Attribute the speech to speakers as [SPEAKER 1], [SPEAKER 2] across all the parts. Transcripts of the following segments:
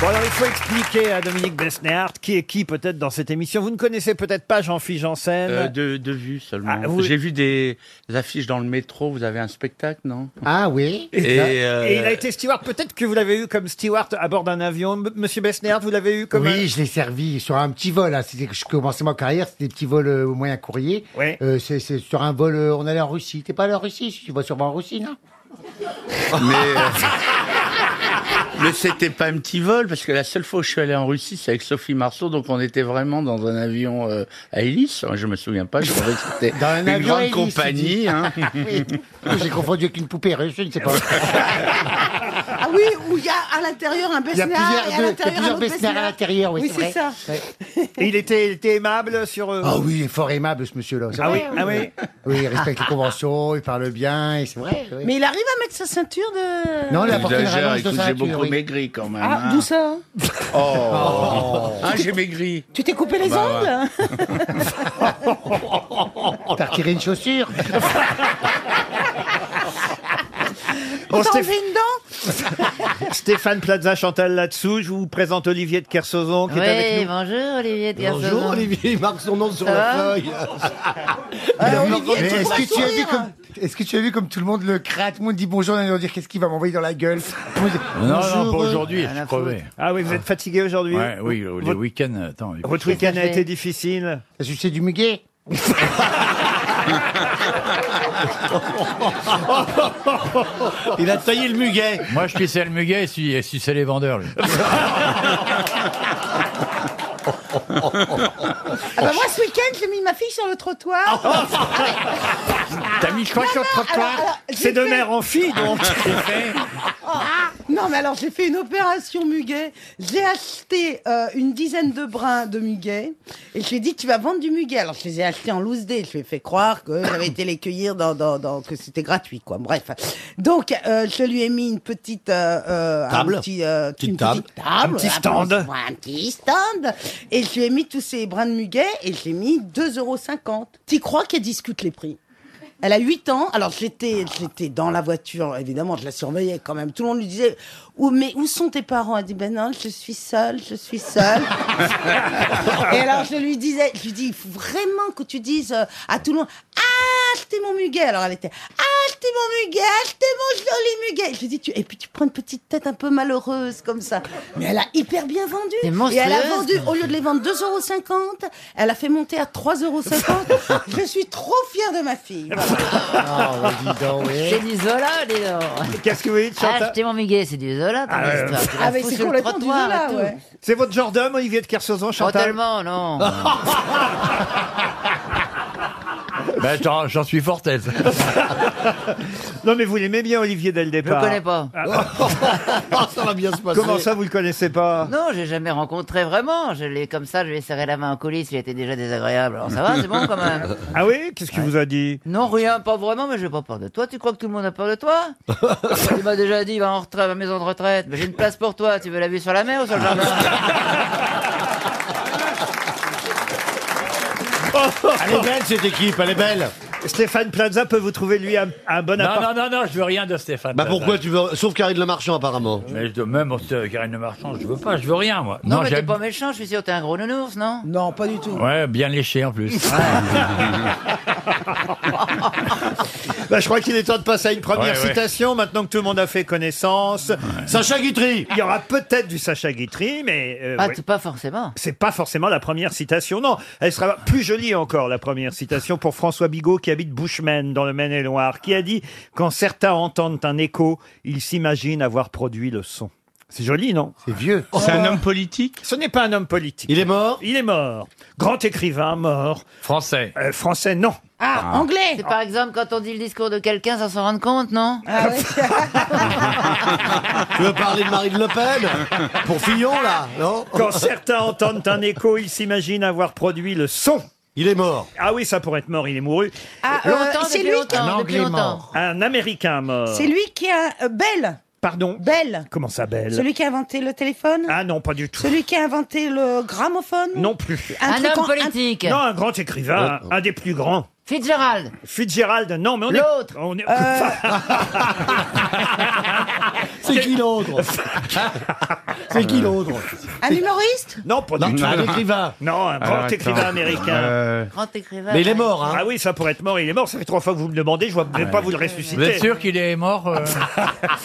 [SPEAKER 1] Bon, alors il faut expliquer à Dominique Besnéard qui est qui peut-être dans cette émission. Vous ne connaissez peut-être pas Jean-Philippe Janssen.
[SPEAKER 2] Euh, de, de vue seulement.
[SPEAKER 1] Ah, vous-
[SPEAKER 2] J'ai vu des affiches dans le métro, vous avez un spectacle, non
[SPEAKER 3] Ah oui
[SPEAKER 2] Et, euh,
[SPEAKER 1] Et il a été steward. Peut-être que vous l'avez eu comme steward à bord d'un avion. M- Monsieur Besnéard, vous l'avez eu comme.
[SPEAKER 3] Oui, je l'ai servi sur un petit vol. hein. C'était que je commençais ma carrière, c'était des petits vols euh, au moyen courrier.
[SPEAKER 1] Ouais.
[SPEAKER 3] Euh, c'est c'est sur un vol, euh, on allait en Russie. T'es pas allé en Russie si Tu vas sûrement en Russie, non
[SPEAKER 2] Mais, euh, mais c'était pas un petit vol, parce que la seule fois où je suis allé en Russie, c'est avec Sophie Marceau, donc on était vraiment dans un avion euh, à hélice. Je me souviens pas, je savais que c'était
[SPEAKER 3] Dans un
[SPEAKER 2] une
[SPEAKER 3] avion à
[SPEAKER 2] grande
[SPEAKER 3] hélice, il
[SPEAKER 2] compagnie. hein.
[SPEAKER 3] Oui. J'ai confondu avec une poupée russe, je ne sais pas.
[SPEAKER 4] Ah oui, où il y a à l'intérieur un
[SPEAKER 3] Il y a
[SPEAKER 4] Besnard et à
[SPEAKER 3] plusieurs, de, il y a
[SPEAKER 4] l'intérieur un
[SPEAKER 3] plusieurs
[SPEAKER 4] autre
[SPEAKER 3] Besnard à
[SPEAKER 4] Besnard.
[SPEAKER 3] l'intérieur, oui,
[SPEAKER 4] Oui, c'est
[SPEAKER 3] vrai.
[SPEAKER 4] ça.
[SPEAKER 3] Ouais.
[SPEAKER 1] Et il était, il était aimable sur. euh,
[SPEAKER 3] Ah oui, il est fort aimable ce monsieur-là. c'est
[SPEAKER 1] Ah oui,
[SPEAKER 3] vrai. hein?
[SPEAKER 1] ah oui.
[SPEAKER 3] Oui, il respecte les conventions, il parle bien, et c'est vrai. oui.
[SPEAKER 4] Mais il arrive à mettre sa ceinture de...
[SPEAKER 3] non, il a apporté une
[SPEAKER 2] J'exagère,
[SPEAKER 3] rallonge de
[SPEAKER 2] écoute,
[SPEAKER 3] sa
[SPEAKER 2] j'ai
[SPEAKER 3] nature,
[SPEAKER 2] beaucoup
[SPEAKER 3] oui.
[SPEAKER 2] maigri quand même.
[SPEAKER 4] Ah,
[SPEAKER 2] hein.
[SPEAKER 4] d'où ça
[SPEAKER 2] Oh. Hein, j'ai maigri.
[SPEAKER 4] Tu t'es coupé les
[SPEAKER 2] Bah,
[SPEAKER 4] ongles
[SPEAKER 3] T'as retiré une chaussure
[SPEAKER 1] Bon,
[SPEAKER 4] T'as
[SPEAKER 1] Stéph-
[SPEAKER 4] enlevé une dent
[SPEAKER 1] Stéphane Plaza, Chantal là-dessous. Je vous présente Olivier de Kersauzon qui est avec nous.
[SPEAKER 5] Oui, bonjour Olivier de
[SPEAKER 6] Bonjour
[SPEAKER 5] Kersauzon.
[SPEAKER 6] Olivier, il marque son nom sur
[SPEAKER 5] Ça
[SPEAKER 6] la
[SPEAKER 5] va
[SPEAKER 6] feuille.
[SPEAKER 7] Ah,
[SPEAKER 3] Mais Est-ce que, tu as vu comme, est-ce que tu as vu comme tout le monde le craint Tout le monde dit bonjour, on va dire qu'est-ce qu'il va m'envoyer dans la gueule. Tout le monde dit,
[SPEAKER 8] Non, non,
[SPEAKER 3] bonjour,
[SPEAKER 8] pas
[SPEAKER 3] euh,
[SPEAKER 8] aujourd'hui,
[SPEAKER 5] à
[SPEAKER 8] je
[SPEAKER 5] la
[SPEAKER 8] suis crevé.
[SPEAKER 1] Ah oui, vous êtes fatigué aujourd'hui.
[SPEAKER 8] Ouais, oui, euh, le
[SPEAKER 1] Votre-
[SPEAKER 8] week-end, attends. il-
[SPEAKER 1] Votre week-end a
[SPEAKER 5] fait
[SPEAKER 1] été difficile.
[SPEAKER 3] T'as sucé du muguet
[SPEAKER 6] Il a taillé le muguet.
[SPEAKER 8] Moi, je suis le muguet et si, et si c'est les vendeurs. lui.
[SPEAKER 4] Ah bah moi, ce week-end, j'ai mis ma fille sur le trottoir.
[SPEAKER 8] T'as mis quoi sur le trottoir
[SPEAKER 4] J'ai
[SPEAKER 1] C'est de
[SPEAKER 4] fait-
[SPEAKER 1] mère en fille, donc.
[SPEAKER 4] Non, mais alors j'ai fait une opération muguet. J'ai acheté euh, une dizaine de brins de muguet et je lui ai dit tu vas vendre du muguet. Alors je les ai achetés en loose day. Je lui ai fait croire que j'avais été les cueillir dans, dans, dans- que c'était gratuit quoi. Bref. Donc euh, je lui ai mis une petite euh, euh, un
[SPEAKER 6] Table.
[SPEAKER 4] petit, euh,
[SPEAKER 6] Petite
[SPEAKER 4] une
[SPEAKER 6] table.
[SPEAKER 4] petite table,
[SPEAKER 1] Un petit stand.
[SPEAKER 4] Un, un petit stand. Et je lui ai mis tous ces brins de muguet et je lui ai mis 2,50 euros. T'y crois qu'elle discute les prix elle a 8 ans. Alors j'étais j'étais dans la voiture, évidemment, je la surveillais quand même. Tout le monde lui disait où mais où sont tes parents Elle dit ben non, je suis seule, je suis seule. Et alors je lui disais, je lui dis il faut vraiment que tu dises euh, à tout le monde ah, achetez mon muguet. Alors elle était achetez mon muguet, achetez mon joli muguet. Je lui dis tu et puis tu prends une petite tête un peu malheureuse comme ça. Mais elle a hyper bien vendu.
[SPEAKER 5] C'est
[SPEAKER 4] Et elle a
[SPEAKER 5] monstrueuse.
[SPEAKER 4] vendu au lieu de les vendre 2,50 euros, elle a fait monter à 3,50 euros. Je suis trop fière de ma fille.
[SPEAKER 3] Ah,
[SPEAKER 5] bah,
[SPEAKER 3] ouais, dis donc, ouais.
[SPEAKER 5] C'est du Zola, dis donc.
[SPEAKER 1] Qu'est-ce que vous dites,
[SPEAKER 5] Ah,
[SPEAKER 1] Chantal
[SPEAKER 5] Acheter mon muguet, c'est du Zola ton histoire. Tu
[SPEAKER 4] Ah,
[SPEAKER 5] la
[SPEAKER 4] mais
[SPEAKER 5] fous
[SPEAKER 4] c'est
[SPEAKER 5] sur le
[SPEAKER 4] complètement du
[SPEAKER 5] trottoir
[SPEAKER 4] Zola,
[SPEAKER 5] et tout.
[SPEAKER 4] ouais.
[SPEAKER 1] C'est votre genre d'homme, Olivier de Kersauzon,
[SPEAKER 5] Pas
[SPEAKER 1] Chantal
[SPEAKER 5] tellement, non.
[SPEAKER 8] Bah, j'en- J'en suis fort aise.
[SPEAKER 1] Non, mais vous l'aimez bien, Olivier, dès le
[SPEAKER 5] Je le
[SPEAKER 1] départ.
[SPEAKER 5] connais pas.
[SPEAKER 6] Ah, ça va bien se passer.
[SPEAKER 1] Comment ça, vous le connaissez pas
[SPEAKER 5] Non, j'ai jamais rencontré vraiment. Je l'ai comme ça, je lui ai serré la main en coulisses, il était déjà désagréable. Alors ça va, c'est bon quand même.
[SPEAKER 1] Ah oui Qu'est-ce qu'il vous a dit
[SPEAKER 5] Non, rien, pas vraiment, mais j'ai pas peur de toi. Tu crois que tout le monde a peur de toi Il m'a déjà dit, va en retraite, va à maison de retraite. Mais j'ai une place pour toi. Tu veux la vue sur la mer ou sur le jardin
[SPEAKER 6] Elle est belle cette équipe, elle est belle.
[SPEAKER 1] Stéphane Plaza peut vous trouver, lui, un, un bon
[SPEAKER 8] Non,
[SPEAKER 1] appart.
[SPEAKER 8] non, non, non, je veux rien de Stéphane.
[SPEAKER 6] Bah
[SPEAKER 8] Plaza.
[SPEAKER 6] pourquoi tu veux. Sauf Karine Le Marchand apparemment.
[SPEAKER 8] Mais je dois- même euh, Karine Le Marchand, je veux pas, je veux rien, moi.
[SPEAKER 5] Non, mais t'es
[SPEAKER 8] j'aime.
[SPEAKER 5] pas méchant, je suis sûr, t'es un gros nounours, non
[SPEAKER 4] Non, pas du tout.
[SPEAKER 8] Ouais, bien léché en plus.
[SPEAKER 1] Bah, je crois qu'il est temps de passer à une première
[SPEAKER 8] Ouais, ouais.
[SPEAKER 1] citation, maintenant que tout le monde a fait connaissance.
[SPEAKER 6] Sacha Guitry.
[SPEAKER 1] Il y aura peut-être du Sacha Guitry, mais... euh,
[SPEAKER 5] Ah,
[SPEAKER 1] ouais.
[SPEAKER 5] t'es pas forcément.
[SPEAKER 1] C'est pas forcément la première citation, non. Elle sera plus jolie encore, la première citation, pour François Bigot, qui habite Bushman, dans le Maine-et-Loire, qui a dit « Quand certains entendent un écho, ils s'imaginent avoir produit le son. » C'est joli, non
[SPEAKER 3] C'est vieux.
[SPEAKER 2] C'est un homme politique
[SPEAKER 1] Ce n'est pas un homme politique.
[SPEAKER 6] Il est mort.
[SPEAKER 1] Il est mort. Grand écrivain, mort.
[SPEAKER 8] Français.
[SPEAKER 1] Euh, français, non.
[SPEAKER 4] Ah, anglais
[SPEAKER 5] C'est par exemple quand on dit le discours de quelqu'un sans s'en rendre compte, non
[SPEAKER 4] Ah ouais.
[SPEAKER 6] Tu veux parler de Marine Le Pen Pour Fillon là, non
[SPEAKER 1] Quand certains entendent un écho, ils s'imaginent avoir produit le son.
[SPEAKER 6] Il est mort.
[SPEAKER 1] Ah oui, ça pourrait être mort, il est mouru.
[SPEAKER 4] Ah, euh,
[SPEAKER 5] Longtemps,
[SPEAKER 4] c'est
[SPEAKER 5] depuis
[SPEAKER 4] lui,
[SPEAKER 5] longtemps,
[SPEAKER 8] Un
[SPEAKER 5] depuis
[SPEAKER 8] Anglais
[SPEAKER 5] longtemps.
[SPEAKER 8] mort.
[SPEAKER 1] Un Américain mort.
[SPEAKER 4] c'est lui qui a euh, Bell,
[SPEAKER 1] Pardon
[SPEAKER 4] Bell,
[SPEAKER 1] Comment ça, Belle
[SPEAKER 4] celui qui a inventé le téléphone,
[SPEAKER 1] Ah non, pas du tout.
[SPEAKER 4] celui qui a inventé le gramophone.
[SPEAKER 1] Non plus.
[SPEAKER 5] Un
[SPEAKER 4] truc
[SPEAKER 5] homme
[SPEAKER 4] en-
[SPEAKER 5] politique.
[SPEAKER 6] Oh,
[SPEAKER 1] Non, un grand écrivain, un des plus grands.
[SPEAKER 8] Fitzgerald.
[SPEAKER 1] Fitzgerald, non, mais on est...
[SPEAKER 8] L'autre.
[SPEAKER 1] on est-
[SPEAKER 4] Euh.
[SPEAKER 3] C'est qui l'autre C'est qui l'autre
[SPEAKER 4] Un humoriste
[SPEAKER 1] Non, pas du tout.
[SPEAKER 3] Un écrivain. Euh,
[SPEAKER 1] Non, un grand écrivain américain.
[SPEAKER 8] Grand écrivain.
[SPEAKER 3] Mais il est mort, hein
[SPEAKER 1] Ah oui, ça pourrait être mort, il est mort. Ça fait trois fois que vous me demandez, je ne
[SPEAKER 9] Ah
[SPEAKER 1] vais pas vous le ressusciter.
[SPEAKER 10] qu'il est mort
[SPEAKER 2] euh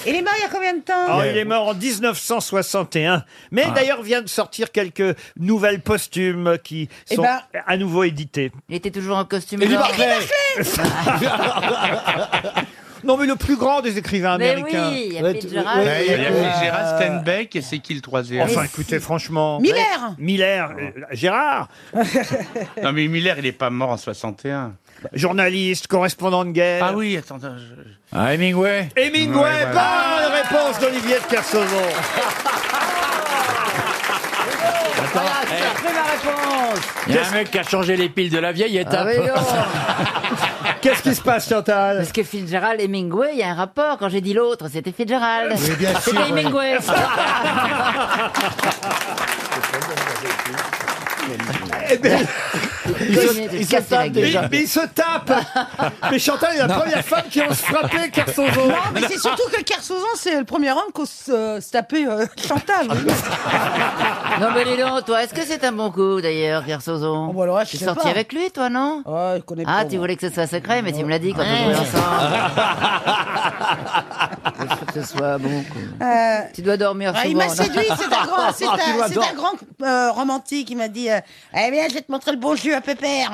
[SPEAKER 4] Il est mort il y a combien de temps
[SPEAKER 1] Ah, il est mort en 1961. Mais
[SPEAKER 9] Ah.
[SPEAKER 1] d'ailleurs, vient de sortir quelques nouvelles posthumes qui
[SPEAKER 4] Eh
[SPEAKER 1] sont
[SPEAKER 4] ben-
[SPEAKER 1] à nouveau éditées.
[SPEAKER 8] Il était toujours en costume.
[SPEAKER 3] Eddie
[SPEAKER 8] blanc.
[SPEAKER 3] Barclay
[SPEAKER 1] Non, mais le plus grand des écrivains
[SPEAKER 8] Mais
[SPEAKER 1] américains.
[SPEAKER 8] oui, il y a
[SPEAKER 3] Ouais,
[SPEAKER 8] Fitzgerald.
[SPEAKER 3] ouais,
[SPEAKER 9] Il y
[SPEAKER 3] ouais.
[SPEAKER 9] a Gérard Steinbeck et c'est qui le troisième
[SPEAKER 1] Enfin, écoutez, franchement.
[SPEAKER 4] Miller
[SPEAKER 1] Miller, euh, Gérard,
[SPEAKER 9] Non mais Miller, il est pas mort en 61.
[SPEAKER 1] journaliste, correspondant de guerre.
[SPEAKER 9] Ah oui, attends. attends, je-
[SPEAKER 10] Hemingway
[SPEAKER 1] Hemingway,
[SPEAKER 9] Ouais,
[SPEAKER 1] bonne réponse d'Olivier de Kersauzon.
[SPEAKER 10] Il y a un mec qui a changé les piles de la vieille
[SPEAKER 8] Ah,
[SPEAKER 10] étape.
[SPEAKER 8] mais non.
[SPEAKER 1] Qu'est-ce qui se passe, Chantal
[SPEAKER 8] Parce que Fitzgerald et Hemingway, il y a un rapport. Quand j'ai dit l'autre, c'était Fitzgerald.
[SPEAKER 3] Oui, bien sûr,
[SPEAKER 8] C'était
[SPEAKER 3] ouais.
[SPEAKER 8] Hemingway.
[SPEAKER 1] Eh ben,
[SPEAKER 8] Il se- il se casse la
[SPEAKER 3] tape
[SPEAKER 8] gueule.
[SPEAKER 3] déjà.
[SPEAKER 1] mais, mais il se tape Mais Chantal est la première femme qui ose se frapper, Kersauzon
[SPEAKER 4] Non, mais c'est surtout que Kersauzon, c'est le premier homme qu'on se, euh, se tapait euh,
[SPEAKER 1] Ah,
[SPEAKER 4] Chantal. oui.
[SPEAKER 8] Non, mais dis donc, toi, est-ce que c'est un bon coup, d'ailleurs, Kersozon
[SPEAKER 4] Oh, bah alors là, je
[SPEAKER 8] Tu es
[SPEAKER 4] sais
[SPEAKER 8] sorti
[SPEAKER 4] pas.
[SPEAKER 8] avec lui, toi, non
[SPEAKER 4] Ah, je connais
[SPEAKER 8] Ah,
[SPEAKER 4] pas,
[SPEAKER 8] tu
[SPEAKER 4] moi.
[SPEAKER 8] voulais que ce soit secret, mais tu me l'as dit quand on jouait ensemble. Il faut que ce soit bon. quoi.
[SPEAKER 4] Euh,
[SPEAKER 8] Tu dois dormir
[SPEAKER 4] Ah, il
[SPEAKER 8] souvent,
[SPEAKER 4] m'a
[SPEAKER 8] non
[SPEAKER 4] séduit, c'est un grand, c'est
[SPEAKER 1] Ah,
[SPEAKER 3] Tu
[SPEAKER 4] un,
[SPEAKER 3] dois
[SPEAKER 4] c'est
[SPEAKER 3] donc.
[SPEAKER 4] un grand euh, romantique. Il m'a dit euh, Eh bien, je vais te montrer le bon jus à Pépère.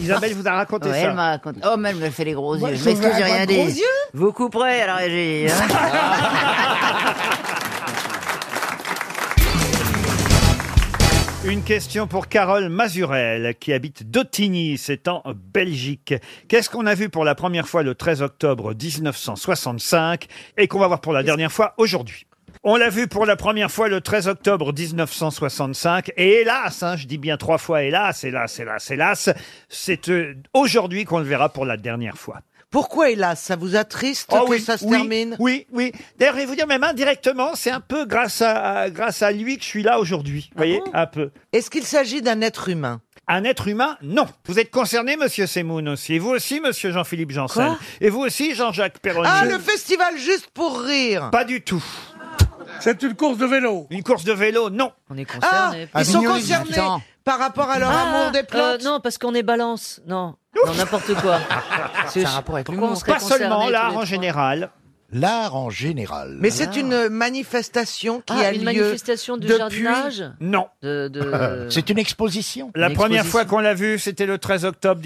[SPEAKER 1] Isabelle vous a raconté
[SPEAKER 8] Ouais,
[SPEAKER 1] ça.
[SPEAKER 8] elle m'a raconté. Oh, mais elle me fait les gros
[SPEAKER 4] Moi,
[SPEAKER 8] yeux.
[SPEAKER 4] je
[SPEAKER 8] Je m'excuse,
[SPEAKER 4] veux
[SPEAKER 8] j'ai rien
[SPEAKER 4] avoir
[SPEAKER 8] dit.
[SPEAKER 4] gros yeux.
[SPEAKER 8] Vous couperez à la régie. hein.
[SPEAKER 1] Une question pour Carole Mazurel, qui habite Dautigny, c'est en Belgique. Qu'est-ce qu'on a vu pour la première fois le 13 octobre 1965 et qu'on va voir pour la dernière fois aujourd'hui on l'a vu pour la première fois le 13 octobre 1965, et hélas, hein, je dis bien trois fois hélas, hélas, hélas, hélas, c'est euh, aujourd'hui qu'on le verra pour la dernière fois.
[SPEAKER 11] Pourquoi, hélas, ça vous attriste
[SPEAKER 1] Oh
[SPEAKER 11] que
[SPEAKER 1] oui,
[SPEAKER 11] ça se
[SPEAKER 1] oui,
[SPEAKER 11] termine
[SPEAKER 1] Oui, oui. D'ailleurs, je vais vous dire même indirectement, c'est un peu grâce à, à- grâce à lui que je suis là aujourd'hui. Vous voyez, un peu.
[SPEAKER 11] Ah Est-ce qu'il s'agit d'un être humain
[SPEAKER 1] Un être humain, non. Vous êtes concerné, monsieur Semoun aussi. Et vous aussi, monsieur Jean-Philippe Janssen. Et vous aussi, Jean-Jacques Perroni.
[SPEAKER 11] Ah, le festival juste pour rire
[SPEAKER 1] Pas du tout.
[SPEAKER 9] C'est une course de vélo.
[SPEAKER 1] Une course de vélo, non.
[SPEAKER 7] On est
[SPEAKER 11] Ah,
[SPEAKER 7] concerné.
[SPEAKER 11] ils sont
[SPEAKER 3] Avignon,
[SPEAKER 11] concernés
[SPEAKER 8] Attends.
[SPEAKER 11] par rapport à leur amour des plantes
[SPEAKER 7] Ah, euh, non, parce qu'on est balance. Non, Non, n'importe quoi. C'est un rapport avec l'humour.
[SPEAKER 1] Pas seulement l'art en général.
[SPEAKER 3] L'art en général.
[SPEAKER 11] Mais c'est une manifestation qui
[SPEAKER 7] Ah,
[SPEAKER 11] a
[SPEAKER 7] une
[SPEAKER 11] lieu.
[SPEAKER 7] manifestation de
[SPEAKER 11] depuis-
[SPEAKER 7] jardinage
[SPEAKER 1] Non.
[SPEAKER 7] de, de...
[SPEAKER 3] C'est une exposition.
[SPEAKER 1] La
[SPEAKER 7] Une
[SPEAKER 1] première
[SPEAKER 7] exposition.
[SPEAKER 1] fois qu'on l'a vu, c'était le 13 octobre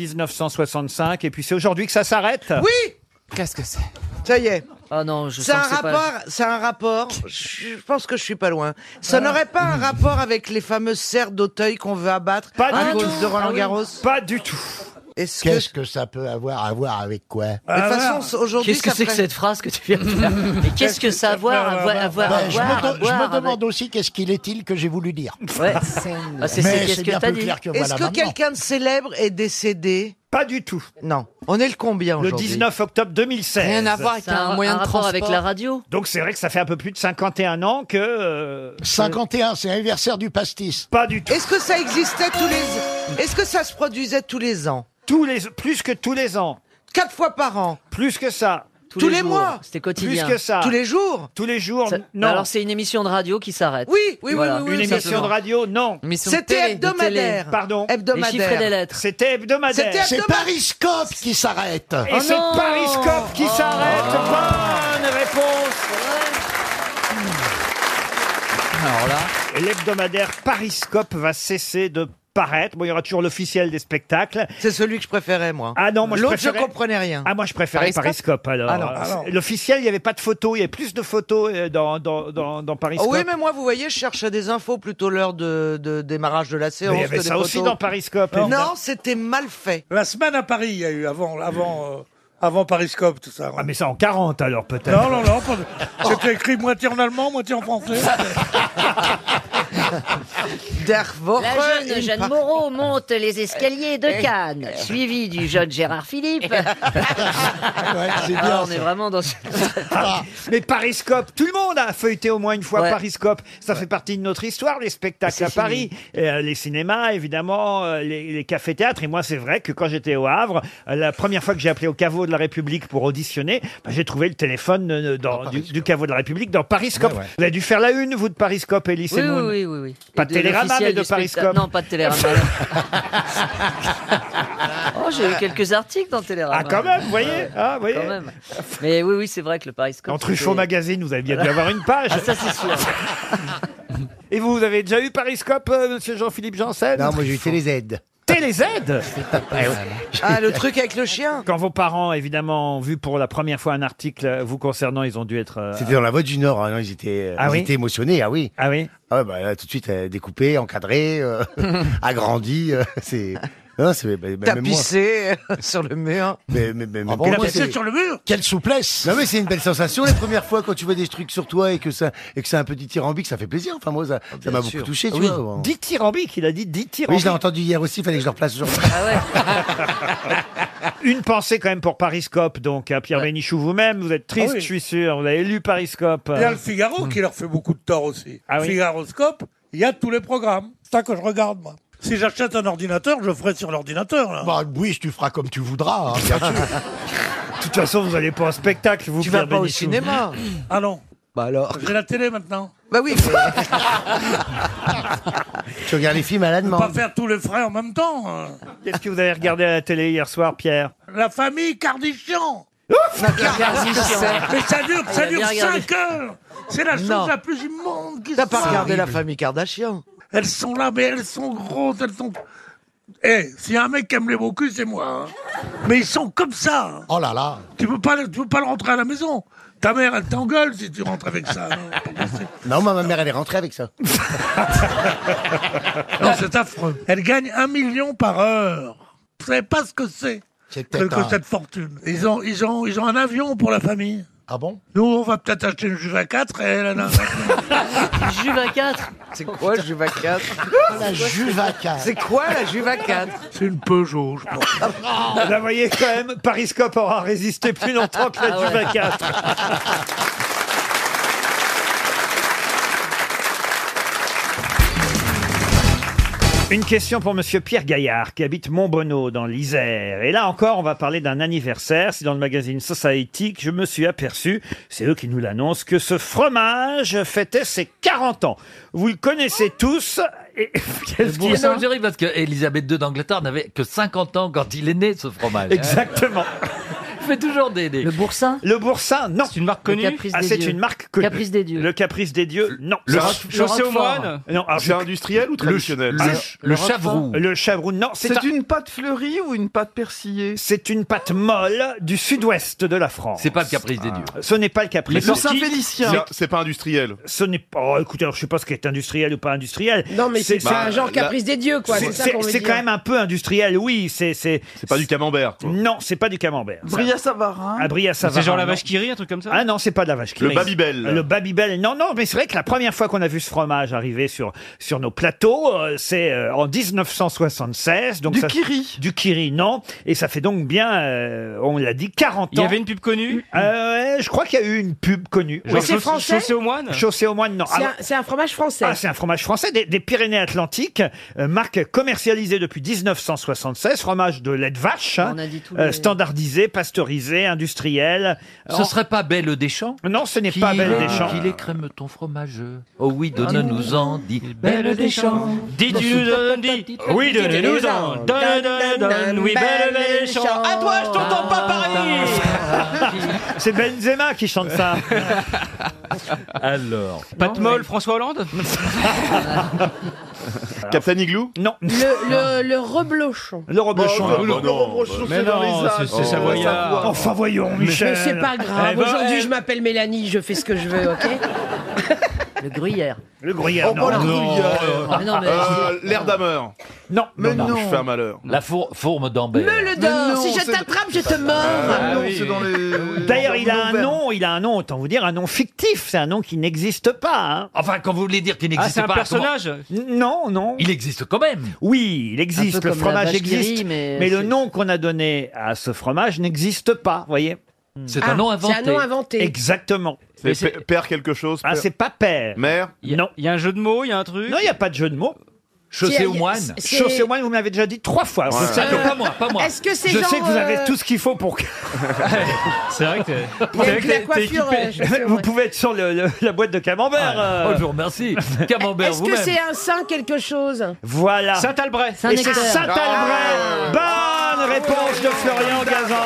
[SPEAKER 1] 1965. Et puis c'est aujourd'hui que ça s'arrête.
[SPEAKER 11] Oui
[SPEAKER 10] Qu'est-ce que c'est
[SPEAKER 11] Ça y est,
[SPEAKER 7] Ah non, je
[SPEAKER 11] c'est
[SPEAKER 7] sens
[SPEAKER 11] un
[SPEAKER 7] que c'est pas...
[SPEAKER 11] rapport, c'est un rapport, je je pense que je suis pas loin. Ça
[SPEAKER 7] Ah.
[SPEAKER 11] n'aurait pas un rapport avec les fameuses serres d'Auteuil qu'on veut abattre
[SPEAKER 1] Pas
[SPEAKER 11] à
[SPEAKER 7] Ah,
[SPEAKER 1] du
[SPEAKER 11] cause
[SPEAKER 1] tout.
[SPEAKER 11] de Roland Garros
[SPEAKER 1] Pas du tout.
[SPEAKER 11] Ah Est-ce que...
[SPEAKER 3] Qu'est-ce que ça peut avoir à voir avec quoi
[SPEAKER 11] De
[SPEAKER 1] Ah,
[SPEAKER 11] toute façon, aujourd'hui,
[SPEAKER 7] Qu'est-ce que
[SPEAKER 11] ça
[SPEAKER 7] c'est que
[SPEAKER 11] ferait-
[SPEAKER 7] cette phrase que tu viens de faire Mais qu'est-ce que ça a à voir, à voir, à voir, à
[SPEAKER 3] Ben, je, me
[SPEAKER 7] voir,
[SPEAKER 3] de-
[SPEAKER 7] à
[SPEAKER 3] je me
[SPEAKER 7] voir avec-
[SPEAKER 3] demande aussi qu'est-ce qu'il est-il que j'ai voulu dire.
[SPEAKER 7] Ouais. Ah, c'est c'est-
[SPEAKER 3] Mais
[SPEAKER 7] qu'est-ce
[SPEAKER 3] c'est
[SPEAKER 7] que
[SPEAKER 3] bien
[SPEAKER 7] t'as
[SPEAKER 3] plus
[SPEAKER 7] dit
[SPEAKER 3] clair que
[SPEAKER 11] Est-ce
[SPEAKER 3] voilà
[SPEAKER 11] que
[SPEAKER 3] maintenant.
[SPEAKER 11] quelqu'un de célèbre est décédé
[SPEAKER 1] Pas du tout.
[SPEAKER 11] Non. On est le combien
[SPEAKER 1] Le
[SPEAKER 11] aujourd'hui
[SPEAKER 1] 19 octobre 2016.
[SPEAKER 10] Rien à voir avec
[SPEAKER 7] C'est un,
[SPEAKER 10] un moyen
[SPEAKER 7] un
[SPEAKER 10] de
[SPEAKER 7] rapport
[SPEAKER 10] transport.
[SPEAKER 7] avec la radio
[SPEAKER 1] Donc c'est vrai que ça fait un peu plus de 51 ans que... euh,
[SPEAKER 3] 51, c'est l'anniversaire du pastis.
[SPEAKER 1] pas du tout.
[SPEAKER 11] Est-ce que ça existait tous les Est-ce que ça se produisait tous les ans
[SPEAKER 1] Tous les, plus que tous les ans.
[SPEAKER 11] Quatre fois par an
[SPEAKER 1] Plus que ça.
[SPEAKER 11] Tous les
[SPEAKER 7] jours.
[SPEAKER 11] mois
[SPEAKER 7] C'était
[SPEAKER 1] Plus
[SPEAKER 7] quotidien.
[SPEAKER 1] que ça.
[SPEAKER 11] Tous les jours
[SPEAKER 1] Tous les jours,
[SPEAKER 7] Ça-
[SPEAKER 1] n- non.
[SPEAKER 7] Alors c'est une émission de radio qui s'arrête.
[SPEAKER 11] Oui, oui, oui,
[SPEAKER 7] Voilà.
[SPEAKER 11] oui, oui,
[SPEAKER 1] Une émission
[SPEAKER 7] simplement.
[SPEAKER 1] de radio, non.
[SPEAKER 11] C'était hebdomadaire.
[SPEAKER 1] Pardon.
[SPEAKER 7] Les chiffres et les
[SPEAKER 11] Hebdomadaire.
[SPEAKER 7] lettres.
[SPEAKER 1] C'était hebdomadaire.
[SPEAKER 11] C'était- Oh
[SPEAKER 3] C'est Pariscope qui s'arrête.
[SPEAKER 8] Oh
[SPEAKER 1] Et c'est Pariscope qui s'arrête.
[SPEAKER 8] Ah.
[SPEAKER 1] Bonne réponse.
[SPEAKER 10] Alors là,
[SPEAKER 1] Et L'hebdomadaire Pariscope va cesser de paraître. Bon, il y aura toujours l'officiel des spectacles.
[SPEAKER 11] C'est celui que je préférais, moi.
[SPEAKER 1] Ah non, moi je
[SPEAKER 11] L'autre, je
[SPEAKER 1] préférais-
[SPEAKER 11] comprenais rien.
[SPEAKER 1] Ah moi je préférais Pariscope, alors.
[SPEAKER 11] Ah non, ah non.
[SPEAKER 1] L'officiel, il n'y avait pas de photos, il y avait plus de photos euh, dans, dans, dans, dans
[SPEAKER 11] Oh
[SPEAKER 1] Pariscope.
[SPEAKER 11] oui, mais moi, vous voyez, je cherchais des infos plutôt l'heure de, de démarrage de la séance.
[SPEAKER 1] Mais il y avait
[SPEAKER 11] que des
[SPEAKER 1] ça aussi
[SPEAKER 11] photos.
[SPEAKER 1] dans Pariscope. évidemment.
[SPEAKER 11] Non, Oh, c'était mal fait.
[SPEAKER 12] La semaine à Paris, il y a eu avant, avant, euh, avant Pariscope, tout ça.
[SPEAKER 1] Ah mais ça en 40 alors peut-être.
[SPEAKER 12] Non, non, non. pas de- C'était écrit moitié en allemand, moitié en français.
[SPEAKER 7] La jeune Jeanne Moreau monte les escaliers
[SPEAKER 11] Eh.
[SPEAKER 7] de Cannes, suivie du jeune Gérard Philippe.
[SPEAKER 1] c'est bien,
[SPEAKER 7] Ah, on
[SPEAKER 1] ça.
[SPEAKER 7] est vraiment dans ce-
[SPEAKER 1] Mais Pariscope, tout le monde a feuilleté au moins une fois
[SPEAKER 7] Ouais.
[SPEAKER 1] Pariscope. Ça fait partie de notre histoire, les spectacles
[SPEAKER 7] C'est
[SPEAKER 1] à
[SPEAKER 7] fini.
[SPEAKER 1] Paris, euh, les cinémas, évidemment, euh, les, les cafés-théâtres. Et moi, c'est vrai que quand j'étais au Havre, euh, la première fois que j'ai appelé au caveau de la République pour auditionner, bah, j'ai trouvé le téléphone euh, dans- du, du caveau de la République dans Pariscope.
[SPEAKER 7] Ouais, ouais.
[SPEAKER 1] Vous avez dû faire la une, vous, de Pariscope, Elie
[SPEAKER 7] Oui,
[SPEAKER 1] Semoun.
[SPEAKER 7] oui, oui, oui, oui.
[SPEAKER 1] Pas
[SPEAKER 7] Et
[SPEAKER 1] de Télérama,
[SPEAKER 7] l'officiel
[SPEAKER 1] mais de
[SPEAKER 7] du spectacle.
[SPEAKER 1] Pariscope.
[SPEAKER 7] Non, pas de Télérama. oh, j'ai eu quelques articles dans Télérama.
[SPEAKER 1] Ah, quand même, vous voyez,
[SPEAKER 7] Ouais,
[SPEAKER 1] ah, vous voyez.
[SPEAKER 7] quand même. Mais oui, oui, c'est vrai que le Pariscope.
[SPEAKER 1] Dans Truffaut
[SPEAKER 7] c'était-
[SPEAKER 1] Magazine, vous avez bien dû avoir une page.
[SPEAKER 7] Ah, ça, c'est sûr.
[SPEAKER 1] Et vous, vous avez déjà eu Pariscope, euh, monsieur Jean-Philippe Janssen
[SPEAKER 3] Non, moi j'ai eu les aides.
[SPEAKER 1] les aides
[SPEAKER 11] Ah, le truc avec le chien
[SPEAKER 1] Quand vos parents, évidemment, ont vu pour la première fois un article euh, vous concernant, ils ont dû être... euh,
[SPEAKER 3] C'était dans la voie du Nord, hein, non, ils étaient,
[SPEAKER 1] Ah
[SPEAKER 3] ils
[SPEAKER 1] oui
[SPEAKER 3] étaient émotionnés, ah oui.
[SPEAKER 1] Ah oui
[SPEAKER 3] Ah ouais, bah, là, tout de suite, euh, découpé, encadré, euh, agrandi, euh, c'est... Non, c'est... bah, bah, même moi.
[SPEAKER 11] Tapissé sur le mur.
[SPEAKER 3] Mais, mais, mais, mais
[SPEAKER 11] bon,
[SPEAKER 3] pour
[SPEAKER 11] il a
[SPEAKER 3] Ah moi,
[SPEAKER 11] pissé
[SPEAKER 3] c'est-
[SPEAKER 11] sur le mur
[SPEAKER 3] Quelle souplesse Non mais c'est une belle sensation les premières fois quand tu vois des trucs sur toi et que ça et que c'est un petit tyrambique, ça fait plaisir. Enfin moi ça ça m'a beaucoup touché, tu
[SPEAKER 1] Oui.
[SPEAKER 3] vois. bon.
[SPEAKER 1] Dithyrambique, il a dit
[SPEAKER 3] Oui,
[SPEAKER 1] dithyrambique.
[SPEAKER 3] je l'ai entendu hier aussi, fallait que je le replace aujourd'hui.
[SPEAKER 1] Ah Une pensée quand même pour Pariscope, donc. à Pierre Bénichou, vous-même, vous êtes triste,
[SPEAKER 12] Ah oui.
[SPEAKER 1] je suis sûr. Vous avez lu Pariscope. euh.
[SPEAKER 12] Il y a le Figaro qui leur fait beaucoup de tort aussi.
[SPEAKER 1] Ah oui.
[SPEAKER 12] Figaroscope, il y a tous les programmes. C'est ça que je regarde, moi. Si j'achète un ordinateur, je ferai sur l'ordinateur. là.
[SPEAKER 3] Bah oui, tu feras comme tu voudras, hein, bien sûr.
[SPEAKER 1] De toute façon, vous n'allez pas au spectacle, vous,
[SPEAKER 11] Tu vas
[SPEAKER 1] Pierre
[SPEAKER 11] pas au
[SPEAKER 1] Bénichou.
[SPEAKER 11] cinéma
[SPEAKER 12] Ah non.
[SPEAKER 3] bah alors.
[SPEAKER 12] J'ai la télé maintenant.
[SPEAKER 11] Bah oui, mais-
[SPEAKER 3] Tu regardes les films à la
[SPEAKER 12] Faut pas
[SPEAKER 3] demande.
[SPEAKER 12] faire tous les frais en même temps. euh.
[SPEAKER 1] Qu'est-ce que vous avez regardé à la télé hier soir, Pierre
[SPEAKER 12] La famille Kardashian.
[SPEAKER 11] Kardashian.
[SPEAKER 12] Mais ça dure,
[SPEAKER 11] Il
[SPEAKER 12] ça
[SPEAKER 11] a
[SPEAKER 12] dure
[SPEAKER 11] bien regardé.
[SPEAKER 12] 5 heures. C'est la chose
[SPEAKER 11] Non.
[SPEAKER 12] la plus immonde qui
[SPEAKER 11] t'as
[SPEAKER 12] se
[SPEAKER 11] pas
[SPEAKER 12] passe.
[SPEAKER 11] regardé la famille Kardashian.
[SPEAKER 12] Elles sont là, mais elles sont grosses, elles sont. Eh, s'il y a un mec qui aime les beaux culs, c'est moi. hein. Mais ils sont comme ça. hein.
[SPEAKER 3] Oh là là.
[SPEAKER 12] Tu peux pas, tu peux pas le rentrer à la maison. Ta mère, elle t'engueule si tu rentres avec ça. hein.
[SPEAKER 3] Non, moi, ma mère elle est rentrée avec ça.
[SPEAKER 12] Non, c'est affreux. Elle gagne un million par heure. Vous savez pas ce que c'est
[SPEAKER 3] C'est
[SPEAKER 12] que, que cette fortune. Ils ont, ils ont, ils ont un avion pour la famille.
[SPEAKER 3] Ah bon
[SPEAKER 12] Nous, on va peut-être acheter une Juve à 4 et elle elle a un-
[SPEAKER 7] Jus 24.
[SPEAKER 11] C'est quoi le Juve à 4
[SPEAKER 3] La Juvaca.
[SPEAKER 11] C'est quoi la Juve à 4
[SPEAKER 12] C'est une Peugeot, je pense.
[SPEAKER 1] Là, vous voyez quand même, Pariscope aura résisté plus longtemps que la
[SPEAKER 8] Ah
[SPEAKER 12] Ah
[SPEAKER 1] du 24. Une question pour Monsieur Pierre Gaillard, qui habite Montbonneau, dans l'Isère. Et là encore, on va parler d'un anniversaire. C'est dans le magazine Society que je me suis aperçu, c'est eux qui nous l'annoncent, que ce fromage fêtait ses 40 ans. Vous le connaissez tous. Et qu'est-ce qu'il y a
[SPEAKER 2] C'est en Algérie parce que Elisabeth II d'Angleterre n'avait que 50 ans quand il est né, ce fromage.
[SPEAKER 1] Exactement.
[SPEAKER 2] Il fait toujours des. des-
[SPEAKER 7] Le boursin.
[SPEAKER 1] Le boursin, non. C'est une marque
[SPEAKER 7] Le Caprice
[SPEAKER 1] Ah,
[SPEAKER 7] des
[SPEAKER 1] c'est
[SPEAKER 7] Dieux.
[SPEAKER 1] une marque connue.
[SPEAKER 7] Caprice des Dieux.
[SPEAKER 1] Le Caprice des Dieux, non.
[SPEAKER 13] Le
[SPEAKER 1] Ça-
[SPEAKER 13] ch- chaussée au
[SPEAKER 2] Roquefort.
[SPEAKER 13] moine
[SPEAKER 1] Non, alors,
[SPEAKER 13] C'est industriel ou traditionnel
[SPEAKER 1] Ah,
[SPEAKER 2] Le, le chavroux.
[SPEAKER 1] le chavroux, non. C'est un-
[SPEAKER 13] C'est une pâte fleurie ou une pâte persillée
[SPEAKER 1] c'est une pâte molle du sud-ouest de la France. Ah.
[SPEAKER 2] C'est pas le caprice des dieux.
[SPEAKER 1] Ce n'est pas le
[SPEAKER 13] Le
[SPEAKER 1] caprice. des Dieux.
[SPEAKER 13] Saint-Félicien. C'est pas industriel.
[SPEAKER 1] Ce n'est pas. Oh, écoutez, alors, je sais pas ce qui est industriel ou pas industriel.
[SPEAKER 14] Non, mais c'est c'est
[SPEAKER 13] Bah,
[SPEAKER 14] un genre
[SPEAKER 13] là-
[SPEAKER 14] caprice des dieux, quoi.
[SPEAKER 1] C'est-
[SPEAKER 14] C'est ça
[SPEAKER 1] c'est
[SPEAKER 14] qu'on veut
[SPEAKER 1] c'est
[SPEAKER 14] dire.
[SPEAKER 1] quand même un peu industriel, oui. C'est c'est.
[SPEAKER 13] C'est pas du camembert. quoi.
[SPEAKER 1] Non, c'est pas du camembert.
[SPEAKER 13] Bria Savarin.
[SPEAKER 1] Abria
[SPEAKER 5] C'est genre la vache qui rit, un truc comme ça
[SPEAKER 1] Ah non, c'est pas de la vache qui
[SPEAKER 13] Le
[SPEAKER 1] rit. Euh,
[SPEAKER 13] Babybel.
[SPEAKER 1] Le Babybel. Non, non, mais c'est vrai que la première fois qu'on a vu ce fromage arriver sur, sur nos plateaux, euh, c'est euh, en 1976. Donc
[SPEAKER 13] Du
[SPEAKER 1] ça-
[SPEAKER 13] Kiri.
[SPEAKER 1] Du Kiri, non. Et ça fait donc bien, euh, on l'a dit, 40 ans.
[SPEAKER 5] Il y avait une pub connue
[SPEAKER 1] Euh, ouais, je crois qu'il y a eu une pub connue.
[SPEAKER 5] Genre
[SPEAKER 1] Oui.
[SPEAKER 14] c'est français
[SPEAKER 5] Chaussée au moine
[SPEAKER 1] Chaussée au moine, non.
[SPEAKER 14] C'est
[SPEAKER 1] Alors-
[SPEAKER 14] un- C'est un, fromage français.
[SPEAKER 1] ah, c'est un fromage français des, des Pyrénées-Atlantiques, euh, marque commercialisée depuis 1976, fromage de lait de vache, hein,
[SPEAKER 7] On a dit tous
[SPEAKER 1] euh,
[SPEAKER 7] les-
[SPEAKER 1] standardisé, pasteurisé, industriel.
[SPEAKER 2] Ce
[SPEAKER 1] En-
[SPEAKER 2] serait pas Belle Deschamps
[SPEAKER 1] Non, ce n'est pas Belle Deschamps.
[SPEAKER 2] Qu'il est crème ton fromage. Oh oui, donne-nous-en, dit Belle Deschamps.
[SPEAKER 5] Dis-tu donne, dis Oui, donnez-nous-en Donne, donne, donne, oui, belle, belle chant À toi, je t'entends pas parler
[SPEAKER 1] C'est Benzema qui chante ça.
[SPEAKER 2] Alors.
[SPEAKER 5] Pas de molle, François Hollande
[SPEAKER 13] Captain Igloo
[SPEAKER 1] Non,
[SPEAKER 14] Le, le, le reblochon.
[SPEAKER 1] le reblochon.
[SPEAKER 13] bah, bah, non.
[SPEAKER 5] Mais non, c'est-
[SPEAKER 13] bah,
[SPEAKER 5] c'est savoyard
[SPEAKER 1] Enfin voyons, Michel.
[SPEAKER 14] Mais c'est pas grave.
[SPEAKER 5] Eh ben,
[SPEAKER 14] Aujourd'hui,
[SPEAKER 5] elle-
[SPEAKER 14] je m'appelle Mélanie, je fais ce que je veux, ok
[SPEAKER 7] Le gruyère.
[SPEAKER 1] Oh, Le gruyère, Ah, non.
[SPEAKER 7] Mais non, mais-
[SPEAKER 13] Euh, L'air d'ameur.
[SPEAKER 1] Non,
[SPEAKER 13] mais non. Je fais un malheur.
[SPEAKER 2] La four- fourme
[SPEAKER 1] Ben,
[SPEAKER 2] d'Ambert.
[SPEAKER 13] Me le donne, Mais non, si je c'est-
[SPEAKER 4] t'attrape, je te mords.
[SPEAKER 13] Ah oui.
[SPEAKER 1] D'ailleurs, il a un nom, il a un nom, autant vous dire, un nom fictif, c'est un nom qui n'existe pas. hein.
[SPEAKER 2] Enfin, quand vous voulez dire qu'il n'existe
[SPEAKER 1] Ah, c'est un
[SPEAKER 2] pas.
[SPEAKER 1] personnage Non, non.
[SPEAKER 2] Il existe quand même.
[SPEAKER 1] Oui, il
[SPEAKER 2] Un
[SPEAKER 1] existe,
[SPEAKER 2] peu
[SPEAKER 1] le
[SPEAKER 2] comme la
[SPEAKER 1] fromage
[SPEAKER 2] vache qui
[SPEAKER 1] existe,
[SPEAKER 2] rit, mais
[SPEAKER 1] mais,
[SPEAKER 2] c'est-
[SPEAKER 1] le nom qu'on a donné à ce fromage n'existe pas, voyez.
[SPEAKER 2] C'est un Ah, nom c'est inventé. un nom inventé.
[SPEAKER 1] Exactement.
[SPEAKER 13] C'est pè- père quelque chose.
[SPEAKER 1] Ah,
[SPEAKER 13] père-
[SPEAKER 1] c'est pas père.
[SPEAKER 13] Mère
[SPEAKER 1] Non. Il y a un jeu de mots, il y a un truc Non, il n'y a pas de jeu de mots.
[SPEAKER 2] Chaussée C'est- au moine. c'est-
[SPEAKER 1] Chaussée au moine, vous me l'avez déjà dit trois fois.
[SPEAKER 2] Ouais.
[SPEAKER 1] C'est ça que-
[SPEAKER 2] Euh, Pas moi, pas moi. est-ce que c'est
[SPEAKER 1] Je sais
[SPEAKER 2] genre,
[SPEAKER 1] que vous avez
[SPEAKER 2] euh,
[SPEAKER 1] tout ce qu'il faut pour que...
[SPEAKER 5] C'est vrai que.
[SPEAKER 1] Vous,
[SPEAKER 5] C'est vrai que t'es- t'es
[SPEAKER 1] euh,
[SPEAKER 5] équipé.
[SPEAKER 1] pouvez être sur le- le- la boîte de camembert. euh.
[SPEAKER 2] Oh, je vous remercie. Camembert,
[SPEAKER 14] Est-ce que
[SPEAKER 2] vous-même.
[SPEAKER 14] c'est un saint quelque chose
[SPEAKER 1] Voilà.
[SPEAKER 5] Saint-Albret.
[SPEAKER 1] Et c'est Saint-Albret. Bonne réponse de Florian Gazan.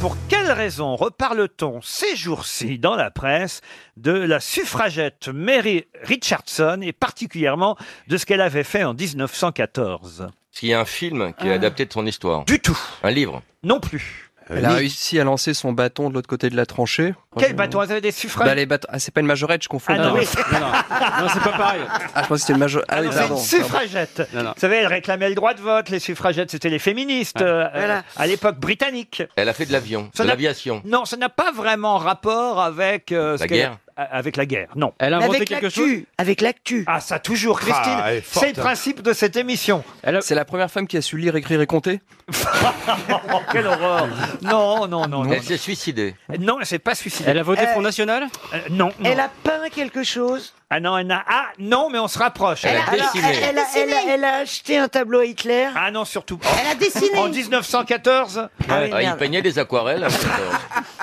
[SPEAKER 1] Pour quelle raison reparle-t-on ces jours-ci dans la presse de la suffragette Mary Richardson et particulièrement de ce qu'elle avait fait en 1914
[SPEAKER 15] Parce qu'il y a un film qui est
[SPEAKER 1] Ah.
[SPEAKER 15] adapté de son histoire.
[SPEAKER 1] Du tout.
[SPEAKER 15] Un livre.
[SPEAKER 1] Non plus.
[SPEAKER 16] Elle a réussi à lancer son bâton de l'autre côté de la tranchée.
[SPEAKER 2] Oh,
[SPEAKER 1] Quel bâton Vous avez des suffragettes
[SPEAKER 16] Bah, les bâtons- Ah, c'est pas une majorette, je confonds.
[SPEAKER 1] Ah non,
[SPEAKER 16] pardon.
[SPEAKER 1] oui. Non, non. Non, c'est pas pareil.
[SPEAKER 16] Ah, je pense que c'est une majorette. Ah, oui,
[SPEAKER 1] Non, c'est
[SPEAKER 16] pardon.
[SPEAKER 1] une suffragette. Vous savez, elle réclamait le droit de vote. Les suffragettes, c'était les féministes euh,
[SPEAKER 15] Voilà.
[SPEAKER 1] euh, à l'époque britannique.
[SPEAKER 15] Elle a fait de l'avion,
[SPEAKER 1] Ça
[SPEAKER 15] de
[SPEAKER 1] n'a-
[SPEAKER 15] l'aviation.
[SPEAKER 1] Non, ça n'a pas vraiment rapport avec euh, ce
[SPEAKER 15] La
[SPEAKER 1] qu'elle-
[SPEAKER 15] guerre
[SPEAKER 1] a- Avec la guerre, non.
[SPEAKER 15] Elle a inventé Avec quelque l'actu, chose
[SPEAKER 1] Avec l'actu. Ah, ça toujours, Christine.
[SPEAKER 16] Ah, elle est forte,
[SPEAKER 1] c'est le
[SPEAKER 16] hein.
[SPEAKER 1] principe de cette émission.
[SPEAKER 16] C'est la première femme qui a su lire, écrire et compter
[SPEAKER 1] Oh, quelle horreur. Non, non, non. non.
[SPEAKER 15] Elle s'est suicidée.
[SPEAKER 1] Non, elle s'est pas suicidée.
[SPEAKER 15] Elle a voté Front
[SPEAKER 1] National non, non.
[SPEAKER 15] Elle a
[SPEAKER 1] peint quelque chose Ah non, elle n'a. Ah non, mais on se rapproche.
[SPEAKER 15] Elle a Alors, dessiné. elle- elle a-
[SPEAKER 1] elle, a acheté un tableau à Hitler Ah non, surtout. Elle a dessiné. En 1914
[SPEAKER 15] Ah, il peignait des aquarelles. à 14.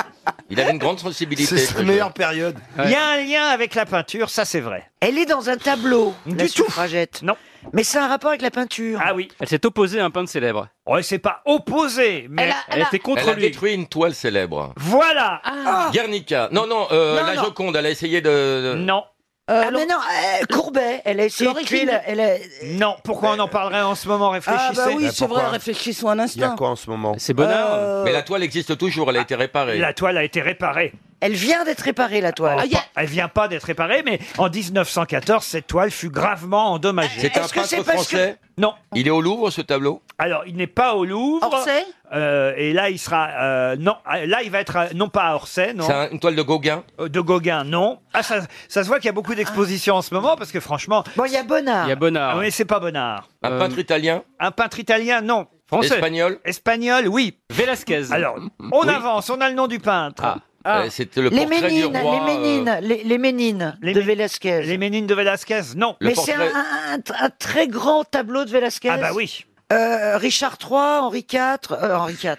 [SPEAKER 15] il avait une grande sensibilité.
[SPEAKER 1] C'est sa meilleure
[SPEAKER 15] période.
[SPEAKER 1] Il y a un lien avec la peinture, ça c'est vrai.
[SPEAKER 17] Elle est dans un tableau, la
[SPEAKER 1] Du tout.
[SPEAKER 17] suffragette.
[SPEAKER 1] Non.
[SPEAKER 17] Mais c'est un rapport avec la peinture.
[SPEAKER 1] Ah oui.
[SPEAKER 5] Elle s'est opposée à un peintre célèbre.
[SPEAKER 1] Ouais, c'est pas opposé, mais.
[SPEAKER 5] Elle, était contre
[SPEAKER 15] elle a
[SPEAKER 5] lui.
[SPEAKER 15] détruit Ah. une toile célèbre.
[SPEAKER 1] Voilà.
[SPEAKER 17] Ah,
[SPEAKER 15] Guernica. Non, non, euh,
[SPEAKER 17] Non,
[SPEAKER 15] la
[SPEAKER 17] non.
[SPEAKER 15] Joconde, elle a essayé de.
[SPEAKER 1] Non.
[SPEAKER 17] ah, mais non, euh, Courbet, elle a essayé de
[SPEAKER 1] Florentine.
[SPEAKER 17] tuer la- elle a-
[SPEAKER 1] Non, pourquoi on en parlerait en ce moment Réfléchissez.
[SPEAKER 4] Ah bah oui, c'est vrai, réfléchissons un instant.
[SPEAKER 15] en ce moment
[SPEAKER 5] C'est
[SPEAKER 15] Bonnard.
[SPEAKER 1] Euh.
[SPEAKER 15] Mais la toile existe toujours, elle a été réparée.
[SPEAKER 1] Ah, La toile a été réparée.
[SPEAKER 17] Elle vient d'être réparée, la toile. Ah,
[SPEAKER 1] Oh, pas- Elle vient pas d'être réparée, mais en 1914, cette toile fut gravement endommagée.
[SPEAKER 15] C'est un peintre français
[SPEAKER 1] Non.
[SPEAKER 15] Il est au Louvre, ce tableau
[SPEAKER 1] Alors, il n'est pas au Louvre.
[SPEAKER 17] Orsay
[SPEAKER 1] Euh, Et là, il sera... euh, non, euh, là, il va être... à- Non, pas à Orsay, non.
[SPEAKER 15] C'est un- une toile de Gauguin
[SPEAKER 1] Euh, De Gauguin, non. Ah, ça, ça se voit qu'il y a beaucoup d'expositions en ce moment, parce que franchement...
[SPEAKER 17] Bon, il y a Bonnard. Euh,
[SPEAKER 1] Ah, mais c'est pas Bonnard.
[SPEAKER 15] Un peintre italien
[SPEAKER 1] Un peintre italien, non.
[SPEAKER 15] Français Espagnol
[SPEAKER 1] Espagnol, oui.
[SPEAKER 5] Velasquez.
[SPEAKER 1] Alors, on
[SPEAKER 15] Oui.
[SPEAKER 1] avance, on a le nom du peintre.
[SPEAKER 17] Ah.
[SPEAKER 15] Euh, C'était le
[SPEAKER 17] les
[SPEAKER 15] portrait du
[SPEAKER 17] Ménines,
[SPEAKER 15] roi.
[SPEAKER 17] les
[SPEAKER 1] euh,
[SPEAKER 17] Ménines, les, les Ménines de Velasquez.
[SPEAKER 1] Les Ménines de Velasquez, non.
[SPEAKER 17] Mais c'est un, un- un- un très grand tableau de Velasquez.
[SPEAKER 1] Ah bah oui.
[SPEAKER 17] Euh, Richard III, Henri IV, euh, Henri IV,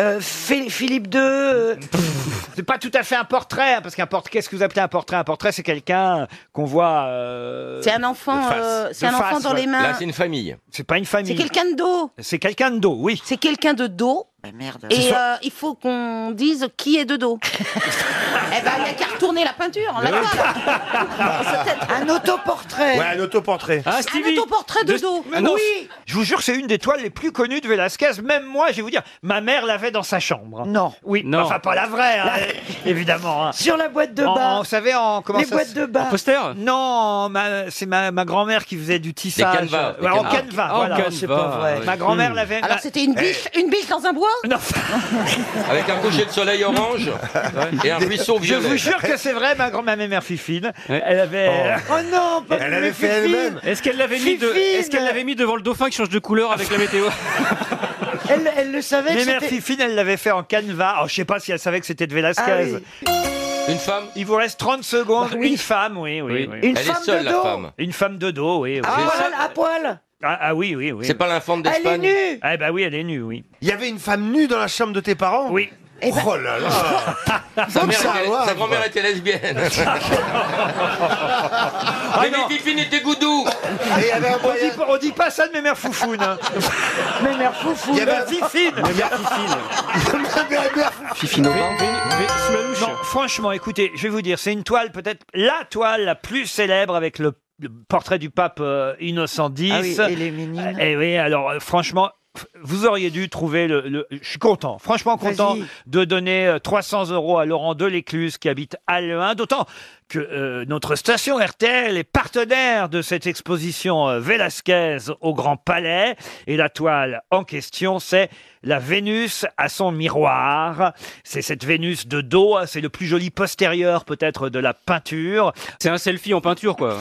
[SPEAKER 17] euh, Phil- Philippe II. euh,
[SPEAKER 1] C'est pas tout à fait un portrait, hein, parce qu'un portrait, qu'est-ce que vous appelez un portrait Un portrait, c'est quelqu'un qu'on voit. euh,
[SPEAKER 4] C'est un enfant,
[SPEAKER 1] de face.
[SPEAKER 4] euh, c'est
[SPEAKER 1] De
[SPEAKER 4] un enfant
[SPEAKER 1] face,
[SPEAKER 4] dans les mains. Là, c'est
[SPEAKER 15] une famille.
[SPEAKER 1] C'est pas une famille.
[SPEAKER 4] C'est quelqu'un de dos.
[SPEAKER 1] C'est quelqu'un de dos, oui.
[SPEAKER 4] C'est quelqu'un de dos.
[SPEAKER 17] merde.
[SPEAKER 4] Et euh, il faut qu'on dise qui est de dos. eh ben, il n'y a qu'à retourner la peinture, la
[SPEAKER 10] Le-
[SPEAKER 4] toile.
[SPEAKER 17] un autoportrait.
[SPEAKER 10] Ouais, un autoportrait.
[SPEAKER 1] Ah,
[SPEAKER 4] Un autoportrait de, dos.
[SPEAKER 1] Mais non, Je vous jure, c'est une des toiles les plus connues de Velasquez. Même moi, je vais vous dire, ma mère l'avait dans sa chambre.
[SPEAKER 17] Non.
[SPEAKER 1] Oui,
[SPEAKER 5] Non.
[SPEAKER 1] enfin pas la vraie, hein, évidemment. hein.
[SPEAKER 17] Sur la boîte de
[SPEAKER 1] En-
[SPEAKER 17] bain.
[SPEAKER 1] en- vous savez, en comment
[SPEAKER 17] Les
[SPEAKER 1] ça
[SPEAKER 17] boîtes
[SPEAKER 1] se-
[SPEAKER 17] de bain. En
[SPEAKER 5] poster
[SPEAKER 1] Non, ma- c'est ma, ma grand-mère qui faisait du tissage.
[SPEAKER 15] canevas, des
[SPEAKER 1] Ouais, en
[SPEAKER 15] canevas.
[SPEAKER 1] canevas.
[SPEAKER 15] Ah, en
[SPEAKER 1] voilà.
[SPEAKER 15] canevas, c'est pas vrai.
[SPEAKER 1] Ma grand-mère
[SPEAKER 15] Hmm.
[SPEAKER 1] l'avait.
[SPEAKER 4] Alors,
[SPEAKER 1] ma- Eh.
[SPEAKER 4] c'était une biche, une biche dans un bois
[SPEAKER 1] Non.
[SPEAKER 15] Avec un coucher de soleil orange Eh, et un ruisseau
[SPEAKER 1] Je
[SPEAKER 15] violet.
[SPEAKER 1] vous jure que c'est vrai, ma grand-mère, ma mère Fifine, elle avait.
[SPEAKER 15] Oh.
[SPEAKER 17] non,
[SPEAKER 1] pas
[SPEAKER 15] Elle avait fait elle-même.
[SPEAKER 5] Est-ce qu'elle l'avait mis, de-
[SPEAKER 1] Fifine.
[SPEAKER 5] est-ce qu'elle l'avait mis devant le dauphin qui change de couleur avec la météo
[SPEAKER 17] Elle, elle le savait. que
[SPEAKER 1] Mais mère
[SPEAKER 17] c'était-
[SPEAKER 1] Fifine, elle l'avait fait en canevas. Alors, je sais pas si elle savait que c'était de Velasquez.
[SPEAKER 17] Ah oui.
[SPEAKER 15] Une femme
[SPEAKER 1] Il vous reste 30 secondes. Une femme, oui, oui. oui.
[SPEAKER 17] Bah Une Elle est femme de seule, la dos. femme.
[SPEAKER 1] Une femme de dos, oui. oui.
[SPEAKER 17] À poil, à poil.
[SPEAKER 1] Ah, ah oui, oui, oui.
[SPEAKER 15] C'est pas l'infante
[SPEAKER 17] Elle est
[SPEAKER 15] d'Espagne
[SPEAKER 17] nue.
[SPEAKER 1] Ah bah oui, elle est nue, oui.
[SPEAKER 3] Il y avait une femme nue dans la chambre de tes parents
[SPEAKER 1] Oui.
[SPEAKER 3] Oh là là
[SPEAKER 15] Ah. Sa, mère
[SPEAKER 3] Ça,
[SPEAKER 15] était-
[SPEAKER 3] ouais.
[SPEAKER 15] sa grand-mère était lesbienne. mais mes pipines étaient goudou.
[SPEAKER 1] on, dit, pas- on dit pas ça de mes mères foufounes. hein.
[SPEAKER 17] Mais mère foufou.
[SPEAKER 1] Il y avait un Fifine. Non, franchement, écoutez, je vais vous dire, c'est une toile, peut-être la toile la plus célèbre avec le, le portrait du pape euh, Innocent X.
[SPEAKER 17] Ah oui, et les Ménines.
[SPEAKER 1] Eh oui, alors euh, franchement. vous auriez dû trouver le. le- je suis content, franchement content
[SPEAKER 5] Vas-y.
[SPEAKER 1] de donner euh, 300 euros à Laurent Delécluse qui habite Halluin, d'autant que euh, notre station RTL est partenaire de cette exposition euh, Velasquez au Grand Palais. Et la toile en question, c'est la Vénus à son miroir. C'est cette Vénus de dos, hein, c'est le plus joli postérieur peut-être de la peinture. C'est un selfie en peinture, quoi.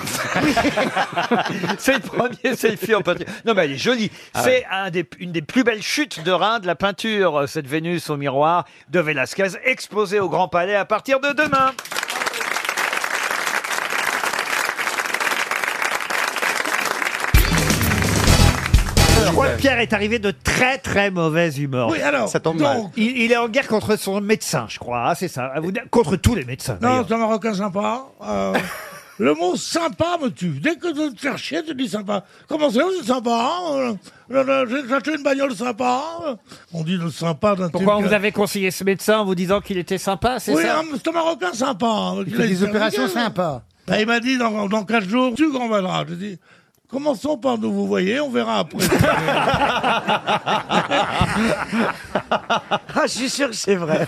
[SPEAKER 1] c'est le premier selfie en peinture. Non, mais elle est jolie.
[SPEAKER 5] Ah
[SPEAKER 1] c'est
[SPEAKER 5] ouais.
[SPEAKER 1] un des- une des plus belles chutes de rein de la peinture, euh, cette Vénus au miroir de Velasquez, exposée au Grand Palais à partir de demain. Je crois que Pierre est arrivé de très très mauvaise humeur.
[SPEAKER 12] Oui, alors, Ça tombe donc- mal.
[SPEAKER 1] Il, il est en guerre contre son médecin, je crois. hein, c'est ça. Ah, vous- Contre tous les médecins.
[SPEAKER 12] Non,
[SPEAKER 1] d'ailleurs.
[SPEAKER 12] c'est un Marocain sympa. Euh, le mot sympa me tue. Dès que je te fais chier, tu dis sympa. Comment c'est, vous êtes sympa hein Euh, euh, J'ai j'ai acheté une bagnole sympa. hein On dit le sympa d'un
[SPEAKER 1] Pourquoi on
[SPEAKER 12] type
[SPEAKER 1] vous
[SPEAKER 12] que-
[SPEAKER 1] avait conseillé ce médecin en vous disant qu'il était sympa, c'est
[SPEAKER 12] Oui,
[SPEAKER 1] ça
[SPEAKER 12] hein, c'est un Marocain sympa. hein.
[SPEAKER 1] Il fait des opérations
[SPEAKER 18] sympas.
[SPEAKER 12] Bah, il m'a dit dans, dans 4 jours, tu grand valras. J'ai dit, commençons par nous vous voyez, on verra après.
[SPEAKER 11] Ah, je suis sûr que c'est vrai.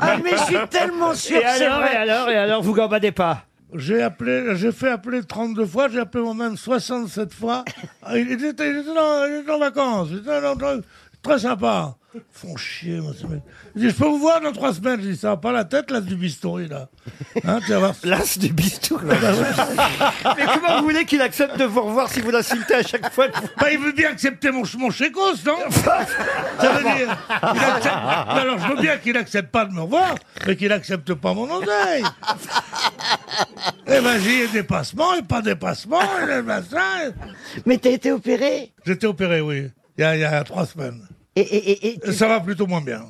[SPEAKER 12] ah, mais je suis tellement sûr
[SPEAKER 1] Et
[SPEAKER 12] que c'est
[SPEAKER 1] alors,
[SPEAKER 12] vrai.
[SPEAKER 1] et alors, et alors, vous gambadez pas
[SPEAKER 12] J'ai appelé, j'ai fait appeler 32 fois, j'ai appelé moi-même 67 fois. Ah, Il était, il était en, il était en vacances, il était en- en- très sympa. Ils Font chier, moi, ces mecs. Il dit, je peux vous voir dans trois semaines. Je dis, ça va pas la tête, l'as du bistouri, là. Hein, tu vas voir.
[SPEAKER 1] L'as du bistouri. Eh ben, Mais comment vous voulez qu'il accepte de vous revoir si vous l'insultez à chaque fois
[SPEAKER 12] Bah, il veut bien accepter mon, ch- mon chécos, non Ça veut dire. il accepte- Mais alors, je veux bien qu'il accepte pas de me revoir, mais qu'il accepte pas mon endeille. Eh ben, j'ai eu dépassement et pas dépassement, et le machin.
[SPEAKER 11] Mais t'as été opéré
[SPEAKER 12] J'étais opéré, oui, il y a, il y a trois semaines.
[SPEAKER 11] Et, et, et, et-
[SPEAKER 12] Ça va plutôt moins bien.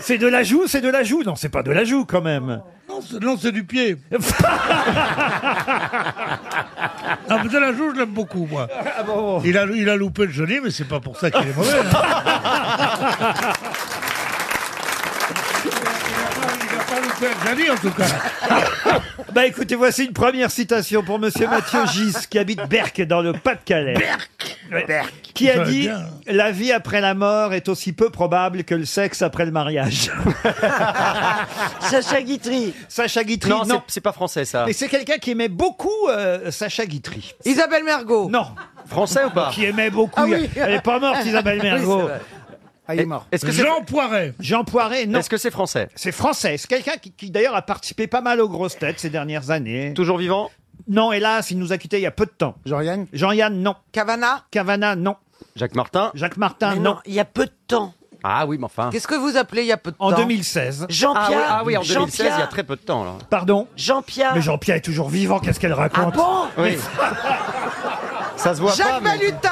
[SPEAKER 1] C'est de la joue, c'est de la joue. Non, c'est pas de la joue quand même.
[SPEAKER 12] Non, c'est- Non, c'est du pied. Ah, mais de la joue, je l'aime beaucoup, moi.
[SPEAKER 11] Ah,
[SPEAKER 12] il, a, il a loupé le joli, mais c'est pas pour ça qu'il est mauvais. hein. Il a pas loupé le joli, en tout cas.
[SPEAKER 1] Bah écoutez, voici une première citation pour Monsieur Mathieu Gis, qui habite Berck dans le Pas-de-Calais. Ouais. Qui
[SPEAKER 12] Ça
[SPEAKER 1] a
[SPEAKER 12] va
[SPEAKER 1] dit
[SPEAKER 12] bien.
[SPEAKER 1] La vie après la mort est aussi peu probable que le sexe après le mariage.
[SPEAKER 11] Sacha Guitry.
[SPEAKER 1] Sacha Guitry,
[SPEAKER 6] Non,
[SPEAKER 1] non.
[SPEAKER 6] c'est- c'est pas français ça.
[SPEAKER 1] Mais c'est quelqu'un qui aimait beaucoup euh, Sacha Guitry.
[SPEAKER 11] Isabelle Mergot.
[SPEAKER 1] Non.
[SPEAKER 6] Français ou pas
[SPEAKER 1] Qui aimait beaucoup.
[SPEAKER 6] Ah oui.
[SPEAKER 1] Elle est pas morte, Isabelle
[SPEAKER 6] Oui,
[SPEAKER 1] Mergot. Ah,
[SPEAKER 6] c'est vrai. il est mort. Est-ce que c'est-
[SPEAKER 12] Jean Poiret.
[SPEAKER 1] Jean Poiret, non.
[SPEAKER 6] Est-ce que c'est français
[SPEAKER 1] C'est français. C'est quelqu'un qui, qui, d'ailleurs a participé pas mal aux grosses têtes ces dernières années.
[SPEAKER 6] Toujours vivant
[SPEAKER 1] Non, hélas, il nous a quittés il y a peu de temps. Jean-Yann Jean-Yann, non.
[SPEAKER 11] Cavana
[SPEAKER 1] Cavana, non.
[SPEAKER 6] Jacques Martin
[SPEAKER 1] Jacques Martin, non.
[SPEAKER 11] Il y a peu de temps.
[SPEAKER 6] Ah oui, mais enfin.
[SPEAKER 11] Qu'est-ce que vous appelez il y a peu de
[SPEAKER 1] En
[SPEAKER 11] temps
[SPEAKER 1] 2016.
[SPEAKER 6] Ah oui,
[SPEAKER 11] Jean-Pierre.
[SPEAKER 6] ah oui, en 2016, il y a
[SPEAKER 11] Jean-Pierre.
[SPEAKER 6] très peu de temps là.
[SPEAKER 1] Pardon
[SPEAKER 11] Jean-Pierre. Ah
[SPEAKER 1] Mais Jean-Pierre est toujours vivant, qu'est-ce qu'elle raconte
[SPEAKER 6] Oui. Ça se voit pas.
[SPEAKER 11] Jacques
[SPEAKER 6] mais-
[SPEAKER 11] Balutin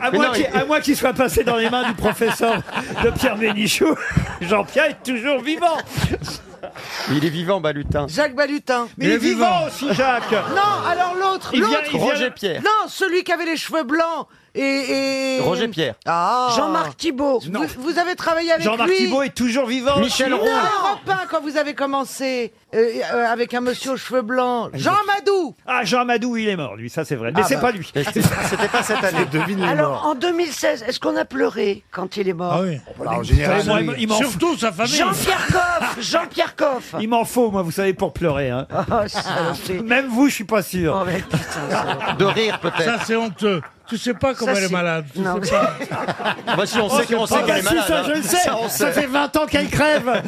[SPEAKER 1] À
[SPEAKER 6] Mais
[SPEAKER 1] moins
[SPEAKER 6] non,
[SPEAKER 1] qu'il-
[SPEAKER 6] il-
[SPEAKER 1] à moins qu'il soit passé dans les mains du professeur de Pierre Bénichou, Jean-Pierre est toujours vivant.
[SPEAKER 6] Il est vivant, Balutin.
[SPEAKER 11] Jacques Balutin.
[SPEAKER 1] Mais il est vivant aussi, Jacques.
[SPEAKER 11] Non, alors l'autre.
[SPEAKER 6] Il vient-
[SPEAKER 11] l'autre.
[SPEAKER 6] il vient- Roger Pierre.
[SPEAKER 11] Non, celui qui avait les cheveux blancs et. et-
[SPEAKER 6] Roger Pierre.
[SPEAKER 11] Ah. Jean-Marc Thibault. Vous, vous avez travaillé avec
[SPEAKER 1] Jean-Marc
[SPEAKER 11] lui.
[SPEAKER 1] Thibault est toujours vivant.
[SPEAKER 11] Non, Europe 1, quand vous avez commencé euh, euh, avec un monsieur aux cheveux blancs. Jean Madou.
[SPEAKER 1] Ah, Jean Madou, il est mort, lui, ça c'est vrai. Mais
[SPEAKER 11] Ah
[SPEAKER 1] c'est
[SPEAKER 11] bah.
[SPEAKER 1] pas lui.
[SPEAKER 6] C'était pas cette année.
[SPEAKER 17] Alors, en 2016, est-ce qu'on a pleuré quand il est mort
[SPEAKER 12] Ah oui.
[SPEAKER 1] en général, Moi, oui. il m'en fout.
[SPEAKER 12] Surtout sa famille.
[SPEAKER 17] Jean-Pierre Coff Jean-Pierre Coff
[SPEAKER 1] Il m'en faut, moi, vous savez, pour pleurer. hein.
[SPEAKER 11] Oh,
[SPEAKER 17] salopé.
[SPEAKER 1] Même vous, je suis pas sûr.
[SPEAKER 6] De rire
[SPEAKER 12] Ça,
[SPEAKER 6] peut-être.
[SPEAKER 12] c'est honteux. Tu sais pas comment
[SPEAKER 6] Ça,
[SPEAKER 12] elle est
[SPEAKER 6] c'est-
[SPEAKER 12] malade. Tu
[SPEAKER 6] Non,
[SPEAKER 12] sais
[SPEAKER 6] mais-
[SPEAKER 12] pas.
[SPEAKER 6] Bah si, on
[SPEAKER 1] Oh,
[SPEAKER 6] sait qu'on
[SPEAKER 1] c'est
[SPEAKER 6] sait
[SPEAKER 1] pas-
[SPEAKER 6] qu'elle est
[SPEAKER 1] Ah bah
[SPEAKER 6] malade. hein.
[SPEAKER 1] si, ça, je le sais.
[SPEAKER 6] Ça,
[SPEAKER 1] Ça,
[SPEAKER 6] on sait.
[SPEAKER 1] fait 20 ans qu'elle crève.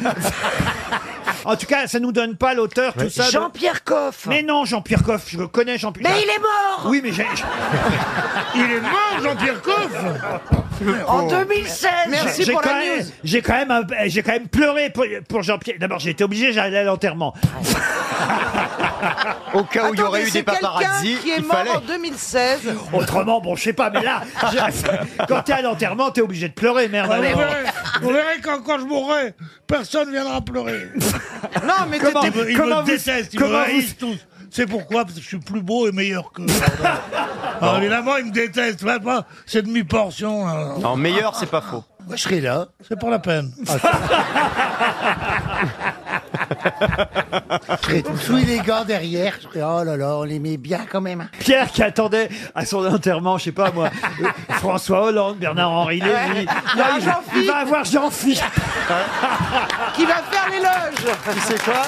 [SPEAKER 1] en tout cas, ça nous donne pas l'auteur, tout ça. de-
[SPEAKER 17] Jean-Pierre Coff
[SPEAKER 1] Mais non, Jean-Pierre Coff, je connais Jean-Pierre.
[SPEAKER 17] Mais il est mort
[SPEAKER 1] Oui, mais j'ai.
[SPEAKER 12] Il est mort, Jean-Pierre Coff
[SPEAKER 17] En 2016
[SPEAKER 1] Oh. j'ai- j'ai quand même- J'ai quand même, un- j'ai quand même pleuré pour, pour Jean-Pierre. D'abord, j'ai été obligé, j'allais à l'enterrement.
[SPEAKER 6] Au cas où il y aurait
[SPEAKER 11] Attendez,
[SPEAKER 6] eu
[SPEAKER 11] c'est
[SPEAKER 6] des paparazzi,
[SPEAKER 11] quelqu'un qui est
[SPEAKER 6] il
[SPEAKER 11] mort
[SPEAKER 6] fallait.
[SPEAKER 11] en 2016.
[SPEAKER 1] Autrement, bon, je sais pas, mais là, j'ai- quand t'es à l'enterrement, t'es obligé de pleurer, merde.
[SPEAKER 12] Vous
[SPEAKER 1] alors.
[SPEAKER 12] verrez, vous verrez quand, quand je mourrai, personne viendra pleurer.
[SPEAKER 11] Non, mais
[SPEAKER 12] Comment, ils
[SPEAKER 11] t'étais-
[SPEAKER 12] me, ils
[SPEAKER 1] comment
[SPEAKER 12] me
[SPEAKER 1] vous-
[SPEAKER 12] détestent, ils me
[SPEAKER 1] comment vous-
[SPEAKER 12] haïssent tous. C'est pourquoi parce que je suis plus beau et meilleur qu'eux. Alors, évidemment, ils me détestent. Pas, pas ces demi-portions. là.
[SPEAKER 6] Non, meilleur, c'est pas faux. Ah,
[SPEAKER 12] Moi, je serai là. C'est pour la peine.
[SPEAKER 18] Tous les gars derrière, je fais, oh là là, on les met bien quand même.
[SPEAKER 3] hein.
[SPEAKER 1] Pierre qui attendait à son enterrement, je sais pas moi, euh, François Hollande, Bernard-Henri
[SPEAKER 12] Ah
[SPEAKER 1] Lévy. Là, il, va- il va avoir Jean-Philippe.
[SPEAKER 11] Qui va faire l'éloge
[SPEAKER 12] Tu sais quoi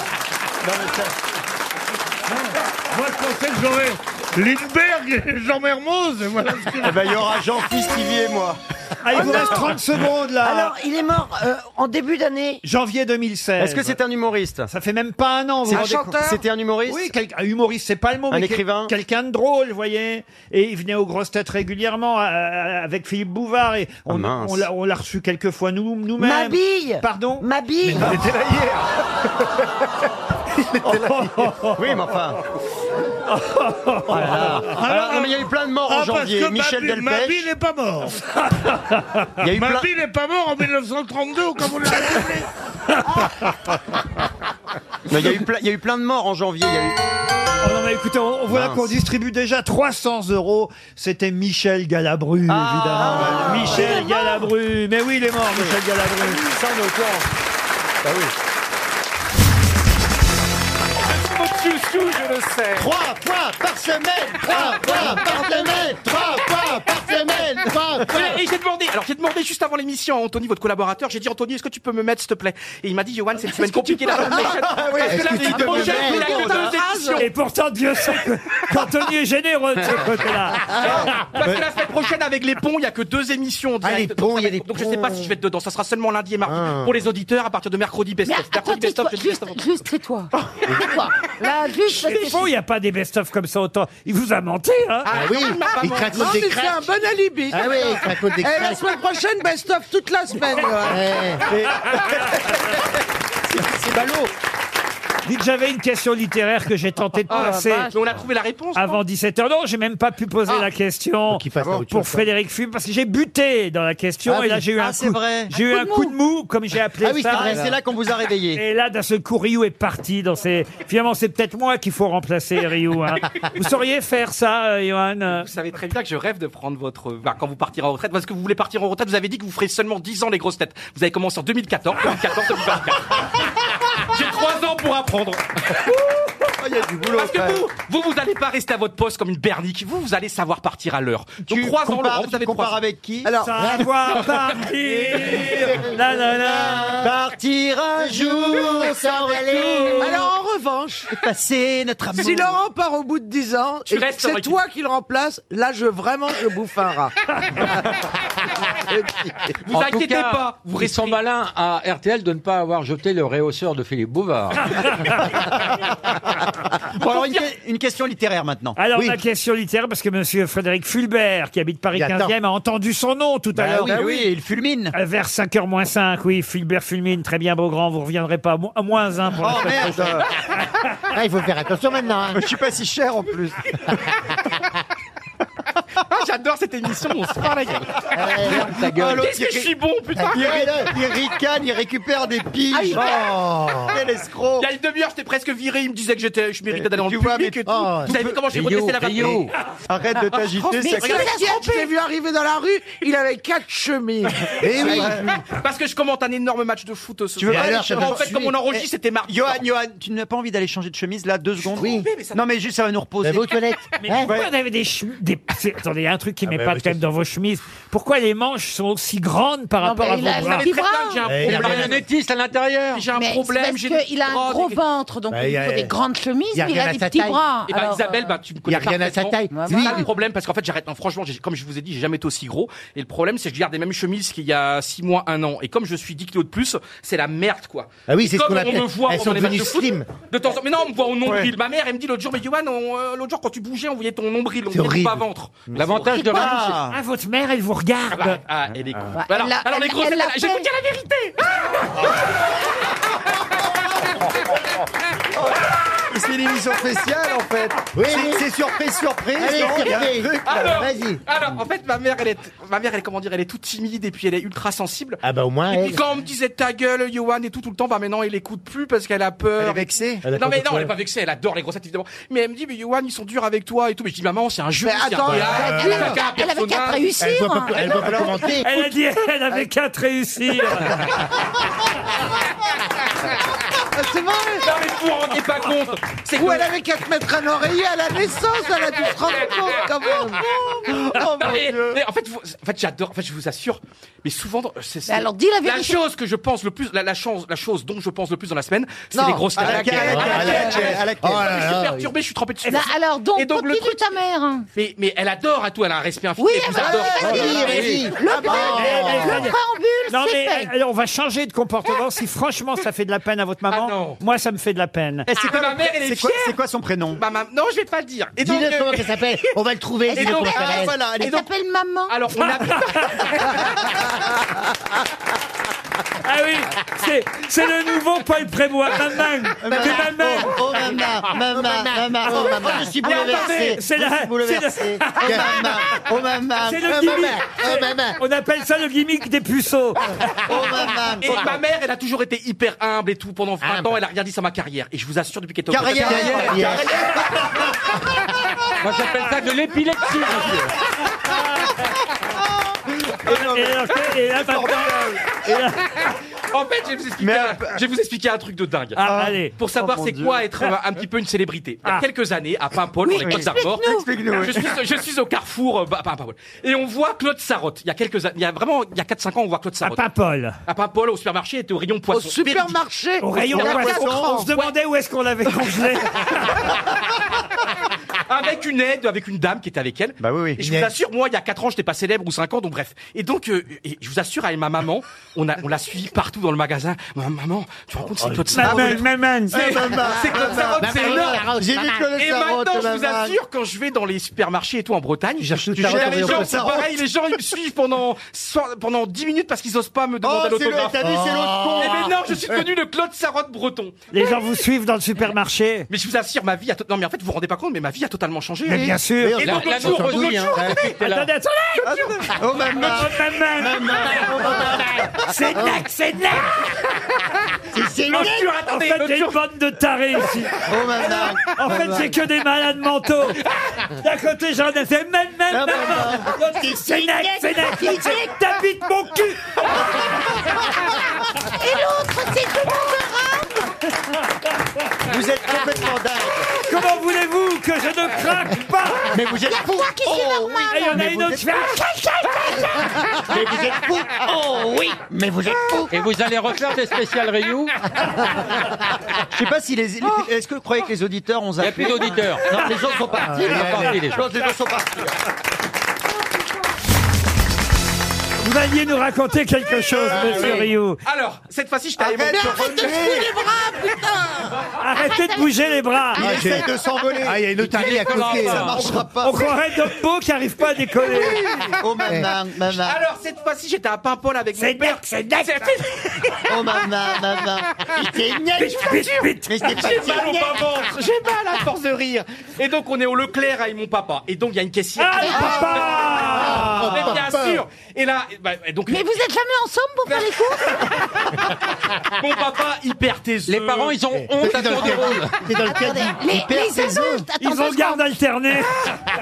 [SPEAKER 12] Moi, je pensais que j'aurais Lindbergh et Jean Mermoz. et Voilà ce que
[SPEAKER 6] Eh ben, il y aura Jean-Fils Tivier, moi.
[SPEAKER 1] Ah, il
[SPEAKER 12] Oh
[SPEAKER 1] vous reste
[SPEAKER 12] non
[SPEAKER 1] 30 secondes là.
[SPEAKER 17] Alors, il est mort euh, en début d'année.
[SPEAKER 1] Janvier 2016.
[SPEAKER 6] Est-ce que c'est un humoriste
[SPEAKER 1] Ça fait même pas un an. vous
[SPEAKER 6] C'est
[SPEAKER 1] vous
[SPEAKER 6] un
[SPEAKER 1] rendez compte
[SPEAKER 6] chanteur C'était un humoriste
[SPEAKER 1] Oui, quel- un humoriste, c'est pas le mot.
[SPEAKER 6] Un
[SPEAKER 1] mais quel-
[SPEAKER 6] écrivain
[SPEAKER 1] Quelqu'un de drôle, vous voyez. Et il venait aux grosses têtes régulièrement euh, euh, avec Philippe Bouvard. Et on
[SPEAKER 6] Ah, mince.
[SPEAKER 1] on l'a- on l'a reçu quelques fois nous- nous-mêmes.
[SPEAKER 17] Ma bille
[SPEAKER 1] Pardon
[SPEAKER 17] Ma bille
[SPEAKER 1] Mais il était là hier.
[SPEAKER 6] Oui, mais enfin. Oh là là. Alors, non, mais il y a eu plein de morts en
[SPEAKER 12] Ah, parce
[SPEAKER 6] janvier.
[SPEAKER 12] que
[SPEAKER 6] Michel
[SPEAKER 12] Mabi- Mabi
[SPEAKER 6] Delpech.
[SPEAKER 12] n'est pas mort.
[SPEAKER 6] Il y a eu plein-
[SPEAKER 12] Mabi n'est pas mort en 1932, comme on l'a appelé.
[SPEAKER 6] Non, Il y, a eu plein- il y a eu plein de morts en janvier. Il y a eu-
[SPEAKER 1] Oh non, mais écoutez, on, on voilà
[SPEAKER 6] Mince.
[SPEAKER 1] qu'on distribue déjà 300 euros. C'était Michel Galabru,
[SPEAKER 6] Ah.
[SPEAKER 1] évidemment. Michel Galabru. Mais oui, il est mort, Michel Galabru.
[SPEAKER 6] Ça, on est au courant. Bah oui.
[SPEAKER 10] je le sais. Ah.
[SPEAKER 6] Trois fois par semaine, trois fois par semaine, trois fois par semaine, trois
[SPEAKER 10] Ouais, Ah. Et j'ai demandé, alors j'ai demandé juste avant l'émission à Anthony, votre collaborateur, j'ai dit Anthony, est-ce que tu peux me mettre s'il te plaît Et il m'a dit, Johan, c'est une semaine compliquée là.
[SPEAKER 1] peux- Ah oui,
[SPEAKER 10] Parce que
[SPEAKER 1] est-ce
[SPEAKER 10] là,
[SPEAKER 1] que tu
[SPEAKER 10] la
[SPEAKER 1] peux me
[SPEAKER 10] prochaine,
[SPEAKER 1] mettre
[SPEAKER 10] il a que
[SPEAKER 1] dans
[SPEAKER 10] deux
[SPEAKER 1] la
[SPEAKER 10] émissions.
[SPEAKER 1] Et pourtant, Dieu sait que- qu'Anthony est généreux de ce côté-là.
[SPEAKER 10] Parce que la semaine prochaine, avec les ponts, il n'y a que deux émissions en direct.
[SPEAKER 1] Ah, les
[SPEAKER 10] Donc,
[SPEAKER 1] ponts,
[SPEAKER 10] ça va
[SPEAKER 1] il y a
[SPEAKER 10] être-
[SPEAKER 1] des
[SPEAKER 10] Donc je ne sais pas
[SPEAKER 1] ponts. Ah.
[SPEAKER 10] si je vais être dedans. Ça sera seulement lundi et mardi. Pour les auditeurs, à partir de mercredi,
[SPEAKER 14] Mais
[SPEAKER 10] best-of.
[SPEAKER 14] attends,
[SPEAKER 10] Mercredi,
[SPEAKER 14] tais-toi,
[SPEAKER 10] best-of, jeudi,
[SPEAKER 14] juste,
[SPEAKER 10] best-of. Oh
[SPEAKER 14] juste tais-toi. Tais-toi. Là, juste parce que
[SPEAKER 1] C'est faux, il n'y a pas des best-of comme ça autant. Il vous a menti, hein
[SPEAKER 11] Ah oui,
[SPEAKER 1] il m'a pas
[SPEAKER 11] il
[SPEAKER 1] menti.
[SPEAKER 11] craque Non, des mais c'est cracks. un bon alibi. Ah oui, il craque des Eh, la cracks. semaine
[SPEAKER 1] prochaine, best-of toute la semaine.
[SPEAKER 6] Eh,
[SPEAKER 11] Eh.
[SPEAKER 1] C'est ballot. Dites, j'avais une question littéraire que j'ai tenté de
[SPEAKER 10] Ah, la
[SPEAKER 1] passer.
[SPEAKER 10] vache. Mais on a trouvé la réponse,
[SPEAKER 1] Avant 17h. Non, j'ai même pas pu poser la question
[SPEAKER 6] fasse la route
[SPEAKER 1] pour
[SPEAKER 6] sur
[SPEAKER 1] Frédéric Fume parce que j'ai buté dans la question
[SPEAKER 6] Ah
[SPEAKER 1] et là
[SPEAKER 6] oui.
[SPEAKER 1] j'ai eu
[SPEAKER 6] Ah,
[SPEAKER 1] un
[SPEAKER 6] c'est
[SPEAKER 1] coup,
[SPEAKER 6] vrai.
[SPEAKER 1] j'ai eu un coup de mou, comme j'ai appelé
[SPEAKER 6] Ah oui,
[SPEAKER 1] ça.
[SPEAKER 6] c'est vrai, c'est là qu'on vous a réveillé.
[SPEAKER 1] Et là, d'un seul coup, Ryu est parti dans ses. Finalement, c'est peut-être moi qu'il faut remplacer Ryu. hein. Vous sauriez faire ça, euh, Johan euh,
[SPEAKER 10] Vous savez très bien que je rêve de prendre votre. bah, quand vous partirez en retraite, parce que vous voulez partir en retraite, vous avez dit que vous ferez seulement 10 ans les grosses têtes. Vous avez commencé en 2014, 2014, 2024. J'ai 3 ans pour apprendre.
[SPEAKER 6] Ah, Il y a du boulot.
[SPEAKER 10] Parce que vous, vous, vous allez pas rester à votre poste comme une bernique. Vous, vous allez savoir partir à l'heure. Donc
[SPEAKER 6] Tu
[SPEAKER 10] 3 ans,
[SPEAKER 6] compares-
[SPEAKER 10] Laurent, vous
[SPEAKER 6] tu
[SPEAKER 10] avez
[SPEAKER 6] compares
[SPEAKER 10] 3 ans.
[SPEAKER 6] avec qui
[SPEAKER 1] Savoir partir. La, la, la.
[SPEAKER 6] Partir un jour sans retour.
[SPEAKER 11] Alors en revanche,
[SPEAKER 6] passer notre amour.
[SPEAKER 11] si Laurent part au bout de 10 ans,
[SPEAKER 10] Tu
[SPEAKER 11] et que
[SPEAKER 10] restes
[SPEAKER 11] c'est
[SPEAKER 10] avec-
[SPEAKER 11] toi qui le remplace, là je vraiment je bouffe un rat.
[SPEAKER 6] Ah.
[SPEAKER 10] Vous inquiétez pas. Vous
[SPEAKER 19] ils sont malins à RTL de ne pas avoir jeté le réhausseur de Philippe Bouvard.
[SPEAKER 6] Bon, alors, une, que- une question littéraire
[SPEAKER 19] Ah,
[SPEAKER 6] maintenant.
[SPEAKER 1] Alors,
[SPEAKER 6] Oui.
[SPEAKER 1] ma question littéraire, parce que monsieur Frédéric Fulbert, qui habite Paris
[SPEAKER 6] Il attend.
[SPEAKER 1] 15e, a entendu son nom tout à
[SPEAKER 6] Bah
[SPEAKER 1] l'heure.
[SPEAKER 6] oui, bah oui, il fulmine.
[SPEAKER 1] Euh, Vers 5h moins 5, oui, Fulbert fulmine. Très bien, Beaugrand, vous reviendrez pas à mo- à moins 1 pour la
[SPEAKER 6] Oh
[SPEAKER 1] semaine
[SPEAKER 6] merde
[SPEAKER 1] prochaine.
[SPEAKER 18] Ah, il faut faire attention maintenant. hein.
[SPEAKER 6] Je suis pas si cher en plus.
[SPEAKER 10] Ah, j'adore cette émission, on se parle la gueule.
[SPEAKER 6] Ta gueule.
[SPEAKER 10] Qu'est-ce que je suis bon, putain.
[SPEAKER 6] Il, ri- il ricane, il récupère des piges. Oh, quel
[SPEAKER 10] Ah,
[SPEAKER 6] escroc.
[SPEAKER 10] Il y a une demi-heure, j'étais presque viré. Il me disait que j'étais, je méritais d'aller en
[SPEAKER 6] Tu vois,
[SPEAKER 10] public
[SPEAKER 6] mais-
[SPEAKER 10] et tout.
[SPEAKER 6] oh,
[SPEAKER 10] Vous avez vu comment j'ai
[SPEAKER 19] Rio,
[SPEAKER 10] protesté la Ah, oh,
[SPEAKER 19] Rio.
[SPEAKER 6] Arrête de t'agiter,
[SPEAKER 11] Mais
[SPEAKER 6] ça
[SPEAKER 11] c'est je l'ai vu arriver dans la rue, il avait quatre chemises.
[SPEAKER 6] Eh oui.
[SPEAKER 10] Parce que je commente un énorme match de foot ce
[SPEAKER 6] Tu veux
[SPEAKER 10] soir.
[SPEAKER 6] pas aller
[SPEAKER 10] En
[SPEAKER 6] chercher- Eh,
[SPEAKER 10] fait, comme on enregistre, c'était mardi.
[SPEAKER 6] Johan, Johan, tu n'as pas envie d'aller changer de chemise là deux secondes
[SPEAKER 10] Oui. mais ça-
[SPEAKER 6] Non mais juste ça va nous reposer.
[SPEAKER 18] Vous aux toilettes.
[SPEAKER 1] Mais
[SPEAKER 18] Hein
[SPEAKER 1] pourquoi on avait des chemises des... c'est- Attendez, il y a un truc
[SPEAKER 10] Ah,
[SPEAKER 1] qui m'épate
[SPEAKER 6] oui,
[SPEAKER 1] quand même dans vos chemises. Pourquoi les manches sont aussi grandes par rapport à vos
[SPEAKER 10] Vous
[SPEAKER 1] bras
[SPEAKER 10] savez très bien que j'ai un
[SPEAKER 6] Eh, il y a
[SPEAKER 10] problème.
[SPEAKER 19] marionnettiste à l'intérieur.
[SPEAKER 10] J'ai un
[SPEAKER 4] Mais
[SPEAKER 10] problème,
[SPEAKER 4] c'est
[SPEAKER 10] j'ai
[SPEAKER 4] parce
[SPEAKER 10] des
[SPEAKER 4] qu'il a un
[SPEAKER 10] bras,
[SPEAKER 4] gros
[SPEAKER 10] des-
[SPEAKER 4] ventre, donc
[SPEAKER 18] Bah,
[SPEAKER 4] il
[SPEAKER 18] y a-
[SPEAKER 4] faut des grandes chemises,
[SPEAKER 18] y a
[SPEAKER 4] mais il
[SPEAKER 18] rien
[SPEAKER 4] a
[SPEAKER 18] à
[SPEAKER 4] des
[SPEAKER 18] sa
[SPEAKER 4] petits
[SPEAKER 18] taille.
[SPEAKER 4] bras.
[SPEAKER 10] Et bah,
[SPEAKER 4] Alors, euh,
[SPEAKER 10] Isabelle, bah, tu me
[SPEAKER 18] y
[SPEAKER 10] connais
[SPEAKER 18] a rien à sa
[SPEAKER 10] parfaitement.
[SPEAKER 18] taille.
[SPEAKER 10] C'est
[SPEAKER 18] Oui.
[SPEAKER 10] ça le problème, parce qu'en fait, j'arrête. Non, franchement, j'ai- comme je vous ai dit, j'ai jamais été aussi gros. Et le problème, c'est que je garde les mêmes chemises qu'il y a 6 mois, 1 an. Et comme je suis 10 kilos de plus, c'est la merde, quoi.
[SPEAKER 18] Ah oui,
[SPEAKER 10] Et
[SPEAKER 18] c'est ce
[SPEAKER 10] comme
[SPEAKER 18] qu'on
[SPEAKER 10] on
[SPEAKER 18] appelle-
[SPEAKER 10] me voit
[SPEAKER 18] elles
[SPEAKER 10] pendant
[SPEAKER 18] sont
[SPEAKER 10] les matchs de
[SPEAKER 18] devenues
[SPEAKER 10] foot,
[SPEAKER 18] slim.
[SPEAKER 10] De temps en temps. Mais non, on me voit au nombril.
[SPEAKER 18] Ouais.
[SPEAKER 10] Ma mère, elle me dit l'autre jour, mais Johan, on, euh, l'autre jour, quand tu bougeais, on voyait ton nombril, on
[SPEAKER 18] C'est
[SPEAKER 10] voyait ton
[SPEAKER 18] horrible.
[SPEAKER 10] bas-ventre.
[SPEAKER 19] L'avantage de Ryu, c'est-
[SPEAKER 1] Ah, votre mère, elle vous
[SPEAKER 10] Ah,
[SPEAKER 1] regarde.
[SPEAKER 10] bah, ah, elle est con. Bah, alors,
[SPEAKER 4] Elle l'a-
[SPEAKER 10] alors, les
[SPEAKER 4] elle-
[SPEAKER 10] grosses,
[SPEAKER 4] elle l'a
[SPEAKER 10] je vais vous dire la vérité.
[SPEAKER 6] C'est une émission spéciale en fait.
[SPEAKER 18] Oui,
[SPEAKER 6] C'est-
[SPEAKER 18] oui.
[SPEAKER 6] C'est surprise, surprise.
[SPEAKER 18] Allez,
[SPEAKER 6] non Il y a un
[SPEAKER 18] surprise.
[SPEAKER 6] truc, là.
[SPEAKER 10] Alors,
[SPEAKER 18] Vas-y.
[SPEAKER 10] alors, en fait, ma mère, elle est, ma mère, elle, comment dire, elle est toute timide et puis elle est ultra sensible.
[SPEAKER 18] Ah bah au moins,
[SPEAKER 10] Et puis
[SPEAKER 18] elle.
[SPEAKER 10] quand on me disait ta gueule, Johan et tout, tout le temps, bah maintenant elle écoute plus parce qu'elle a
[SPEAKER 6] Elle est
[SPEAKER 10] peur.
[SPEAKER 6] vexée.
[SPEAKER 18] Elle a
[SPEAKER 10] non
[SPEAKER 18] peur
[SPEAKER 10] mais
[SPEAKER 18] de
[SPEAKER 10] non,
[SPEAKER 18] quoi
[SPEAKER 10] elle est pas vexée, elle adore les grossettes évidemment. Mais elle me dit, mais Johan, ils sont durs avec toi et tout. Mais je dis, maman, c'est un jeu.
[SPEAKER 11] Mais
[SPEAKER 10] c'est un
[SPEAKER 11] attends,
[SPEAKER 10] théâtre,
[SPEAKER 11] elle
[SPEAKER 10] chacun a un
[SPEAKER 4] Elle avait qu'à
[SPEAKER 10] personnage.
[SPEAKER 4] réussir.
[SPEAKER 18] Elle doit pas, elle doit pas commenter.
[SPEAKER 6] Ah,
[SPEAKER 1] Elle a dit, elle avait qu'à te réussir.
[SPEAKER 6] C'est vrai Non mais vous vous rendez pas compte Ou elle avait qu'à se mettre un oreiller à la naissance, elle a dû se rendre compte quand même Oh
[SPEAKER 10] Non,
[SPEAKER 6] mon
[SPEAKER 10] mais-
[SPEAKER 6] Dieu.
[SPEAKER 10] mais en fait, vous- en fait j'adore. En fait, je vous assure. Mais souvent, dans- c'est c'est-
[SPEAKER 6] Mais alors, dis la vérité.
[SPEAKER 10] chose que je pense le plus, la, la chance, la chose dont je pense le plus dans la semaine, c'est
[SPEAKER 6] Non,
[SPEAKER 10] les grosses
[SPEAKER 6] à
[SPEAKER 10] têtes.
[SPEAKER 6] laquelle, à laquelle, à laquelle, à laquelle.
[SPEAKER 10] Oh là
[SPEAKER 6] Oh là
[SPEAKER 10] là, Je suis
[SPEAKER 6] là.
[SPEAKER 10] perturbé, je suis trempé dessus.
[SPEAKER 14] Là, alors donc,
[SPEAKER 10] Et donc, le
[SPEAKER 14] continue
[SPEAKER 10] truc-
[SPEAKER 14] ta mère.
[SPEAKER 10] mais, mais elle adore à tout, elle a un respect infini.
[SPEAKER 14] Oui,
[SPEAKER 10] et
[SPEAKER 14] elle
[SPEAKER 10] vous adore.
[SPEAKER 14] vas-y, vas-y,
[SPEAKER 10] Mais-
[SPEAKER 14] vas-y. Le
[SPEAKER 10] Ah bah,
[SPEAKER 14] préambule,
[SPEAKER 10] mais-
[SPEAKER 14] le préambule,
[SPEAKER 1] Eh, ben, Non
[SPEAKER 14] c'est
[SPEAKER 1] mais euh,
[SPEAKER 14] fait.
[SPEAKER 1] alors, on va changer de comportement si franchement ça fait de la peine à votre maman. Moi ça me fait de la peine.
[SPEAKER 6] Ah,
[SPEAKER 10] Et Ah, Eh, c'est quoi ma mère, elle est
[SPEAKER 1] C'est quoi-
[SPEAKER 10] fière.
[SPEAKER 1] C'est quoi son prénom
[SPEAKER 10] Bah, ma- Non, je vais pas le dire. Et
[SPEAKER 1] Dis-le
[SPEAKER 10] donc, euh,
[SPEAKER 1] comment qu'elle s'appelle.
[SPEAKER 10] On va le trouver.
[SPEAKER 14] Elle s'appelle- ah, voilà, elle s'appelle maman.
[SPEAKER 10] Alors, on a...
[SPEAKER 1] Ah oui, c'est, c'est le nouveau Paul Prébois. Maman, c'est maman.
[SPEAKER 6] Oh, oh, maman, maman, maman, oh, maman. Je suis
[SPEAKER 1] Mais attendez,
[SPEAKER 6] bouleversé.
[SPEAKER 1] c'est la-
[SPEAKER 6] Je suis bouleversé.
[SPEAKER 1] c'est
[SPEAKER 6] Oh,
[SPEAKER 1] la-
[SPEAKER 6] maman, oh, maman,
[SPEAKER 1] C'est
[SPEAKER 6] oh,
[SPEAKER 10] Euh,
[SPEAKER 1] le gimmick.
[SPEAKER 6] maman,
[SPEAKER 1] c'est-
[SPEAKER 6] oh, maman.
[SPEAKER 1] On appelle ça le gimmick des puceaux.
[SPEAKER 10] Et Oh, ma mère, elle a toujours été hyper humble et tout. Pendant 20 ans, elle a rien dit sur ma carrière. Et je vous assure, depuis qu'elle est au-
[SPEAKER 6] Carrière. Carrière.
[SPEAKER 10] Moi, j'appelle ça de l'épilepsie, monsieur.
[SPEAKER 1] Et alors, et là, maintenant- et là-
[SPEAKER 10] En fait, je vais, vous expliquer, je vais vous expliquer un truc de dingue.
[SPEAKER 1] Ah, allez.
[SPEAKER 10] Pour savoir
[SPEAKER 1] Oh, mon
[SPEAKER 10] c'est
[SPEAKER 1] Dieu.
[SPEAKER 10] quoi être un, un petit peu une célébrité. Il y a
[SPEAKER 1] Ah.
[SPEAKER 10] quelques années, à Paimpol, dans les
[SPEAKER 1] Oui,
[SPEAKER 10] Côtes-d'Armor,
[SPEAKER 1] explique-nous. Explique-nous,
[SPEAKER 10] je,
[SPEAKER 1] oui.
[SPEAKER 10] suis- je suis au carrefour, euh, bah, pas à Paimpol. et on voit Claude Sarotte. Il y a quelques années, il y a vraiment, il y a 4-5 ans, on voit Claude Sarotte.
[SPEAKER 1] Pas Paul.
[SPEAKER 10] À Paimpol, au supermarché, il était au rayon poisson.
[SPEAKER 1] supermarché Au rayon poisson. On se demandait où est-ce qu'on l'avait congelé.
[SPEAKER 10] avec une aide, avec une dame qui était avec
[SPEAKER 1] Bah
[SPEAKER 10] elle. Et je vous assure, moi, il y a 4 ans, j'étais pas célèbre ou 5 ans, donc bref. Et donc, euh, et je vous assure, avec ma maman, on a, on l'a suivi partout dans le magasin. Ma maman, tu te rends compte,
[SPEAKER 1] Oh,
[SPEAKER 10] c'est Claude Sarot.
[SPEAKER 1] Maman, maman.
[SPEAKER 10] C'est c'est Claude Sarot,
[SPEAKER 1] Maman,
[SPEAKER 10] c'est énorme.
[SPEAKER 1] J'ai vu Claude
[SPEAKER 10] Et
[SPEAKER 1] Sarot,
[SPEAKER 10] maintenant, je vous
[SPEAKER 1] maman.
[SPEAKER 10] assure, quand je vais dans les supermarchés et tout en Bretagne, je
[SPEAKER 1] Claude
[SPEAKER 10] gère
[SPEAKER 1] Sarot,
[SPEAKER 10] les
[SPEAKER 1] Claude
[SPEAKER 10] gens, c'est
[SPEAKER 1] Sarot.
[SPEAKER 10] pareil, les gens, ils me suivent pendant, so- pendant 10 minutes parce qu'ils osent pas me demander
[SPEAKER 1] Oh, c'est
[SPEAKER 10] l'autographe.
[SPEAKER 1] le- t'as vu, c'est l'autre con.
[SPEAKER 10] Eh ben non, je suis devenu le Claude Sarot breton.
[SPEAKER 1] Les gens vous suivent dans le supermarché.
[SPEAKER 10] Mais je vous assure, ma vie a to- non mais en fait vous vous rendez pas compte, mais ma vie a totalement changé.
[SPEAKER 1] Mais bien sûr.
[SPEAKER 10] Et
[SPEAKER 1] La-
[SPEAKER 10] donc
[SPEAKER 1] la
[SPEAKER 10] l'autre jour, donc,
[SPEAKER 1] notion
[SPEAKER 10] l'autre
[SPEAKER 1] oui, hein.
[SPEAKER 10] jour,
[SPEAKER 1] Attendez, attendez. Oh,
[SPEAKER 6] Oh, maman. Oh,
[SPEAKER 1] C'est nac, c'est nac.
[SPEAKER 6] C'est
[SPEAKER 1] En
[SPEAKER 6] nac.
[SPEAKER 1] fait, en fait, j'ai une bande de tarés ici.
[SPEAKER 6] Oh, maman.
[SPEAKER 1] En fait,
[SPEAKER 6] Maman.
[SPEAKER 1] j'ai que des malades mentaux. D'un côté, j'en ai fait même, même, même. C'est nac, c'est nac. C'est- T'habites mon cul.
[SPEAKER 6] Et l'autre, c'est tout Vous êtes complètement dingue.
[SPEAKER 1] Comment voulez-vous que je ne craque pas
[SPEAKER 6] Mais vous êtes fou. Oh, oui.
[SPEAKER 1] Et il y en a une autre qui fait,
[SPEAKER 6] Mais vous êtes fou. Oh oui. Mais vous êtes fou.
[SPEAKER 19] Et vous allez refaire des spéciales Ryu
[SPEAKER 20] Je sais pas si les. les- Est-ce que vous croyez que les auditeurs ont zappé
[SPEAKER 19] plus d'auditeurs. Ah,
[SPEAKER 20] Non, les gens sont partis.
[SPEAKER 19] Ils sont partis, les
[SPEAKER 20] Je
[SPEAKER 19] gens.
[SPEAKER 20] pense que les gens sont partis.
[SPEAKER 1] Vous alliez nous raconter quelque chose, monsieur
[SPEAKER 10] oui.
[SPEAKER 1] Rioux.
[SPEAKER 10] Alors, cette fois-ci, je t'avais
[SPEAKER 6] Arrête, arrête de bouger les
[SPEAKER 10] bras, putain
[SPEAKER 1] Arrêtez de bouger les bras.
[SPEAKER 6] Il essaye de s'envoler. Ah, il y a une otarie à côté. Ça marchera pas.
[SPEAKER 1] On croirait Dumbo qui arrive pas à décoller.
[SPEAKER 6] Oh, maman, maman.
[SPEAKER 10] Alors, cette fois-ci, j'étais à Paimpol avec mon père. C'est dingue, c'est
[SPEAKER 6] Oh, maman, maman. C'est nac,
[SPEAKER 10] Mais je vous
[SPEAKER 6] vite,
[SPEAKER 10] assure,
[SPEAKER 6] vite. Mais c'est pas
[SPEAKER 10] J'ai mal au
[SPEAKER 6] nac.
[SPEAKER 10] bas ventre, j'ai mal à force de rire. Et donc, on est au Leclerc avec mon papa. Et donc, il y a une caissière.
[SPEAKER 6] Ah, le papa
[SPEAKER 10] Mais
[SPEAKER 6] Oh, papa.
[SPEAKER 10] bien sûr Et là, et bah, et donc,
[SPEAKER 14] Mais vous êtes jamais ensemble pour faire les courses
[SPEAKER 10] mon papa hyper taiseux. Les parents, ils ont
[SPEAKER 6] Eh.
[SPEAKER 10] honte à tour de rôle.
[SPEAKER 14] Attendez,
[SPEAKER 10] Ah
[SPEAKER 14] les, les adultes, attends deux secondes.
[SPEAKER 1] alterné.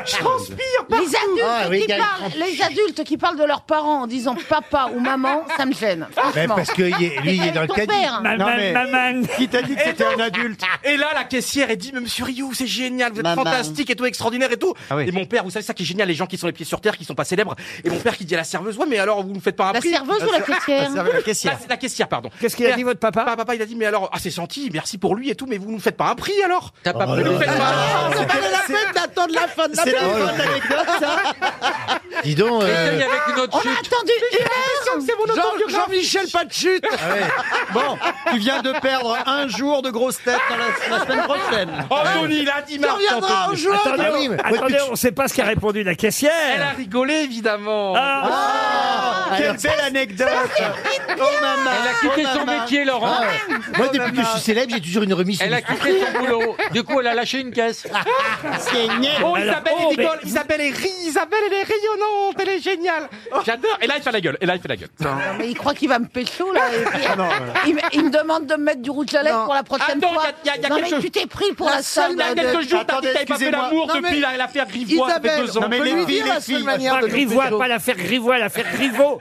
[SPEAKER 10] Je transpire
[SPEAKER 14] Les adultes,
[SPEAKER 6] Ah, oui,
[SPEAKER 14] qui
[SPEAKER 6] Gaël
[SPEAKER 14] parlent, les adultes qui parlent de leurs parents en disant papa ou maman, ça me gêne.
[SPEAKER 3] Mais
[SPEAKER 14] franchement.
[SPEAKER 3] parce que il est- lui, il est dans le
[SPEAKER 14] Ah, Ton
[SPEAKER 3] caddie.
[SPEAKER 14] père.
[SPEAKER 3] Non, mais-
[SPEAKER 1] maman.
[SPEAKER 3] Qui t'a dit que c'était un adulte
[SPEAKER 10] Et là, la caissière, elle dit, mais monsieur Rioux, c'est génial, vous êtes
[SPEAKER 3] Maman.
[SPEAKER 10] fantastique et tout, extraordinaire et tout. Et mon père, vous savez ça qui est génial, les gens qui sont les pieds sur terre, qui sont pas célèbres. Et mon père qui dit à la serveuse, ouais, mais alors, vous ne faites pas un
[SPEAKER 14] La
[SPEAKER 10] prix
[SPEAKER 14] serveuse ou la caissière
[SPEAKER 10] La caissière. La, caissière, pardon.
[SPEAKER 1] Qu'est-ce qu'il a dit, votre papa
[SPEAKER 10] Papa, papa, il a dit, mais alors, ah, c'est gentil, merci pour lui et tout, mais vous ne faites pas un prix alors
[SPEAKER 19] T'as pas pris
[SPEAKER 10] Vous
[SPEAKER 19] le
[SPEAKER 10] nous faites pas
[SPEAKER 14] Ah,
[SPEAKER 10] un prix.
[SPEAKER 6] Ça valait la peine d'attendre la fin de la
[SPEAKER 10] C'est la
[SPEAKER 6] bonne
[SPEAKER 10] bonne
[SPEAKER 6] anecdote,
[SPEAKER 3] Dis donc. euh,
[SPEAKER 19] Essaye avec une
[SPEAKER 14] On a
[SPEAKER 6] Oh,
[SPEAKER 19] autre chute.
[SPEAKER 14] attendu une heure
[SPEAKER 6] C'est mon Ah
[SPEAKER 20] Jean-Michel, pas de chute. Bon, tu viens de perdre un jour de grosse tête dans la, la semaine
[SPEAKER 19] Oh,
[SPEAKER 20] prochaine.
[SPEAKER 10] Anthony, il a dit, Marc, Anthony.
[SPEAKER 1] Attendez,
[SPEAKER 20] Ah oui, mais-
[SPEAKER 1] on- attendez,
[SPEAKER 20] Ouais,
[SPEAKER 1] on sait pas ce qu'a répondu la caissière.
[SPEAKER 10] Elle a rigolé, évidemment. Ah,
[SPEAKER 20] Quelle belle anecdote Oh maman
[SPEAKER 19] Elle a quitté
[SPEAKER 20] oh,
[SPEAKER 19] son
[SPEAKER 20] maman.
[SPEAKER 19] métier, Laurent.
[SPEAKER 20] Ah ouais.
[SPEAKER 3] Moi,
[SPEAKER 6] Oh,
[SPEAKER 3] depuis que je suis célèbre, j'ai toujours une remise. sur
[SPEAKER 19] Elle a
[SPEAKER 3] le fric.
[SPEAKER 19] quitté son boulot. Du coup, elle a lâché une caisse.
[SPEAKER 6] C'est
[SPEAKER 10] Oh,
[SPEAKER 1] Alors,
[SPEAKER 10] Isabelle,
[SPEAKER 1] oh,
[SPEAKER 10] elle rigole,
[SPEAKER 1] mais-
[SPEAKER 10] Isabelle, elle rit, Isabelle, elle est rayonnante, elle est géniale.
[SPEAKER 15] Oh.
[SPEAKER 10] J'adore. Et là, il fait la gueule, et là, il fait la gueule.
[SPEAKER 14] Non, mais il croit qu'il va me pécho là. et puis, il, me- il me demande de me mettre du rouge à lèvres
[SPEAKER 10] Non.
[SPEAKER 14] pour la prochaine
[SPEAKER 10] Attends,
[SPEAKER 14] fois.
[SPEAKER 10] y a- y a- y a
[SPEAKER 14] non
[SPEAKER 10] quelque
[SPEAKER 14] mais
[SPEAKER 10] chose-
[SPEAKER 14] tu t'es pris pour
[SPEAKER 10] La
[SPEAKER 14] la,
[SPEAKER 10] seule-
[SPEAKER 14] seule.
[SPEAKER 10] il y a quelques jours, t'as dit que t'avais pas fait
[SPEAKER 20] excusez-moi.
[SPEAKER 10] l'amour
[SPEAKER 20] Non,
[SPEAKER 10] depuis
[SPEAKER 20] mais-
[SPEAKER 10] la- l'affaire Grivois, ça fait
[SPEAKER 20] Isabelle,
[SPEAKER 10] deux ans.
[SPEAKER 20] non, mais les filles, les filles,
[SPEAKER 1] Pas Grivois, pas l'affaire Grivois, l'affaire Griveau.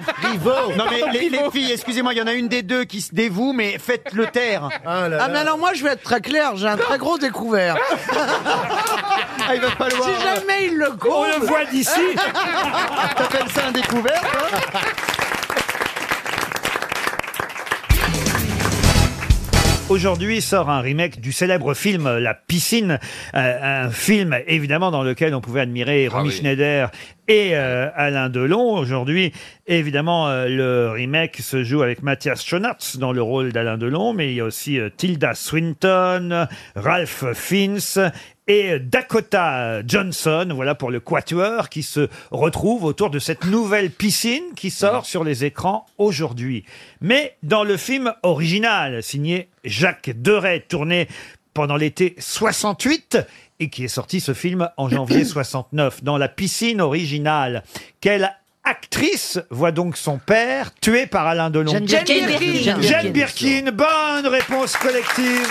[SPEAKER 20] Non mais les, les filles, excusez-moi, il y en a une des deux qui se dévoue, mais faites-le taire.
[SPEAKER 11] Ah, mais alors moi, je vais être très clair, j'ai un très gros découvert.
[SPEAKER 20] Ah, il va falloir.
[SPEAKER 11] Si jamais il le
[SPEAKER 20] On
[SPEAKER 11] comble.
[SPEAKER 20] le voit d'ici. T'appelles ça un découvert toi
[SPEAKER 1] Aujourd'hui sort un remake du célèbre film La Piscine, euh, un film évidemment dans lequel on pouvait admirer Romy Schneider et euh, Alain Delon. Aujourd'hui, évidemment, euh, le remake se joue avec Mathias Schoenaerts dans le rôle d'Alain Delon, mais il y a aussi euh, Tilda Swinton, Ralph Fiennes et Dakota Johnson, voilà Ah, pour le quatuor qui se retrouve autour de cette nouvelle piscine qui sort sur les écrans aujourd'hui. Mais dans le film original, signé Jacques Deray, tourné pendant l'été 68, et qui est sorti ce film en janvier 69, dans la piscine originale, quelle actrice voit donc son père tué par Alain Delon
[SPEAKER 6] Jane Jane Birkin. Birkin. Jane
[SPEAKER 1] Jane
[SPEAKER 6] Birkin.
[SPEAKER 1] Birkin, bonne réponse collective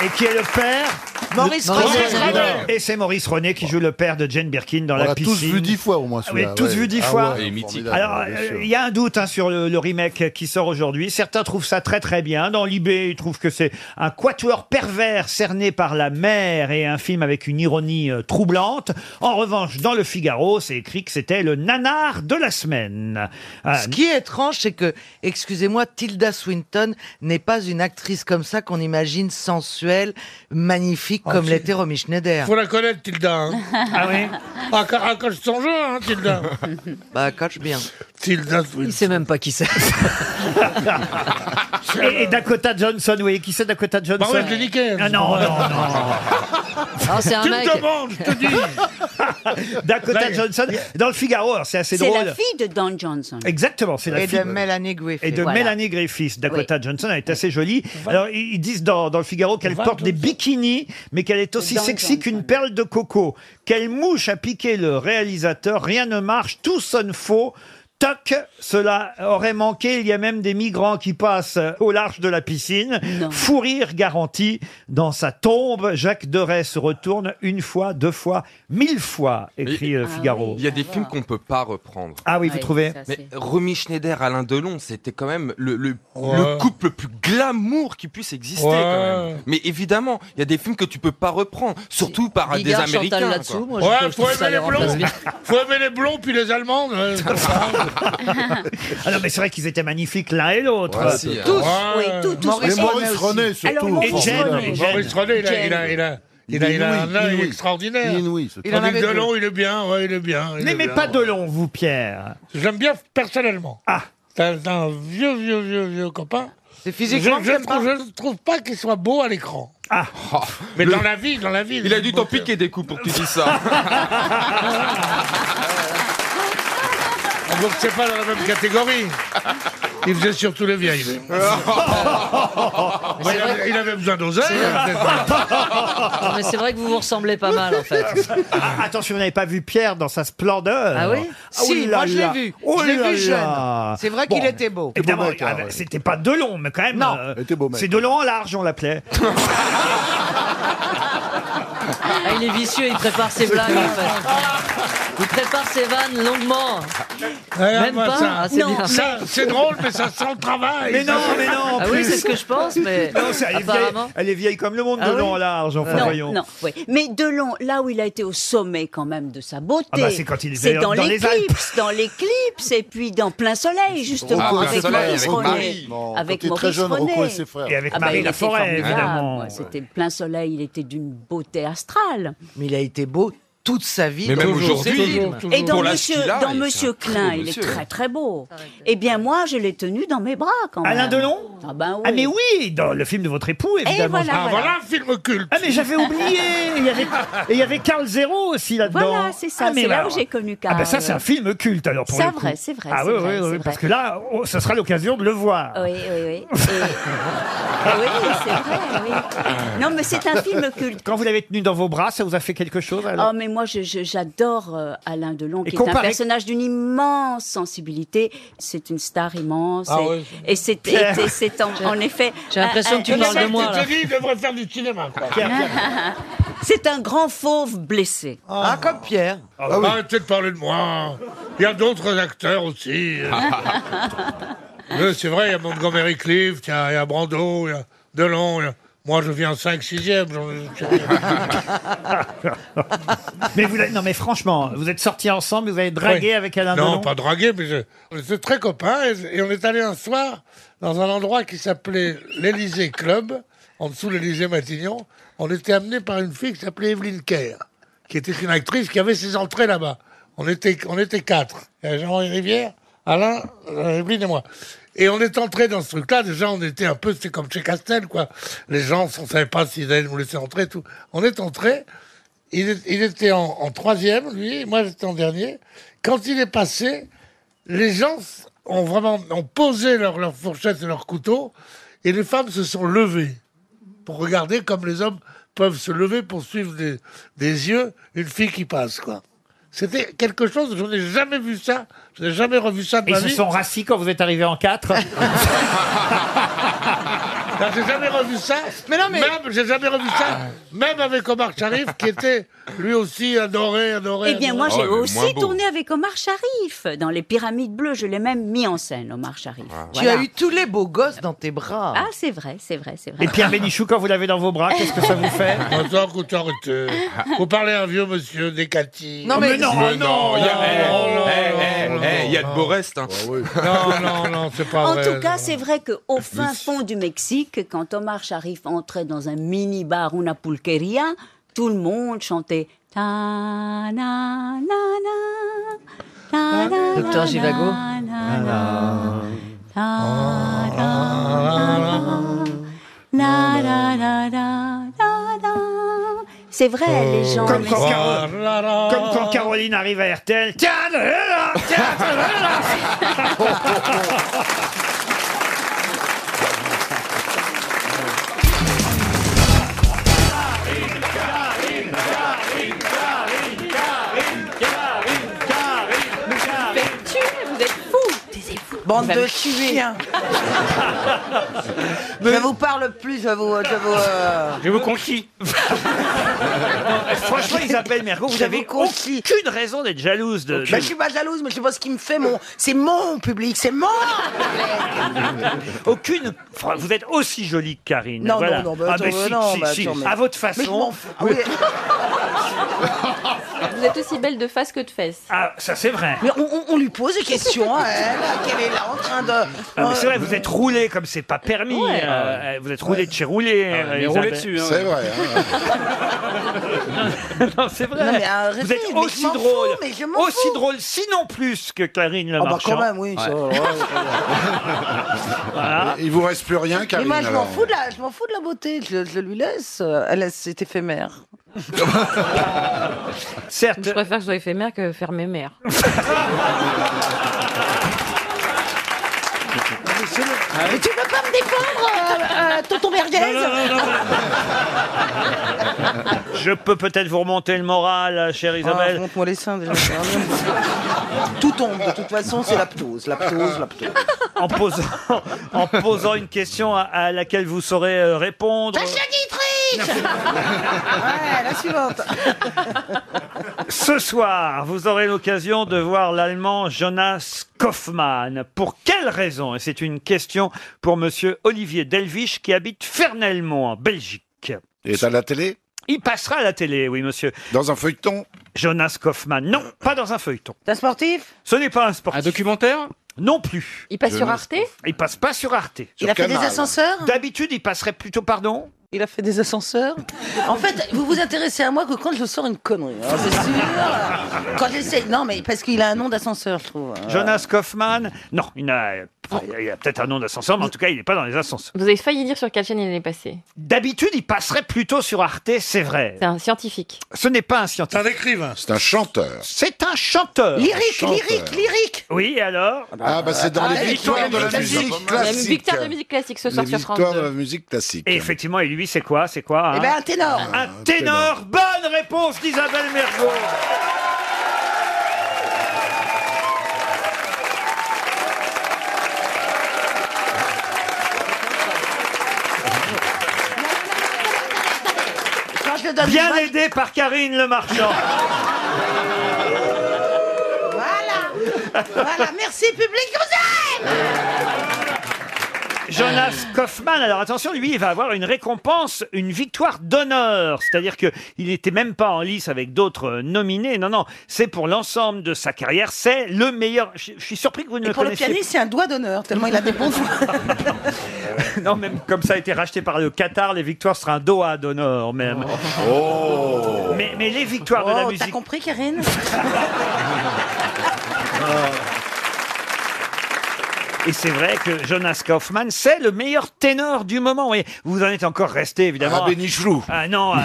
[SPEAKER 1] et qui est le père
[SPEAKER 6] Maurice
[SPEAKER 1] de-
[SPEAKER 6] René. Maurice
[SPEAKER 1] évidemment.
[SPEAKER 6] René.
[SPEAKER 1] Et c'est Maurice René qui joue le père de Jane Birkin dans
[SPEAKER 3] On
[SPEAKER 1] la
[SPEAKER 3] l'a
[SPEAKER 1] piscine.
[SPEAKER 3] tous vu dix fois au moins
[SPEAKER 1] Ah oui,
[SPEAKER 3] celui-là.
[SPEAKER 1] tous
[SPEAKER 3] ouais.
[SPEAKER 1] vu dix
[SPEAKER 3] Ah
[SPEAKER 1] fois.
[SPEAKER 3] ouais, formidable,
[SPEAKER 1] Alors,
[SPEAKER 3] Ah, bien
[SPEAKER 1] euh,
[SPEAKER 3] sûr.
[SPEAKER 1] il y a un doute hein, sur le, le remake qui sort aujourd'hui. Certains trouvent ça très très bien. Dans l'IB, ils trouvent que c'est un quatuor pervers cerné par la mer et un film avec une ironie euh, troublante. En revanche, dans le Figaro, c'est écrit que c'était le nanar de la semaine. Ah,
[SPEAKER 11] Ce qui est étrange, c'est que, excusez-moi, Tilda Swinton n'est pas une actrice comme ça qu'on imagine sensuelle, magnifique comme l'était Romy Schneider.
[SPEAKER 12] Faut la connaître, Tilda. hein.
[SPEAKER 11] Ah oui
[SPEAKER 12] Ah, ca- ah, coche son jeu, hein, Tilda.
[SPEAKER 11] Bah, coach bien.
[SPEAKER 12] Tilda Il
[SPEAKER 11] sait même pas qui c'est.
[SPEAKER 1] et, et Dakota Johnson, vous voyez qui c'est Dakota Johnson
[SPEAKER 12] Bah ouais, je l'ai niqué.
[SPEAKER 1] Ah non, non, non.
[SPEAKER 12] Ah, c'est un Tu me mec. demandes, je te
[SPEAKER 1] dis. Dakota Johnson, dans le Figaro, alors, c'est assez
[SPEAKER 21] C'est
[SPEAKER 1] drôle.
[SPEAKER 21] la fille de Don Johnson.
[SPEAKER 1] Exactement, c'est la
[SPEAKER 21] Et de
[SPEAKER 1] fille.
[SPEAKER 11] Mélanie Griffith.
[SPEAKER 1] Et de
[SPEAKER 21] Voilà.
[SPEAKER 1] Mélanie Griffith. Dakota Johnson, elle est assez jolie. Alors, ils ils disent dans, dans le Figaro qu'elle porte des bikinis, mais qu'elle est aussi
[SPEAKER 21] Don
[SPEAKER 1] sexy qu'une perle de coco. Quelle mouche a piqué le réalisateur Rien ne marche, tout sonne faux. Toc, cela aurait manqué. Il y a même des migrants qui passent au large de la piscine. Fou rire garanti. Dans sa tombe, Jacques Deray se retourne une fois, deux fois, mille fois, écrit euh, Figaro.
[SPEAKER 16] Ah Il y a des films qu'on peut pas reprendre.
[SPEAKER 1] Ah oui, vous trouvez
[SPEAKER 16] Mais Romy Schneider, Alain Delon, c'était quand même le, le,
[SPEAKER 1] Ouais.
[SPEAKER 16] le couple le plus glamour qui puisse exister.
[SPEAKER 1] Ouais.
[SPEAKER 16] Quand même. Mais évidemment, il y a des films que tu peux pas reprendre, surtout par des
[SPEAKER 12] Bigard, Chantal
[SPEAKER 16] Américains.
[SPEAKER 12] là-dessous,
[SPEAKER 16] quoi.
[SPEAKER 12] moi, je Ouais, trouve- je faut trouve ça aimer les les remplace blonds. bien. Faut aimer les blonds puis les Allemandes. ouais.
[SPEAKER 1] Ah non, mais c'est vrai qu'ils étaient magnifiques l'un et l'autre.
[SPEAKER 16] Ouais, si,
[SPEAKER 12] Tous, hein. oui, tous, tous.
[SPEAKER 1] Et
[SPEAKER 12] Mais Maurice René, surtout, Alors, Maurice
[SPEAKER 1] Et Jane,
[SPEAKER 12] René.
[SPEAKER 1] Jane.
[SPEAKER 12] Maurice René, il a- il a- il a- Il, a, il a un
[SPEAKER 1] Inouï,
[SPEAKER 12] œil
[SPEAKER 1] inouï.
[SPEAKER 12] extraordinaire.
[SPEAKER 1] Inouï, ce
[SPEAKER 12] il
[SPEAKER 1] truc.
[SPEAKER 12] en
[SPEAKER 1] Avec Delon,
[SPEAKER 12] Delon, il est bien, ouais, il est bien. il est
[SPEAKER 1] N'aimez
[SPEAKER 12] bien.
[SPEAKER 1] pas Delon, vous, Pierre.
[SPEAKER 12] J'aime bien personnellement.
[SPEAKER 1] Ah.
[SPEAKER 12] C'est un- c'est un vieux, vieux, vieux, vieux copain. C'est
[SPEAKER 1] physiquement
[SPEAKER 12] Je
[SPEAKER 1] que
[SPEAKER 12] ne trouve, je ne trouve pas qu'il soit beau à l'écran.
[SPEAKER 1] Ah.
[SPEAKER 12] Oh. Mais
[SPEAKER 16] Le-
[SPEAKER 12] dans la vie, dans la vie.
[SPEAKER 16] Il a dû t'en piquer des coups pour que tu dises ça.
[SPEAKER 12] Donc c'est pas dans la même catégorie. Il faisait surtout les vieilles. lui. Ouais, il, avait, il avait besoin d'oseille. hein, peut-être pas.
[SPEAKER 22] Non, mais c'est vrai que vous vous ressemblez pas mal en fait.
[SPEAKER 1] Ah, attention, vous n'avez pas vu Pierre dans sa splendeur.
[SPEAKER 22] Ah oui
[SPEAKER 1] oui,
[SPEAKER 22] Si,
[SPEAKER 1] là
[SPEAKER 22] moi, je l'ai
[SPEAKER 1] là.
[SPEAKER 22] vu.
[SPEAKER 1] Oh
[SPEAKER 22] Je l'ai
[SPEAKER 1] là
[SPEAKER 22] vu jeune.
[SPEAKER 1] là.
[SPEAKER 22] C'est vrai qu'il était beau.
[SPEAKER 1] Évidemment,
[SPEAKER 22] Beau mec,
[SPEAKER 1] ah,
[SPEAKER 22] hein,
[SPEAKER 1] bah,
[SPEAKER 22] ouais.
[SPEAKER 1] c'était pas Delon, mais quand même. Non, C'est Delon en large, on l'appelait.
[SPEAKER 22] Ah, il est vicieux, il prépare ses blagues en fait. Il prépare ses vannes longuement.
[SPEAKER 12] Regarde,
[SPEAKER 22] Même
[SPEAKER 12] moi,
[SPEAKER 22] pas
[SPEAKER 12] ça.
[SPEAKER 22] Ah, c'est bien.
[SPEAKER 12] Ça, c'est drôle, mais ça sent le travail.
[SPEAKER 1] Mais non, mais non. en
[SPEAKER 22] Ah oui,
[SPEAKER 1] plus.
[SPEAKER 22] c'est ce que je pense, mais
[SPEAKER 1] Non, c'est- elle, est vieille,
[SPEAKER 22] apparemment.
[SPEAKER 1] elle est vieille comme le monde,
[SPEAKER 22] Ah
[SPEAKER 1] Delon
[SPEAKER 22] oui
[SPEAKER 1] en large, enfin,
[SPEAKER 21] non,
[SPEAKER 1] voyons.
[SPEAKER 21] non, oui. Mais Delon, là où il a été au sommet quand même de sa beauté,
[SPEAKER 1] Ah bah, c'est quand il
[SPEAKER 21] c'est
[SPEAKER 1] était
[SPEAKER 21] dans,
[SPEAKER 1] dans les
[SPEAKER 21] l'éclipse, dans l'éclipse, et puis dans plein soleil justement
[SPEAKER 1] Ah, Plein
[SPEAKER 21] avec
[SPEAKER 1] Soleil,
[SPEAKER 21] Maurice
[SPEAKER 1] avec
[SPEAKER 21] René,
[SPEAKER 1] Marie. Non, quand
[SPEAKER 21] avec
[SPEAKER 1] il était
[SPEAKER 21] Maurice
[SPEAKER 1] très jeune,
[SPEAKER 21] René.
[SPEAKER 1] Rocco et ses frères. Et avec
[SPEAKER 21] Ah bah,
[SPEAKER 1] Marie
[SPEAKER 21] il était
[SPEAKER 1] Laforêt,
[SPEAKER 21] formidable,
[SPEAKER 1] évidemment.
[SPEAKER 21] ouais, C'était plein soleil, il était d'une beauté astrale.
[SPEAKER 11] Mais il a été beau toute sa vie.
[SPEAKER 16] Mais
[SPEAKER 11] dans
[SPEAKER 16] même
[SPEAKER 11] tous ses
[SPEAKER 16] aujourd'hui,
[SPEAKER 11] films.
[SPEAKER 21] Et dans
[SPEAKER 16] Pour l'âge
[SPEAKER 21] Monsieur,
[SPEAKER 16] qu'il a,
[SPEAKER 21] dans
[SPEAKER 16] il est
[SPEAKER 21] Monsieur
[SPEAKER 16] un très
[SPEAKER 21] Klein,
[SPEAKER 16] beau
[SPEAKER 21] il est
[SPEAKER 16] monsieur.
[SPEAKER 21] très très beau. Eh bien moi, je l'ai tenu dans mes bras quand même.
[SPEAKER 1] Alain Delon
[SPEAKER 21] Ah ben oui.
[SPEAKER 1] Ah mais oui, dans le film de votre époux, évidemment.
[SPEAKER 21] voilà, Ah, voilà. voilà un
[SPEAKER 12] film culte.
[SPEAKER 1] Ah mais j'avais oublié. Il y avait, et il y avait Carl Zero aussi là-dedans.
[SPEAKER 21] Voilà, c'est ça,
[SPEAKER 1] Ah, mais
[SPEAKER 21] c'est là
[SPEAKER 1] alors-
[SPEAKER 21] où j'ai connu
[SPEAKER 1] Ah
[SPEAKER 21] Carl.
[SPEAKER 1] bah ça c'est un film culte alors pour
[SPEAKER 21] euh, C'est
[SPEAKER 1] le coup.
[SPEAKER 21] vrai, c'est vrai,
[SPEAKER 1] Ah
[SPEAKER 21] c'est
[SPEAKER 1] oui,
[SPEAKER 21] vrai,
[SPEAKER 1] oui, oui,
[SPEAKER 21] c'est
[SPEAKER 1] parce
[SPEAKER 21] vrai.
[SPEAKER 1] que là, oh, ça sera l'occasion de le voir.
[SPEAKER 21] Oui, oui, oui. Et- Ah oui, c'est vrai, oui. Non, mais c'est un film culte.
[SPEAKER 1] Quand vous l'avez tenu dans vos bras, ça vous a fait quelque chose alors
[SPEAKER 21] Oh, mais moi, je- je- j'adore euh, Alain Delon,
[SPEAKER 1] Et
[SPEAKER 21] qui est un
[SPEAKER 1] comparé-
[SPEAKER 21] personnage d'une immense sensibilité. C'est une star immense.
[SPEAKER 12] Ah
[SPEAKER 21] et
[SPEAKER 12] ouais.
[SPEAKER 21] et c'est
[SPEAKER 12] Pierre.
[SPEAKER 21] et- et c'est en, en effet.
[SPEAKER 22] euh,
[SPEAKER 12] Le mec
[SPEAKER 21] parles
[SPEAKER 22] Ah.
[SPEAKER 12] Johnny, il devrait faire du cinéma. quoi.
[SPEAKER 21] Pierre, C'est un grand fauve blessé.
[SPEAKER 12] Ah,
[SPEAKER 21] comme Pierre.
[SPEAKER 12] Ah, Arrêtez de parler de moi. Il y a d'autres acteurs aussi. Euh, c'est vrai, il y a Montgomery Clift, il y, a il y a Brando, il y a Delon. il y a- Moi, je viens 5 6 e
[SPEAKER 1] Mais vous, l'avez- non, mais franchement, vous êtes sortis ensemble, vous avez dragué avec Alain
[SPEAKER 12] Non,
[SPEAKER 1] Delon
[SPEAKER 12] pas dragué, mais je- on était très copains. Et, et on est allé un soir dans un endroit qui s'appelait l'Élysée Club, en dessous de l'Élysée Matignon. On était amené par une fille qui s'appelait Evelyne Kerr, qui était une actrice qui avait ses entrées là-bas. On était, on était quatre. Il y avait Jean-Henri Rivière, Alain, euh, Evelyne et moi. Et on est entré dans ce truc-là. Déjà, on était un peu, c'était comme chez Castel, quoi. Les gens, on savait pas s'ils allaient nous laisser entrer, et tout. On est entré. Il, est- il était en, en troisième, lui, et moi j'étais en dernier. Quand il est passé, les gens s- ont vraiment ont posé leurs leur fourchettes et leurs couteaux, et les femmes se sont levées pour regarder comme les hommes peuvent se lever pour suivre des, des yeux une fille qui passe, quoi. C'était quelque chose, je n'ai jamais vu ça, je n'ai jamais revu
[SPEAKER 21] Oh,
[SPEAKER 12] ça de
[SPEAKER 1] Ils
[SPEAKER 12] ma
[SPEAKER 1] se
[SPEAKER 12] vie.
[SPEAKER 1] sont rassis quand vous êtes arrivés en quatre
[SPEAKER 12] Non, j'ai jamais revu ça. Même, j'ai jamais revu
[SPEAKER 1] Ah.
[SPEAKER 12] ça. Même avec Omar Sharif, qui était lui aussi adoré, adoré.
[SPEAKER 21] Eh bien, moi,
[SPEAKER 1] Ah,
[SPEAKER 12] adoré.
[SPEAKER 21] j'ai aussi tourné avec Omar Sharif dans les Pyramides Bleues. Je l'ai même mis en scène, Omar Sharif.
[SPEAKER 1] Ah.
[SPEAKER 11] Tu as eu tous les beaux gosses dans tes bras.
[SPEAKER 21] Ah, c'est vrai, c'est vrai, c'est vrai.
[SPEAKER 1] Et Pierre Bénichou, quand vous l'avez dans vos bras, qu'est-ce que ça vous fait Ah.
[SPEAKER 12] Attends, écoute, arrêtez. Vous parlez à un vieux monsieur Décati.
[SPEAKER 21] Non, mais- Mais non,
[SPEAKER 12] non,
[SPEAKER 16] non, il y a-
[SPEAKER 12] non,
[SPEAKER 16] eh, eh,
[SPEAKER 12] non,
[SPEAKER 16] eh, eh, il y a de
[SPEAKER 12] non. Ah
[SPEAKER 16] beaux restes. hein.
[SPEAKER 12] Non, non, non, c'est pas
[SPEAKER 1] ah
[SPEAKER 21] En
[SPEAKER 12] vrai.
[SPEAKER 21] tout cas, c'est vrai qu'au fin fond du Mexique, quand Omar Sharif entrait dans un mini-bar, una pulqueria, tout le monde chantait Ta na na na, ta na na
[SPEAKER 6] Docteur Givago
[SPEAKER 21] na na na na na na na na. C'est vrai,
[SPEAKER 8] Oh.
[SPEAKER 21] les gens.
[SPEAKER 1] Comme
[SPEAKER 21] les-
[SPEAKER 1] quand, Caro- comme quand Caroline arrive à RTL. Tiens, euh, là, tiens, là, là.
[SPEAKER 6] Mais tuez, vous êtes fous Taisez-vous
[SPEAKER 17] Bande
[SPEAKER 6] Vous allez
[SPEAKER 17] de
[SPEAKER 6] me tuer.
[SPEAKER 17] chiens. Je vous parle plus, je vous. Je vous, euh,
[SPEAKER 10] Je vous conquis.
[SPEAKER 1] euh, Franchement, Isabelle Mergo, vous
[SPEAKER 17] Je
[SPEAKER 1] avez
[SPEAKER 17] vous conquis.
[SPEAKER 1] aucune raison d'être jalouse de.
[SPEAKER 17] Bah, je suis pas jalouse, mais je sais pas ce qui me fait mon. C'est mon public, c'est mon.
[SPEAKER 1] Aucune. Fra- Vous êtes aussi jolie que Karine.
[SPEAKER 17] Non, non,
[SPEAKER 1] voilà.
[SPEAKER 17] non, bah,
[SPEAKER 1] Ah,
[SPEAKER 17] attends,
[SPEAKER 1] mais
[SPEAKER 17] bah,
[SPEAKER 1] si,
[SPEAKER 17] non,
[SPEAKER 1] si,
[SPEAKER 17] bah,
[SPEAKER 1] si.
[SPEAKER 17] attends, mais-
[SPEAKER 1] À votre
[SPEAKER 17] Mais je m'en
[SPEAKER 1] façon.
[SPEAKER 17] fous. Ah oui.
[SPEAKER 9] Vous êtes aussi belle de face que de fesses.
[SPEAKER 1] Ah, ça c'est vrai.
[SPEAKER 17] Mais on, on- on lui pose des questions à elle, qu'elle est là en train de.
[SPEAKER 1] Ah, mais c'est vrai, vous êtes roulé comme c'est pas permis.
[SPEAKER 17] Ah
[SPEAKER 1] euh, vous êtes roulé de chez roulé. euh,
[SPEAKER 10] mais roulé
[SPEAKER 1] Isabelle.
[SPEAKER 10] dessus, hein. C'est vrai,
[SPEAKER 1] non, c'est vrai.
[SPEAKER 17] Non, mais arrêtez,
[SPEAKER 1] vous êtes
[SPEAKER 17] mais je
[SPEAKER 1] aussi
[SPEAKER 17] m'en fous,
[SPEAKER 1] drôle,
[SPEAKER 17] mais je m'en
[SPEAKER 1] aussi
[SPEAKER 17] fous.
[SPEAKER 1] drôle, sinon plus que Clarine Le
[SPEAKER 17] Ah bah,
[SPEAKER 1] Marchand.
[SPEAKER 17] quand même, oui, ça, ouais,
[SPEAKER 1] Voilà.
[SPEAKER 8] Il vous reste plus rien,
[SPEAKER 17] Mais
[SPEAKER 8] Karine.
[SPEAKER 17] moi, je m'en
[SPEAKER 8] alors.
[SPEAKER 17] fous, de la- je m'en fous de la beauté, je, je lui laisse. euh, Elle, laisse- c'est éphémère.
[SPEAKER 1] Certes.
[SPEAKER 9] Je préfère que je sois éphémère que faire mes mères.
[SPEAKER 17] Mais tu veux pas me défendre, euh, euh, tonton Vergès
[SPEAKER 1] Je peux peut-être vous remonter le moral, chère Isabelle.
[SPEAKER 17] Montre-moi les seins déjà. c'est rien. Ah, Tout tombe, de toute façon, c'est la ptose, la ptose, la ptose.
[SPEAKER 1] en, posant, en posant une question à, à laquelle vous saurez euh, répondre.
[SPEAKER 17] Dietrich Ouais, la suivante.
[SPEAKER 1] Ce soir, vous aurez l'occasion de voir l'Allemand Jonas Kaufmann. Pour quelle raison Et c'est une question pour Monsieur Olivier Delviche qui habite Fernelmont en Belgique.
[SPEAKER 8] Et est à la télé
[SPEAKER 1] Il passera à la télé, oui, monsieur.
[SPEAKER 8] Dans un feuilleton
[SPEAKER 1] Jonas Kaufmann. Non, pas dans un feuilleton.
[SPEAKER 17] C'est un sportif
[SPEAKER 1] Ce n'est pas un sportif. Un documentaire Non plus.
[SPEAKER 9] Il passe sur Arte
[SPEAKER 1] Il passe pas sur Arte.
[SPEAKER 17] Il a fait des ascenseurs
[SPEAKER 1] D'habitude, il passerait plutôt, pardon
[SPEAKER 17] Il a fait des ascenseurs En fait, vous vous intéressez à moi que quand je sors une connerie, hein, c'est sûr. Quand j'essaie. Non, mais parce qu'il a un nom d'ascenseur, je trouve. Euh,
[SPEAKER 1] Ah. Jonas Kaufmann Non, il n'a- enfin, il y a, peut-être un nom d'ascenseur, mais en tout cas, il n'est pas dans les ascenseurs.
[SPEAKER 9] Vous avez failli dire sur quelle chaîne il est passé.
[SPEAKER 1] D'habitude, il passerait plutôt sur Arte, c'est vrai.
[SPEAKER 9] C'est un scientifique.
[SPEAKER 1] Ce n'est pas un scientifique. C'est un écrivain.
[SPEAKER 8] C'est un chanteur.
[SPEAKER 1] C'est un chanteur.
[SPEAKER 8] Lyrique, Un chanteur. lyrique,
[SPEAKER 17] lyrique.
[SPEAKER 1] Oui, et alors
[SPEAKER 8] Ah, bah, c'est dans
[SPEAKER 9] Ah,
[SPEAKER 8] les
[SPEAKER 9] la
[SPEAKER 8] victoires de
[SPEAKER 9] victoire
[SPEAKER 8] la musique
[SPEAKER 9] La
[SPEAKER 8] classique.
[SPEAKER 9] victoire de musique classique ce
[SPEAKER 8] Les
[SPEAKER 9] soir sur France
[SPEAKER 8] victoires de
[SPEAKER 9] 2.
[SPEAKER 8] la musique classique.
[SPEAKER 1] Et effectivement, et lui, c'est quoi C'est quoi
[SPEAKER 17] Eh
[SPEAKER 1] hein
[SPEAKER 17] ben, un ténor.
[SPEAKER 8] Ah,
[SPEAKER 1] Un ténor. Bonne réponse d'Isabelle Mergo.
[SPEAKER 17] Quand je le
[SPEAKER 4] donne
[SPEAKER 1] Bien
[SPEAKER 4] l'image-
[SPEAKER 1] aidé par Karine Le Marchand.
[SPEAKER 4] Voilà. voilà. Merci, public. Je vous aime.
[SPEAKER 1] Jonas Kaufmann, alors attention, lui, il va avoir une récompense, une victoire d'honneur. C'est-à-dire que il n'était même pas en lice avec d'autres euh, nominés. Non, non, c'est pour l'ensemble de sa carrière. C'est le meilleur. Je je suis surpris que vous ne
[SPEAKER 4] Et
[SPEAKER 1] le
[SPEAKER 4] pour le
[SPEAKER 1] connaissiez
[SPEAKER 4] pianiste, c'est un doigt d'honneur, tellement il a des bons doigts.
[SPEAKER 1] pas. Non, même comme ça a été racheté par le Qatar, les victoires seront un doha d'honneur, même. Oh. Mais, mais les victoires de la
[SPEAKER 4] Oh,
[SPEAKER 1] musique.
[SPEAKER 4] t'as compris, Karine
[SPEAKER 1] Ah. Et c'est vrai que Jonas Kaufmann, c'est le meilleur ténor du moment. Vous voyez, vous en êtes encore resté, évidemment.
[SPEAKER 8] À
[SPEAKER 1] Benichou. Ah non, à,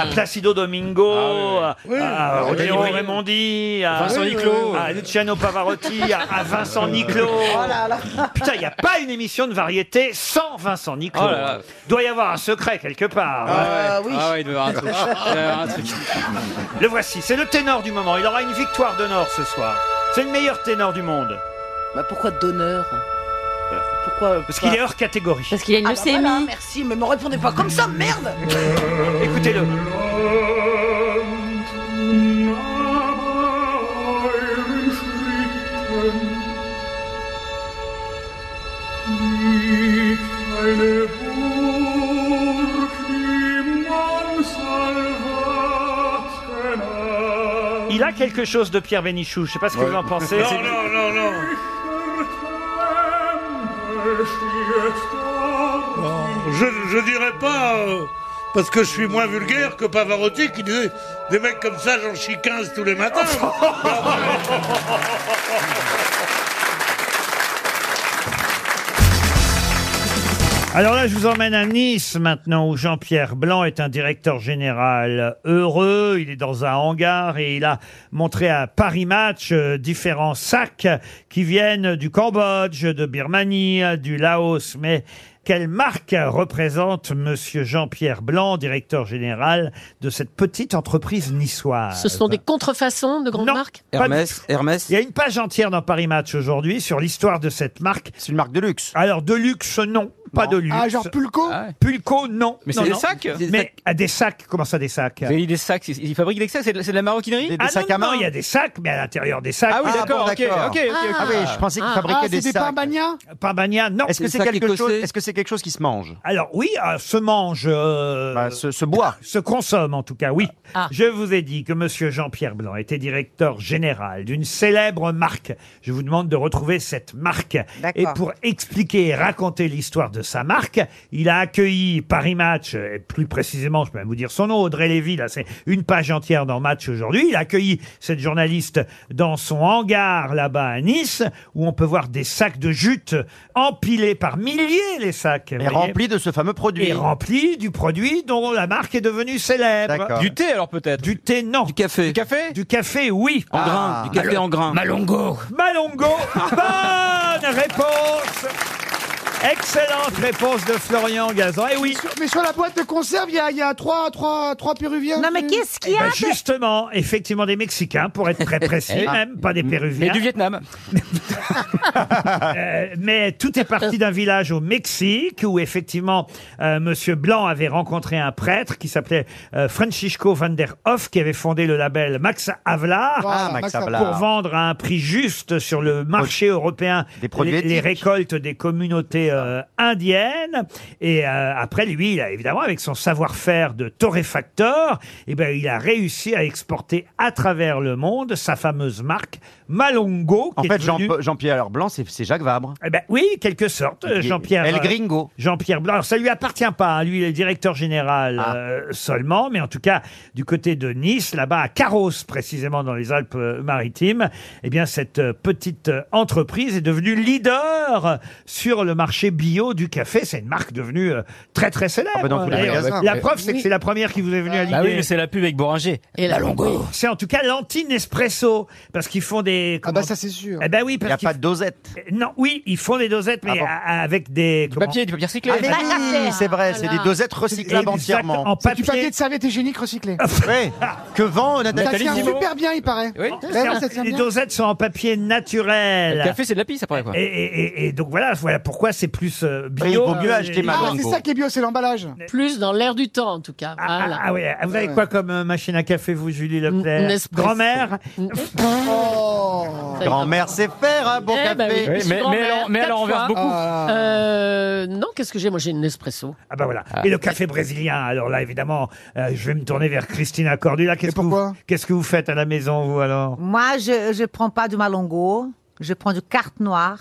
[SPEAKER 1] à Placido Domingo, à,
[SPEAKER 4] Ah,
[SPEAKER 1] à
[SPEAKER 8] Ah, Oui,
[SPEAKER 1] Rodrigo
[SPEAKER 8] oui.
[SPEAKER 1] Raimondi, à,
[SPEAKER 8] Vincent Niclot.
[SPEAKER 1] à Luciano Pavarotti, à, à Vincent Niclot.
[SPEAKER 4] Oh là là.
[SPEAKER 1] Putain, il n'y a pas une émission de variété sans Vincent Niclot.
[SPEAKER 19] Oh là là.
[SPEAKER 1] Doit y avoir un secret quelque part.
[SPEAKER 19] Ah ouais. Ah oui. Ah ouais, il doit y avoir un truc. Il doit y avoir un truc.
[SPEAKER 1] Le voici, c'est le ténor du moment. Il aura une victoire d'honneur ce soir. C'est le meilleur ténor du monde.
[SPEAKER 4] Bah pourquoi d'honneur Pourquoi
[SPEAKER 1] Parce qu'il est hors catégorie.
[SPEAKER 4] Parce qu'il a une
[SPEAKER 14] Ah bah
[SPEAKER 4] leucémie. merci, mais me répondez pas comme ça, merde
[SPEAKER 1] Écoutez-le.
[SPEAKER 6] Eine Burg, die man salvaten hat.
[SPEAKER 1] Il a quelque chose de Pierre Bénichou. Je sais pas ce que vous en pensez.
[SPEAKER 6] Non,
[SPEAKER 1] C'est-
[SPEAKER 6] non, non, non.
[SPEAKER 12] Je, je dirais pas, euh, parce que je suis moins vulgaire que Pavarotti qui disait des mecs comme ça, j'en chie 15 tous les matins.
[SPEAKER 1] Alors là, je vous emmène à Nice maintenant, où Jean-Pierre Blanc est un directeur général heureux. Il est dans un hangar et il a montré à Paris Match euh, différents sacs qui viennent du Cambodge, de Birmanie, du Laos. Mais quelle marque représente Monsieur Jean-Pierre Blanc, directeur général de cette petite entreprise niçoise
[SPEAKER 7] Ce sont des contrefaçons de grandes marques
[SPEAKER 1] Hermès, Hermès. Il y a une page entière dans Paris Match aujourd'hui sur l'histoire de cette marque. C'est une marque de luxe. Alors de luxe, non, pas de luxe.
[SPEAKER 18] Ah, genre Pulco
[SPEAKER 1] Pulco, non.
[SPEAKER 18] Mais
[SPEAKER 1] Non,
[SPEAKER 18] c'est des
[SPEAKER 1] non.
[SPEAKER 18] sacs
[SPEAKER 1] Mais à des sacs, comment ça des sacs
[SPEAKER 19] Mais des sacs, c'est- ils fabriquent des sacs, c'est de, c'est de la maroquinerie
[SPEAKER 1] Ah non, non, il y a des sacs, mais à l'intérieur des sacs.
[SPEAKER 19] Ah oui, d'accord, ok, ok, ok, ok.
[SPEAKER 20] Ah oui, je pensais qu'ils
[SPEAKER 1] Ah,
[SPEAKER 20] fabriquaient
[SPEAKER 1] ah,
[SPEAKER 20] des
[SPEAKER 1] c'est des
[SPEAKER 20] sacs.
[SPEAKER 1] pains
[SPEAKER 20] bagna
[SPEAKER 1] Pain bagna, non.
[SPEAKER 20] Est-ce que c'est quelque chose Est-ce que c'est quelque chose qui se mange
[SPEAKER 1] Alors oui, euh, se mange. euh, se, boit. Se consomme en tout cas, oui. Je vous ai dit que Monsieur Jean-Pierre Blanc était directeur général d'une célèbre marque. Je vous demande de retrouver cette marque. Et pour expliquer et raconter l'histoire de sa marque, il a accueilli Paris Match, et plus précisément, je peux même vous dire son nom, Audrey Lévy, là c'est une page entière dans Match aujourd'hui. Il a accueilli cette journaliste dans son hangar là-bas à Nice, où on peut voir des sacs de jute empilés par milliers les sacs.
[SPEAKER 20] Et rempli de ce fameux produit.
[SPEAKER 1] Et rempli du produit dont la marque est devenue célèbre.
[SPEAKER 20] D'accord. Du
[SPEAKER 1] thé alors peut-être Du thé non. Du café Du café Du café oui.
[SPEAKER 19] En
[SPEAKER 20] Ah.
[SPEAKER 19] grains, du café en grains. Malongo.
[SPEAKER 1] Malongo. Bonne réponse. Excellente réponse de Florian Gazan. Et oui.
[SPEAKER 18] Mais sur la boîte de conserve, il y a, il y a trois, trois, trois péruviens. Non, mais qu'est-ce
[SPEAKER 1] Eh ben, justement, effectivement des Mexicains, pour être très précis,
[SPEAKER 18] Ah.
[SPEAKER 1] même pas des Péruviens.
[SPEAKER 18] Mais du
[SPEAKER 1] Vietnam. mais tout est parti d'un village au Mexique où effectivement euh, Monsieur Blanc avait rencontré un prêtre qui s'appelait euh, Francisco van der Hoff qui avait fondé le label Max Havelaar
[SPEAKER 20] Ah, Max Havelaar.
[SPEAKER 1] pour vendre à un prix juste sur le marché européen
[SPEAKER 20] produits
[SPEAKER 1] les, les
[SPEAKER 20] éthiques.
[SPEAKER 1] récoltes des communautés euh, indiennes. Et euh, après, lui, il a, évidemment, avec son savoir-faire de torréfacteur, eh ben, il a réussi à exporter à travers le monde sa fameuse marque Malongo.
[SPEAKER 20] En
[SPEAKER 1] qui est
[SPEAKER 20] fait, Jean-
[SPEAKER 1] devenue-
[SPEAKER 20] Jean-Pierre Blanc, c'est c'est Jacques Vabre.
[SPEAKER 1] eh ben, oui, quelque sorte, euh,
[SPEAKER 20] Il est
[SPEAKER 1] Jean-Pierre.
[SPEAKER 20] El
[SPEAKER 1] euh,
[SPEAKER 20] Gringo.
[SPEAKER 1] Jean-Pierre Blanc. Alors, ça lui appartient pas. hein. Lui, il est directeur général
[SPEAKER 19] Ah.
[SPEAKER 1] euh, seulement, mais en tout cas, du côté de Nice, là-bas, à Carros, précisément, dans les Alpes-Maritimes, eh bien, cette euh, petite euh, entreprise est devenue leader sur le marché bio du café. C'est une marque devenue euh, très, très célèbre.
[SPEAKER 19] Ah bah, dans tous les
[SPEAKER 1] D'ailleurs,
[SPEAKER 19] magasins,
[SPEAKER 1] la
[SPEAKER 19] mais-
[SPEAKER 1] preuve, c'est que
[SPEAKER 19] Oui.
[SPEAKER 1] c'est la première qui vous est venue à l'idée. Oh,
[SPEAKER 19] Bah oui, mais c'est la pub avec Boringer. Et la Longo.
[SPEAKER 1] C'est en tout cas l'anti-Nespresso, parce qu'ils font des... Ah bah ça
[SPEAKER 18] c'est sûr.
[SPEAKER 1] Eh ben oui, parce
[SPEAKER 20] Il y a
[SPEAKER 1] qu'ils-
[SPEAKER 20] pas de dosette.
[SPEAKER 1] Euh, Non, oui, ils font des dosettes, mais
[SPEAKER 20] Ah bon.
[SPEAKER 1] a- avec des... Du
[SPEAKER 20] papier, du papier recyclé. Ah, mais oui, c'est vrai, c'est des dosettes recyclables entièrement.
[SPEAKER 1] En
[SPEAKER 18] C'est du
[SPEAKER 1] papier.
[SPEAKER 18] paquet de serviettes hygiéniques recyclées.
[SPEAKER 20] Ouais. Que vend euh,
[SPEAKER 18] Ça
[SPEAKER 20] Nathalie
[SPEAKER 18] tient
[SPEAKER 20] Simon
[SPEAKER 18] super bien, il paraît.
[SPEAKER 20] Oui.
[SPEAKER 18] Ouais,
[SPEAKER 1] C'est en-
[SPEAKER 18] ça tient
[SPEAKER 1] les
[SPEAKER 18] bien.
[SPEAKER 1] dosettes sont en papier naturel.
[SPEAKER 19] Le café, c'est de la pisse après, quoi.
[SPEAKER 1] Et, et- et- et donc voilà, voilà pourquoi c'est plus euh, bio.
[SPEAKER 7] Oui, il vaut mieux acheter ma
[SPEAKER 1] Ah,
[SPEAKER 7] langue.
[SPEAKER 1] c'est ça.
[SPEAKER 7] qui
[SPEAKER 14] est bio, c'est l'emballage.
[SPEAKER 7] Plus dans l'air du temps, en tout cas.
[SPEAKER 1] Ah,
[SPEAKER 7] Voilà.
[SPEAKER 1] ah oui, vous avez quoi comme euh, machine à café, vous, Julie Leclerc
[SPEAKER 7] Nespresso.
[SPEAKER 1] Grand-mère
[SPEAKER 8] Grand-mère sait faire un bon
[SPEAKER 7] Eh
[SPEAKER 8] café.
[SPEAKER 7] ben oui, je suis grand-mère, quatre fois.
[SPEAKER 8] Ah.
[SPEAKER 7] Euh, non, qu'est-ce que j'ai Moi, j'ai une Nespresso.
[SPEAKER 1] Ah bah voilà. Et le café brésilien, alors là, évidemment, euh, je vais me tourner vers Christina Cordula. Qu'est-ce que, vous- qu'est-ce que vous faites à la maison, vous, alors
[SPEAKER 4] Moi, je ne prends pas du malongo, je prends du carte noire.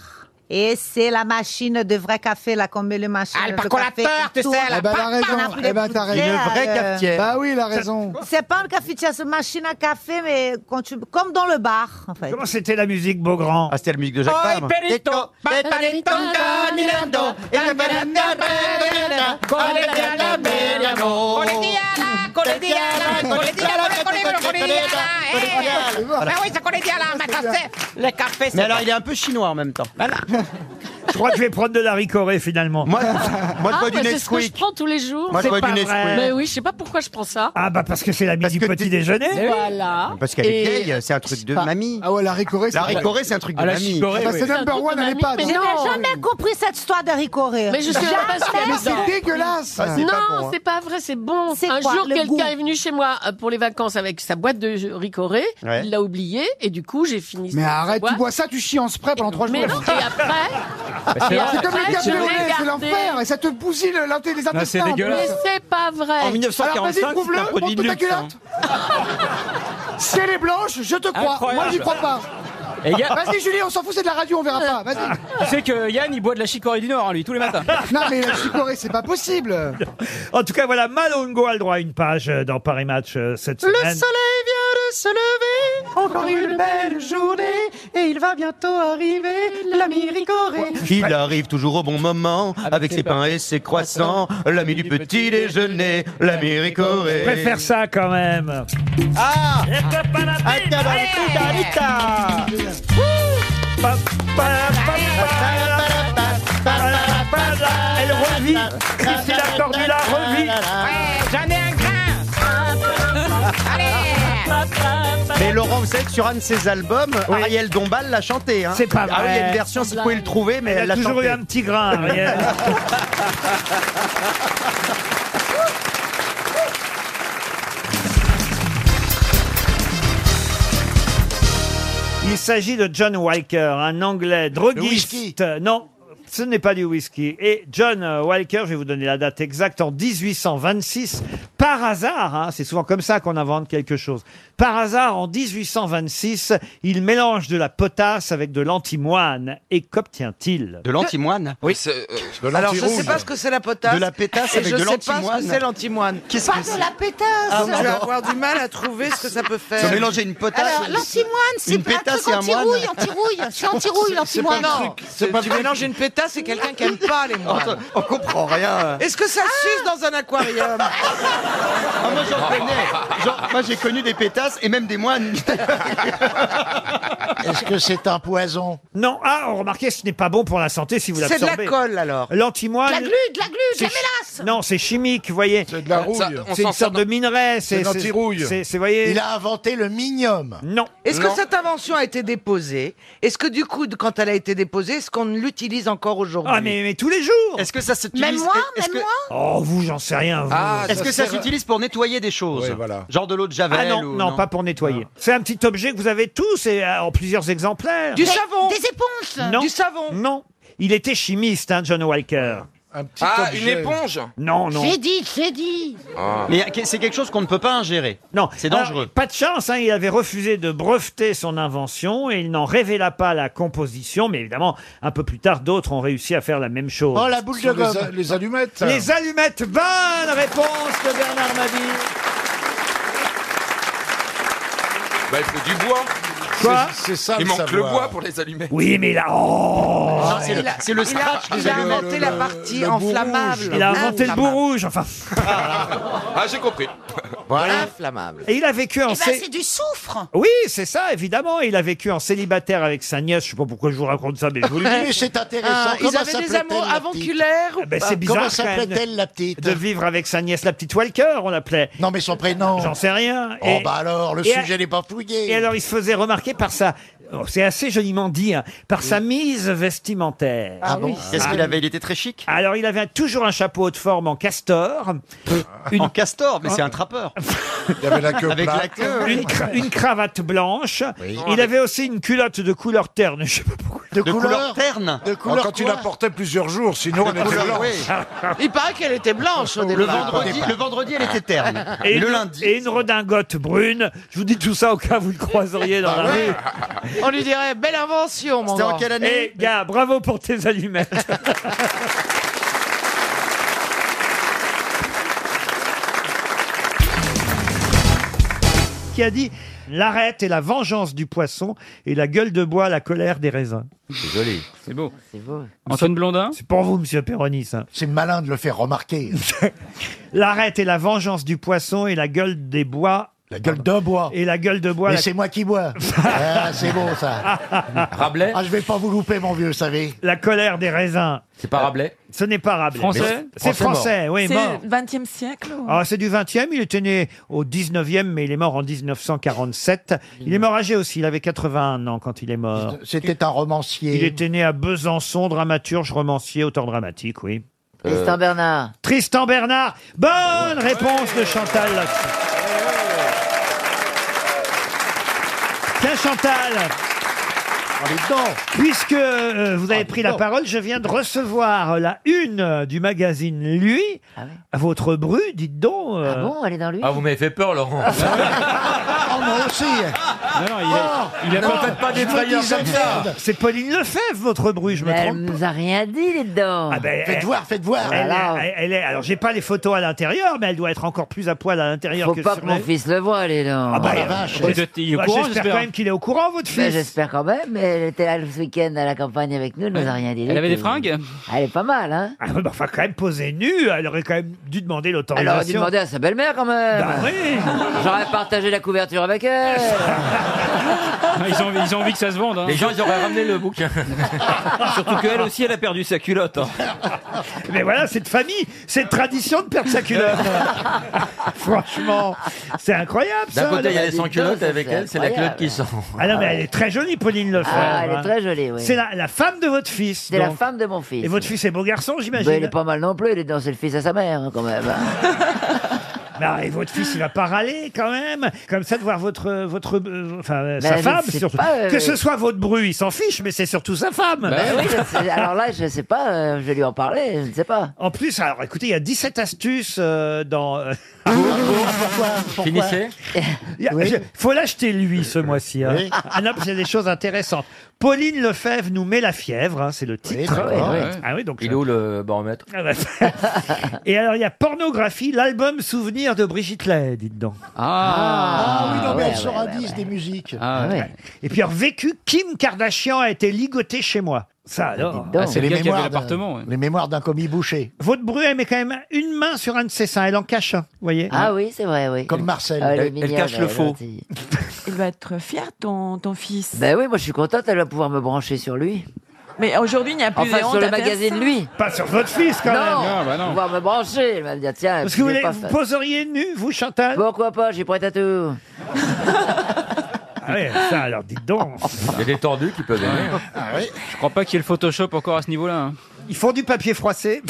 [SPEAKER 4] Et c'est la machine de vrai café, là, qu'on met le machine.
[SPEAKER 14] Ah, le
[SPEAKER 4] de
[SPEAKER 14] percolateur,
[SPEAKER 4] café Ah bah, qui
[SPEAKER 14] tu sais,
[SPEAKER 4] tourne,
[SPEAKER 14] la
[SPEAKER 4] pac,
[SPEAKER 14] t'as raison,
[SPEAKER 4] on a plus
[SPEAKER 14] eh
[SPEAKER 4] de
[SPEAKER 14] ben, t'as
[SPEAKER 4] poussière,
[SPEAKER 14] raison. Une vraie
[SPEAKER 4] euh,
[SPEAKER 14] cafetière. Bah oui, elle a raison.
[SPEAKER 4] C'est pas une cafetière, c'est une machine à café, mais quand tu, comme dans le bar, en fait.
[SPEAKER 1] Comment c'était la musique, Beaugrand
[SPEAKER 8] Ah, c'était la musique de
[SPEAKER 6] Oh,
[SPEAKER 14] Oi,
[SPEAKER 8] Jacques Femme.
[SPEAKER 14] perito, paperito, caminando, e la veranda verena, con le diana mediano. Con le diana, con le diana, con le diana, con le diana, con le diana, eh.
[SPEAKER 8] Voilà.
[SPEAKER 14] Ah oui, c'est con le diana, mais ça, c'est le café,
[SPEAKER 8] Mais
[SPEAKER 14] c'est
[SPEAKER 8] alors,
[SPEAKER 14] pas-
[SPEAKER 8] il est un peu chinois en même temps.
[SPEAKER 1] Je crois que je vais prendre de la ricorée, finalement. Moi,
[SPEAKER 7] ah, bah, c'est ce que je prends tous les jours.
[SPEAKER 1] Moi, je
[SPEAKER 7] C'est
[SPEAKER 1] bois du
[SPEAKER 7] pas
[SPEAKER 1] Nesquik.
[SPEAKER 7] vrai. Mais oui, je sais pas pourquoi je prends ça.
[SPEAKER 1] Ah bah parce que c'est la mise du petit déjeuner.
[SPEAKER 7] Voilà.
[SPEAKER 8] Parce qu'elle est
[SPEAKER 7] Et-
[SPEAKER 8] vieille, c'est un truc de
[SPEAKER 14] pas-
[SPEAKER 8] mamie.
[SPEAKER 14] Ah ouais, la ricorée,
[SPEAKER 8] La ricorée, c'est un truc de
[SPEAKER 14] Ah, la
[SPEAKER 8] mamie.
[SPEAKER 14] chicorée,
[SPEAKER 8] Enfin,
[SPEAKER 14] oui.
[SPEAKER 8] c'est
[SPEAKER 14] C'est un
[SPEAKER 8] n'importe-
[SPEAKER 14] truc de mamie,
[SPEAKER 4] Je n'ai jamais compris cette histoire d'haricoré.
[SPEAKER 7] Mais je sais même pas ce qu'il y a
[SPEAKER 14] Mais
[SPEAKER 7] dedans.
[SPEAKER 14] c'est dégueulasse. Ah, c'est pas bon,
[SPEAKER 7] Non,
[SPEAKER 14] hein.
[SPEAKER 7] c'est pas vrai, c'est bon.
[SPEAKER 4] C'est
[SPEAKER 7] Un
[SPEAKER 4] quoi,
[SPEAKER 7] jour,
[SPEAKER 4] le goût
[SPEAKER 7] quelqu'un est venu chez moi euh, pour les vacances avec sa boîte de ricoré.
[SPEAKER 14] Ouais.
[SPEAKER 7] Il l'a oublié et du coup, j'ai fini.
[SPEAKER 14] Mais
[SPEAKER 7] cette
[SPEAKER 14] arrête, tu
[SPEAKER 7] boîte.
[SPEAKER 14] bois ça, tu chies en spray pendant trois jours.
[SPEAKER 7] Mais non, et après.
[SPEAKER 14] C'est
[SPEAKER 7] et
[SPEAKER 14] comme
[SPEAKER 7] après,
[SPEAKER 14] le
[SPEAKER 7] je
[SPEAKER 14] café au lait, c'est
[SPEAKER 7] regardais.
[SPEAKER 14] l'enfer, et ça te bousille l'inté- les intestins. en plus.
[SPEAKER 7] Mais c'est pas vrai.
[SPEAKER 14] En 1945, Alors, vas-y, prouve-le, c'était un produit montre ta luxe, hein.
[SPEAKER 8] hein.
[SPEAKER 14] Si elle est blanche, je te crois.
[SPEAKER 10] Incroyable.
[SPEAKER 14] Moi, j'y crois pas.
[SPEAKER 10] Et y a-
[SPEAKER 14] Vas-y, Julie, on s'en fout, c'est de la radio, on verra pas. Vas-y.
[SPEAKER 10] Tu sais que Yann, il boit de la chicorée du Nord, hein, lui, tous les matins.
[SPEAKER 14] Non, mais la chicorée, c'est pas possible.
[SPEAKER 1] En tout cas, voilà, Malongo a le droit à une page euh, dans Paris Match euh, cette
[SPEAKER 6] Le soleil vient
[SPEAKER 1] semaine.
[SPEAKER 6] de se lever, encore une belle journée, et il va bientôt arriver, l'ami Ricoré.
[SPEAKER 8] Il arrive toujours au bon moment, avec ses pains et ses croissants, l'ami du petit déjeuner, l'ami
[SPEAKER 1] Je
[SPEAKER 8] ricoré.
[SPEAKER 1] préfère ça quand même.
[SPEAKER 8] Ah
[SPEAKER 6] Elle revit, Christina Cordula revit. j'en ai un grain. Allez.
[SPEAKER 8] Mais Laurent, vous savez que sur un de ses albums, Ariel Dombal l'a chanté. hein.
[SPEAKER 1] C'est pas
[SPEAKER 8] Ah oui, il y a
[SPEAKER 1] vrai.
[SPEAKER 8] une version, si vous pouvez le trouver, mais
[SPEAKER 1] Elle a
[SPEAKER 8] elle l'a
[SPEAKER 1] toujours
[SPEAKER 8] chanté.
[SPEAKER 1] eu un petit grain, Ariel. Il s'agit de John Walker, un Anglais droguiste. Non, ce n'est pas du whisky. Et John euh, Walker, je vais vous donner la date exacte, en 1826, par hasard, hein, c'est souvent comme ça qu'on invente quelque chose, par hasard, en 1826, il mélange de la potasse avec de l'antimoine. Et qu'obtient-il
[SPEAKER 8] De l'antimoine
[SPEAKER 1] Oui.
[SPEAKER 11] euh, Alors, je sais pas ce que c'est la potasse.
[SPEAKER 8] De la pétasse
[SPEAKER 11] et
[SPEAKER 8] avec
[SPEAKER 11] je
[SPEAKER 8] de
[SPEAKER 11] sais pas ce
[SPEAKER 8] l'antimoine.
[SPEAKER 11] que c'est l'antimoine.
[SPEAKER 8] Qu'est-ce
[SPEAKER 11] pas
[SPEAKER 8] que c'est
[SPEAKER 11] de la pétasse.
[SPEAKER 8] Ah,
[SPEAKER 11] tu
[SPEAKER 8] pardon.
[SPEAKER 11] vas avoir du mal à trouver ce que ça peut faire.
[SPEAKER 8] Se mélanger une potasse.
[SPEAKER 4] Alors, l'antimoine, c'est
[SPEAKER 8] Une
[SPEAKER 4] un truc
[SPEAKER 8] pétasse et un moine.
[SPEAKER 4] anti-rouille, anti-rouille. C'est anti-rouille, l'antimoine.
[SPEAKER 11] Non,
[SPEAKER 8] c'est pas
[SPEAKER 11] tu
[SPEAKER 8] un
[SPEAKER 11] mélanges une pétasse et quelqu'un qui aime pas les moines.
[SPEAKER 8] On comprend rien.
[SPEAKER 11] Est-ce que
[SPEAKER 4] Ah.
[SPEAKER 11] ça suce dans un aquarium
[SPEAKER 8] Ah, moi j'en connais. Genre, moi j'ai connu des pétasses et même des moines.
[SPEAKER 1] Est-ce que c'est un poison Non, ah, remarquez, ce n'est pas bon pour la santé si vous
[SPEAKER 8] C'est de
[SPEAKER 1] l'absorbez.
[SPEAKER 8] la colle, alors.
[SPEAKER 1] L'antimoine.
[SPEAKER 4] De la glu, de la glu, de
[SPEAKER 1] c'est
[SPEAKER 4] la mélasse.
[SPEAKER 1] chi- Non, c'est chimique, vous voyez. C'est de
[SPEAKER 3] la rouille. Ça, on
[SPEAKER 1] C'est
[SPEAKER 3] s'en
[SPEAKER 1] une sorte de minerai.
[SPEAKER 3] C'est de l'antirouille.
[SPEAKER 1] Eh, c'est- c'est- vous voyez.
[SPEAKER 3] Il a inventé le minium.
[SPEAKER 1] Non.
[SPEAKER 11] Est-ce que cette invention a été déposée Est-ce que du coup, quand elle a été déposée, est-ce qu'on l'utilise encore aujourd'hui
[SPEAKER 1] Ah, mais, mais tous les jours
[SPEAKER 8] Est-ce que ça s'utilise
[SPEAKER 11] Même moi,
[SPEAKER 8] est-ce
[SPEAKER 11] même
[SPEAKER 8] que-
[SPEAKER 11] moi
[SPEAKER 1] Oh, vous, j'en sais rien. vous.
[SPEAKER 8] Est-ce que Ah, ça s'utilise pour nettoyer des choses Genre de l'eau de Javel
[SPEAKER 1] Ah non,
[SPEAKER 8] ou
[SPEAKER 1] non, pas pour nettoyer. C'est un petit objet que vous avez tous et euh, en plusieurs exemplaires.
[SPEAKER 4] Des- Des éponges.
[SPEAKER 1] Non. Du savon Non. Il était chimiste, hein, John Walker.
[SPEAKER 15] Ah, objet. une éponge
[SPEAKER 1] Non, non.
[SPEAKER 4] J'ai dit, j'ai dit.
[SPEAKER 8] Mais Ah. c'est quelque chose qu'on ne peut pas ingérer.
[SPEAKER 1] Non.
[SPEAKER 8] C'est
[SPEAKER 1] Alors,
[SPEAKER 8] dangereux.
[SPEAKER 1] pas de chance, hein, il avait refusé de breveter son invention et il n'en révéla pas la composition, mais évidemment, un peu plus tard, d'autres ont réussi à faire la même chose.
[SPEAKER 3] Oh, la boule de gomme. allumettes.
[SPEAKER 1] Les allumettes, bonne réponse de Bernard Mabille.
[SPEAKER 15] Bah, il faut du bois.
[SPEAKER 1] Quoi
[SPEAKER 3] C'est ça
[SPEAKER 15] Il
[SPEAKER 3] le
[SPEAKER 15] manque le
[SPEAKER 3] savoir.
[SPEAKER 15] bois pour les allumettes.
[SPEAKER 1] Oui, mais là. Oh
[SPEAKER 11] Non, c'est le- c'est le scratch des allumettes. Le- le- le bout rouge.
[SPEAKER 1] Il a inventé le bout rouge, enfin.
[SPEAKER 15] Ah, j'ai compris.
[SPEAKER 11] Inflammable.
[SPEAKER 1] Et il a vécu en
[SPEAKER 4] Eh ben,
[SPEAKER 1] cé-
[SPEAKER 4] c'est du soufre.
[SPEAKER 1] Oui, c'est ça, évidemment. Il a vécu en célibataire avec sa nièce. Je sais pas pourquoi je vous raconte ça, mais je vous le dis.
[SPEAKER 3] Mais c'est Eh, intéressant.
[SPEAKER 11] Ah, ils
[SPEAKER 3] Comment
[SPEAKER 11] avaient des
[SPEAKER 3] s'appelait-elle,
[SPEAKER 11] amours
[SPEAKER 3] la
[SPEAKER 11] avanculaires
[SPEAKER 3] petite
[SPEAKER 11] ou
[SPEAKER 1] Ben,
[SPEAKER 11] pas
[SPEAKER 1] c'est bizarre.
[SPEAKER 3] Ah, Comment
[SPEAKER 1] quand même,
[SPEAKER 3] s'appelait-elle, la petite
[SPEAKER 1] De vivre avec sa nièce, la petite Walker, on l'appelait.
[SPEAKER 3] Non, mais son prénom.
[SPEAKER 1] J'en sais rien.
[SPEAKER 3] Oh, bah alors, le
[SPEAKER 1] et-
[SPEAKER 3] sujet n'est pas fouillé.
[SPEAKER 1] Et alors, il se faisait remarquer par sa Oh, C'est assez joliment dit, hein, par sa mise vestimentaire.
[SPEAKER 20] Ah bon Qu'est-ce qu'il avait Il était très
[SPEAKER 1] chic Alors, il avait un- toujours un chapeau de forme en castor.
[SPEAKER 20] Euh, En castor, mais c'est un trappeur.
[SPEAKER 1] Il avait la queue
[SPEAKER 20] Avec
[SPEAKER 1] plate.
[SPEAKER 20] la queue.
[SPEAKER 1] Une, cra- une cravate blanche. Il avait aussi une culotte de couleur terne. Je sais pas pourquoi.
[SPEAKER 23] De De couleur couleur terne
[SPEAKER 1] De
[SPEAKER 23] couleur Quand il quoi la
[SPEAKER 1] portait plusieurs jours, sinon
[SPEAKER 23] on De était couleur, blanc. oui.
[SPEAKER 1] Il paraît qu'elle était blanche au
[SPEAKER 20] départ. vendredi- le vendredi, elle était terne.
[SPEAKER 1] Et,
[SPEAKER 20] Et le
[SPEAKER 1] une-
[SPEAKER 20] lundi.
[SPEAKER 1] Et une redingote brune. Je vous dis tout ça au cas où vous le croiseriez
[SPEAKER 20] Bah
[SPEAKER 1] dans la rue.
[SPEAKER 14] On lui dirait belle invention, mon
[SPEAKER 1] C'était
[SPEAKER 14] grand.
[SPEAKER 1] Eh, gars, bravo pour tes allumettes. Qui a dit l'arête et la vengeance du poisson et la gueule de bois, la colère des raisins.
[SPEAKER 23] C'est joli.
[SPEAKER 1] C'est beau.
[SPEAKER 23] C'est beau.
[SPEAKER 1] Antoine Blondin C'est pour vous, monsieur Perroni, ça.
[SPEAKER 3] C'est malin de le faire remarquer.
[SPEAKER 1] L'arête et la vengeance du poisson et la gueule des bois. La gueule de bois. Et la gueule de bois.
[SPEAKER 3] Mais
[SPEAKER 1] la-
[SPEAKER 3] c'est moi qui bois. Ah, c'est bon ça.
[SPEAKER 1] Rabelais
[SPEAKER 3] Ah, je vais pas vous louper, mon vieux, savez.
[SPEAKER 1] La colère des raisins. Euh,
[SPEAKER 3] C'est pas Rabelais
[SPEAKER 1] Ce n'est pas Rabelais.
[SPEAKER 3] Français
[SPEAKER 1] Mais C'est français, oui, mort.
[SPEAKER 14] 20e siècle ou-
[SPEAKER 1] Ah, c'est du 20e, il était né au 19e, mais il est mort en 1947. Il est mort âgé aussi, il avait 81 ans quand il est mort.
[SPEAKER 3] C'était un romancier.
[SPEAKER 1] Il était né à Besançon, dramaturge, romancier, auteur dramatique, oui.
[SPEAKER 3] Tristan
[SPEAKER 1] Bernard. Euh, Tristan Bernard. Bonne réponse de Chantal. là-dessus. Tiens, Chantal. Puisque euh, vous avez pris la parole, je viens de recevoir euh, la une euh, du magazine Lui.
[SPEAKER 5] Ah
[SPEAKER 1] Votre bru, dites donc. Ah bon,
[SPEAKER 5] elle est dans Lui
[SPEAKER 16] Ah, vous m'avez fait peur, Laurent.
[SPEAKER 3] Oh, moi aussi.
[SPEAKER 1] Oh non,
[SPEAKER 16] il a- il a pas- faites pas des frayeurs comme ça.
[SPEAKER 1] C'est Pauline Lefebvre, votre bru, je me
[SPEAKER 5] Mais elle
[SPEAKER 1] trompe.
[SPEAKER 5] nous a rien dit, les dedans.
[SPEAKER 1] Ah ben,
[SPEAKER 5] Faites
[SPEAKER 1] elle-
[SPEAKER 5] voir, faites voir.
[SPEAKER 1] Elle,
[SPEAKER 5] Alors.
[SPEAKER 1] est- elle est, alors j'ai pas les photos à l'intérieur, mais elle doit être encore plus à poil à l'intérieur
[SPEAKER 5] Faut
[SPEAKER 1] que
[SPEAKER 5] pas
[SPEAKER 1] sur
[SPEAKER 5] que mon
[SPEAKER 1] la-
[SPEAKER 5] fils le voie, les dedans.
[SPEAKER 1] Ah bah, la vache. Il est- il est au
[SPEAKER 5] Bah,
[SPEAKER 1] courant, j'espère. qu'il est au courant, votre
[SPEAKER 5] Ben,
[SPEAKER 1] fils.
[SPEAKER 5] j'espère quand même. Elle était là ce week-end à la campagne avec nous, elle nous a rien dit. du tout. Elle est pas mal, hein
[SPEAKER 1] Ah bah, enfin, quand même posée nue, elle aurait quand même dû demander
[SPEAKER 5] Elle
[SPEAKER 1] l'autorisation.
[SPEAKER 5] aurait dû demander à sa belle-mère quand même.
[SPEAKER 1] Bah oui.
[SPEAKER 5] J'aurais partagé la couverture avec elle.
[SPEAKER 15] Ils ont, ils ont envie que ça se vende.
[SPEAKER 5] Les gens, ils auraient
[SPEAKER 15] ramené le bouquin.
[SPEAKER 1] Surtout qu'elle
[SPEAKER 15] aussi, elle a perdu sa culotte. hein.
[SPEAKER 1] Mais voilà, c'est de famille, c'est de tradition de perdre sa culotte. Franchement, c'est incroyable ça.
[SPEAKER 15] D'un côté, il y a
[SPEAKER 1] la-
[SPEAKER 15] les sans-culottes avec elle, c'est la culotte qui sent.
[SPEAKER 1] Ah non, mais elle est très jolie, Pauline Lefebvre.
[SPEAKER 5] Ah, elle est
[SPEAKER 1] hein.
[SPEAKER 5] très jolie, oui.
[SPEAKER 1] C'est la, la femme de votre fils.
[SPEAKER 5] C'est la
[SPEAKER 1] donc.
[SPEAKER 5] femme de mon fils.
[SPEAKER 1] Et votre fils est beau garçon, j'imagine.
[SPEAKER 5] Ben, il est pas mal non plus, il est dans c'est le fils à sa mère, hein, quand même.
[SPEAKER 1] Bah, et votre fils, il va pas râler quand même. Comme ça, de voir votre, votre, euh, enfin, euh,
[SPEAKER 5] Ben,
[SPEAKER 1] sa
[SPEAKER 5] je
[SPEAKER 1] femme,
[SPEAKER 5] sais
[SPEAKER 1] surtout.
[SPEAKER 5] pas, euh,
[SPEAKER 1] Que ce soit votre bruit, il s'en fiche, mais c'est surtout sa femme.
[SPEAKER 5] Ben oui, je sais- alors là, je sais pas, euh, je vais lui en parler, je ne sais pas.
[SPEAKER 1] En plus, alors écoutez, il y a 17 astuces euh, dans.
[SPEAKER 5] pourquoi Finissez.
[SPEAKER 1] Il y a- je- faut l'acheter lui ce mois-ci. hein.
[SPEAKER 5] Oui.
[SPEAKER 1] Ah non, parce qu'il y a des choses intéressantes. Pauline Lefebvre nous met la fièvre, hein, c'est le titre.
[SPEAKER 15] d'accord, ouais.
[SPEAKER 1] Ah oui, donc.
[SPEAKER 15] Il est où le baromètre
[SPEAKER 1] Ah bah, Et alors, il y a pornographie, l'album souvenir de Brigitte Lay, dites donc.
[SPEAKER 23] Ah, oui, non, mais
[SPEAKER 1] ouais,
[SPEAKER 23] elle sort
[SPEAKER 1] ouais,
[SPEAKER 23] un disque des musiques.
[SPEAKER 1] Ah ouais. Et puis, alors, vécu, Kim Kardashian a été ligotée chez moi. Ça alors.
[SPEAKER 3] Ah, c'est les, mémoires d'un- les mémoires d'un commis boucher.
[SPEAKER 1] Votre bru, elle met quand même une main sur un de ses seins. Elle en cache un, vous voyez
[SPEAKER 5] Ah oui, c'est vrai, oui.
[SPEAKER 3] Comme Marcel.
[SPEAKER 5] Ah, elle est mignonne, elle est gentille.
[SPEAKER 14] Il va être fier, ton, ton fils.
[SPEAKER 5] Ben oui, moi je suis contente, elle va pouvoir me brancher sur lui.
[SPEAKER 14] Mais aujourd'hui, il n'y a plus de
[SPEAKER 5] Enfin,
[SPEAKER 14] honte
[SPEAKER 5] sur
[SPEAKER 14] à
[SPEAKER 5] le
[SPEAKER 14] faire
[SPEAKER 5] magazine,
[SPEAKER 14] ça.
[SPEAKER 5] lui.
[SPEAKER 1] Pas sur votre fils, quand
[SPEAKER 5] non,
[SPEAKER 1] même.
[SPEAKER 5] Non,
[SPEAKER 1] Non, bah non.
[SPEAKER 5] pouvoir me brancher. Elle va me dire, tiens...
[SPEAKER 1] Parce que vous,
[SPEAKER 5] je vais
[SPEAKER 1] les-
[SPEAKER 5] pas
[SPEAKER 1] vous
[SPEAKER 5] faire-
[SPEAKER 1] poseriez nu, vous, Chantal
[SPEAKER 5] Pourquoi pas, j'ai prêt à tout.
[SPEAKER 1] Ah ouais, ça, alors dites donc. Ah
[SPEAKER 15] Il y a des tordus qui peuvent aimer. hein. Je crois pas qu'il y ait le Photoshop encore à ce niveau-là. hein.
[SPEAKER 1] Ils font du papier froissé.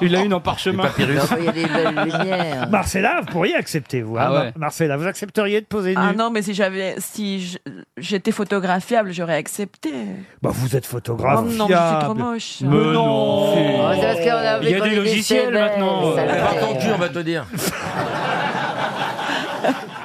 [SPEAKER 15] Il a une en parchemin.
[SPEAKER 1] Ah,
[SPEAKER 5] Il y a des belles lumières.
[SPEAKER 1] Marcella, vous pourriez accepter, vous. hein,
[SPEAKER 15] Ah ouais.
[SPEAKER 1] Mar- Marcella, vous accepteriez de poser nu
[SPEAKER 14] Ah non, mais si j'avais, si je- j'étais photographiable, j'aurais accepté.
[SPEAKER 1] Bah, vous êtes photographe.
[SPEAKER 14] Oh non, mais je suis trop moche.
[SPEAKER 1] Mais non.
[SPEAKER 5] Oh, c'est parce qu'on a envie
[SPEAKER 15] Il y a
[SPEAKER 5] qu'on
[SPEAKER 15] des
[SPEAKER 5] ait
[SPEAKER 15] logiciels
[SPEAKER 5] belles,
[SPEAKER 15] maintenant.
[SPEAKER 5] ça
[SPEAKER 15] Va
[SPEAKER 5] fait.
[SPEAKER 15] ton cul, on va te dire.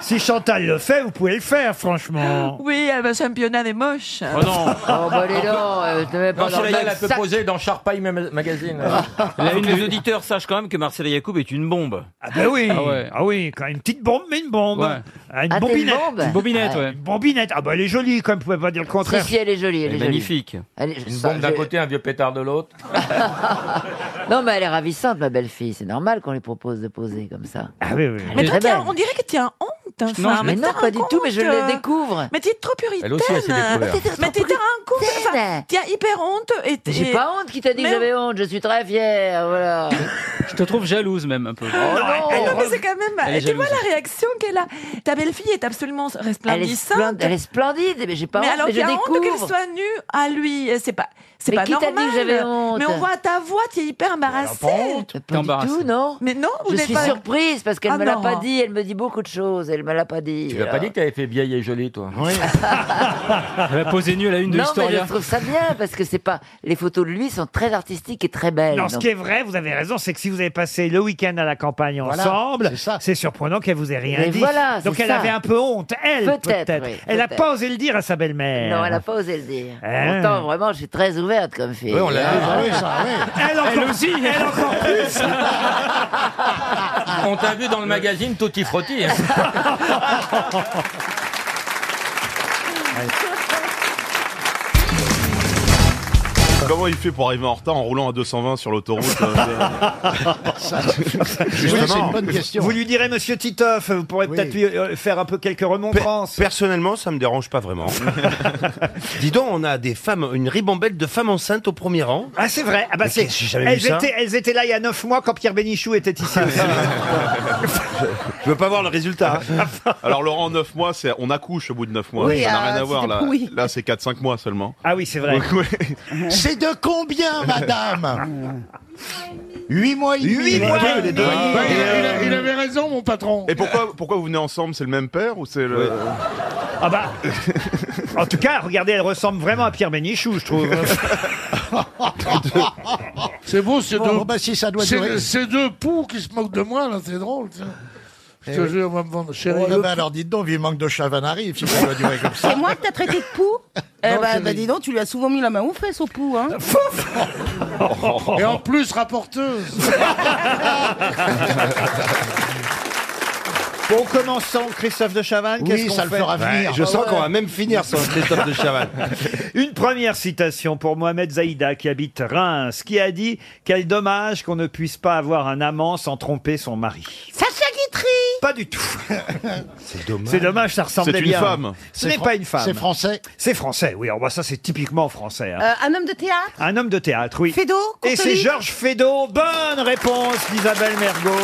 [SPEAKER 1] Si Chantal le fait, vous pouvez le faire, franchement.
[SPEAKER 14] Oui, elle va championnat des moches.
[SPEAKER 15] Oh non.
[SPEAKER 5] Oh, bah, les dents, euh, te mets pas
[SPEAKER 15] Non,
[SPEAKER 5] dans le
[SPEAKER 15] Soleil,
[SPEAKER 5] même
[SPEAKER 15] elle peut
[SPEAKER 5] sac.
[SPEAKER 15] poser dans Charpaille Ma- Magazine.
[SPEAKER 24] Là, une des auditeurs sache quand même que Marcela Yacoub est une bombe.
[SPEAKER 1] Ah ben oui, ah,
[SPEAKER 24] Ah ouais.
[SPEAKER 1] oui, quand même une petite bombe, mais une bombe.
[SPEAKER 24] Ouais.
[SPEAKER 1] Ah, une
[SPEAKER 24] Ah, t'es une
[SPEAKER 1] bombinette.
[SPEAKER 24] bombe Une bobinette, ouais.
[SPEAKER 1] Une bombinette. Ah bah elle est jolie, quand même, vous pouvez pas dire le contraire.
[SPEAKER 5] Si, si, elle est jolie, elle,
[SPEAKER 15] Elle est
[SPEAKER 5] est jolie.
[SPEAKER 15] magnifique.
[SPEAKER 5] Elle est-
[SPEAKER 15] Une
[SPEAKER 5] ça,
[SPEAKER 15] bombe d'un
[SPEAKER 5] j'ai-
[SPEAKER 15] côté, un vieux pétard de l'autre.
[SPEAKER 5] Non, mais elle est ravissante, ma belle-fille. C'est normal qu'on lui propose de poser comme ça.
[SPEAKER 1] Ah oui, oui.
[SPEAKER 14] Mais toi, t'as- on dirait que tu as honte. compte, enfin.
[SPEAKER 5] Non, mais non,
[SPEAKER 14] t'en
[SPEAKER 5] pas du
[SPEAKER 14] rends
[SPEAKER 5] tout, mais je
[SPEAKER 14] compte,
[SPEAKER 5] le
[SPEAKER 14] euh,
[SPEAKER 5] découvre.
[SPEAKER 14] Mais t'es trop puritaine.
[SPEAKER 5] Elle aussi, elle s'est découvert. Mais t'es trop
[SPEAKER 14] Mais t'es un couple. Enfin, t'as hyper honte. et t'es-
[SPEAKER 5] J'ai pas honte qui t'a dit que
[SPEAKER 14] Mais-
[SPEAKER 5] j'avais honte, je suis très fière, voilà.
[SPEAKER 15] Je te trouve jalouse même un peu.
[SPEAKER 14] Oh non, mais c'est quand
[SPEAKER 15] Elle est
[SPEAKER 14] même. Tu vois
[SPEAKER 15] jalouse.
[SPEAKER 14] la réaction qu'elle a. Ta belle-fille est absolument resplendissante.
[SPEAKER 5] splendide- elle est splendide, mais j'ai pas honte,
[SPEAKER 14] alors
[SPEAKER 5] mais je
[SPEAKER 14] qu'il y a honte
[SPEAKER 5] découvre.
[SPEAKER 14] qu'elle soit nue à lui. Et C'est pas, c'est
[SPEAKER 5] Mais
[SPEAKER 14] pas
[SPEAKER 5] qui t'a dit que
[SPEAKER 14] normal.
[SPEAKER 5] j'avais honte
[SPEAKER 14] Mais on voit à ta voix, tu es hyper embarrassée.
[SPEAKER 5] Pas du tout, non
[SPEAKER 14] Mais non, vous
[SPEAKER 5] Je
[SPEAKER 14] n'êtes
[SPEAKER 5] suis
[SPEAKER 14] pas-
[SPEAKER 5] surprise parce qu'elle
[SPEAKER 14] Ah
[SPEAKER 5] me l'a
[SPEAKER 14] non.
[SPEAKER 5] pas dit, elle me dit beaucoup de choses, elle me l'a pas dit.
[SPEAKER 23] Tu m'as pas
[SPEAKER 5] alors.
[SPEAKER 23] dit que t'avais fait vieille et jolie, toi. Oui.
[SPEAKER 15] Elle va poser nue à la une de
[SPEAKER 5] Non, mais
[SPEAKER 15] Historia.
[SPEAKER 5] je trouve ça bien parce que c'est pas. Les photos de lui sont très artistiques et très belles.
[SPEAKER 1] Non, ce
[SPEAKER 5] donc-
[SPEAKER 1] qui est vrai, vous avez raison, c'est que si vous avez passé le week-end à la campagne
[SPEAKER 5] Voilà,
[SPEAKER 1] ensemble, c'est surprenant qu'elle vous ait rien
[SPEAKER 5] Mais
[SPEAKER 1] dit.
[SPEAKER 5] voilà, c'est
[SPEAKER 1] Donc elle
[SPEAKER 5] ça.
[SPEAKER 1] avait un peu honte, elle peut-être.
[SPEAKER 5] Peut-être, oui,
[SPEAKER 1] elle n'a
[SPEAKER 5] peut-être.
[SPEAKER 1] pas osé le dire à sa belle-mère.
[SPEAKER 5] Non, elle a pas osé le dire.
[SPEAKER 1] Hein.
[SPEAKER 5] Pourtant, vraiment, je suis très ouverte comme fille.
[SPEAKER 1] Oui, on l'a vu, ah oui, ça, Elle encore-
[SPEAKER 15] aussi,
[SPEAKER 1] elle encore plus.
[SPEAKER 16] On t'a vu dans le magazine Tutti Frotti. hein.
[SPEAKER 9] Comment il fait pour arriver en retard en roulant à 220 sur l'autoroute euh,
[SPEAKER 1] Ça,
[SPEAKER 9] Justement.
[SPEAKER 1] Vous lui direz, monsieur Titoff, vous pourrez peut-être lui euh, faire un peu quelques remontrances.
[SPEAKER 10] Personnellement, ça me dérange pas vraiment. Dis donc, on a des femmes, une ribambelle de femmes enceintes au premier rang.
[SPEAKER 1] Ah, c'est vrai. Ah, bah,
[SPEAKER 10] Mais
[SPEAKER 1] c'est-
[SPEAKER 10] J'ai jamais
[SPEAKER 1] elles,
[SPEAKER 10] vu ça.
[SPEAKER 1] étaient, elles étaient là il y a 9 mois quand Pierre Bénichou était ici.
[SPEAKER 10] Je veux pas voir le résultat.
[SPEAKER 9] hein. Alors Laurent, 9 mois, c'est on accouche au bout de 9 mois.
[SPEAKER 1] Oui,
[SPEAKER 9] ça n'a
[SPEAKER 1] ah,
[SPEAKER 9] rien à
[SPEAKER 1] c'était-
[SPEAKER 9] voir là.
[SPEAKER 1] oui.
[SPEAKER 9] Là, c'est 4-5 mois seulement.
[SPEAKER 1] ah oui, c'est vrai.
[SPEAKER 10] C'est de combien,
[SPEAKER 1] madame
[SPEAKER 10] 8 mois et
[SPEAKER 12] demi. Huit mois et demi.
[SPEAKER 20] Ah.
[SPEAKER 12] Bah, il a- il a- il avait
[SPEAKER 9] raison, mon patron. Et pourquoi, pourquoi vous venez ensemble C'est le même père ou c'est le...
[SPEAKER 1] Ah bah, en tout cas, regardez, elle ressemble vraiment à Pierre Bénichou, je trouve.
[SPEAKER 12] C'est beau, c'est
[SPEAKER 1] Bon,
[SPEAKER 12] deux.
[SPEAKER 1] bon, bah, si ça doit
[SPEAKER 12] c'est-
[SPEAKER 1] durer.
[SPEAKER 12] c'est deux poux qui se moquent de moi, là, c'est drôle, tiens. Je
[SPEAKER 20] Eh
[SPEAKER 12] te
[SPEAKER 20] oui.
[SPEAKER 12] jure, on va me vendre, chérie.
[SPEAKER 20] Oh, non, mais alors, dites donc, il manque de chavanari, si ça doit durer comme ça.
[SPEAKER 4] C'est moi que t'as traité de pou Eh
[SPEAKER 12] Non,
[SPEAKER 4] bah,
[SPEAKER 12] c'est
[SPEAKER 4] bah,
[SPEAKER 12] lui.
[SPEAKER 4] dis donc, tu lui as souvent mis la main aux fesses au pou, hein
[SPEAKER 12] Et en plus, rapporteuse.
[SPEAKER 1] Bon, commençons, Christophe de Chavannes.
[SPEAKER 10] Oui,
[SPEAKER 1] qu'est-ce qu'on
[SPEAKER 10] ça le
[SPEAKER 1] fait
[SPEAKER 10] fera venir. Ouais, je sens Ah ouais. qu'on va même finir sans Christophe de Chavannes.
[SPEAKER 1] Une première citation pour Mohamed Zaïda, qui habite Reims, qui a dit Quel dommage qu'on ne puisse pas avoir un amant sans tromper son mari.
[SPEAKER 4] Sacha Guitry
[SPEAKER 1] Pas du tout.
[SPEAKER 10] C'est dommage.
[SPEAKER 1] C'est dommage, ça ressemblait
[SPEAKER 9] C'est une
[SPEAKER 1] bien.
[SPEAKER 9] femme.
[SPEAKER 1] Ce
[SPEAKER 9] C'est
[SPEAKER 1] n'est
[SPEAKER 9] fran-
[SPEAKER 1] pas une femme.
[SPEAKER 9] c'est
[SPEAKER 1] français. C'est français, oui. Alors, bah, ça, c'est typiquement français. hein.
[SPEAKER 4] Euh, Un homme de théâtre
[SPEAKER 1] Un homme de théâtre, oui.
[SPEAKER 4] Fédot,
[SPEAKER 1] Et c'est
[SPEAKER 4] Courtelis
[SPEAKER 1] Georges Fédot. Bonne réponse d'Isabelle Mergot.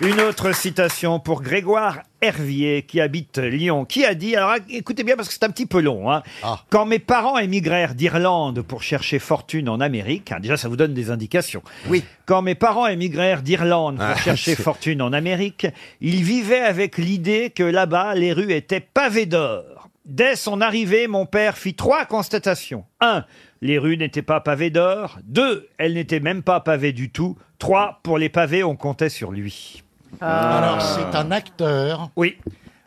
[SPEAKER 1] Une autre citation pour Grégoire Hervier, qui habite Lyon, qui a dit, alors écoutez bien parce que c'est un petit peu long, hein. quand mes parents émigrèrent d'Irlande pour chercher fortune en Amérique, hein, déjà ça vous donne des indications, oui. quand mes parents émigrèrent d'Irlande pour chercher
[SPEAKER 10] c'est-
[SPEAKER 1] fortune en Amérique, ils vivaient avec l'idée que là-bas les rues étaient pavées d'or. Dès son arrivée, mon père fit trois constatations. 1. Les rues n'étaient pas pavées d'or. 2. Elles n'étaient même pas pavées du tout. 3. Pour les pavés, on comptait sur lui.
[SPEAKER 20] Ah. Alors, c'est un acteur.
[SPEAKER 1] Ah. Oui.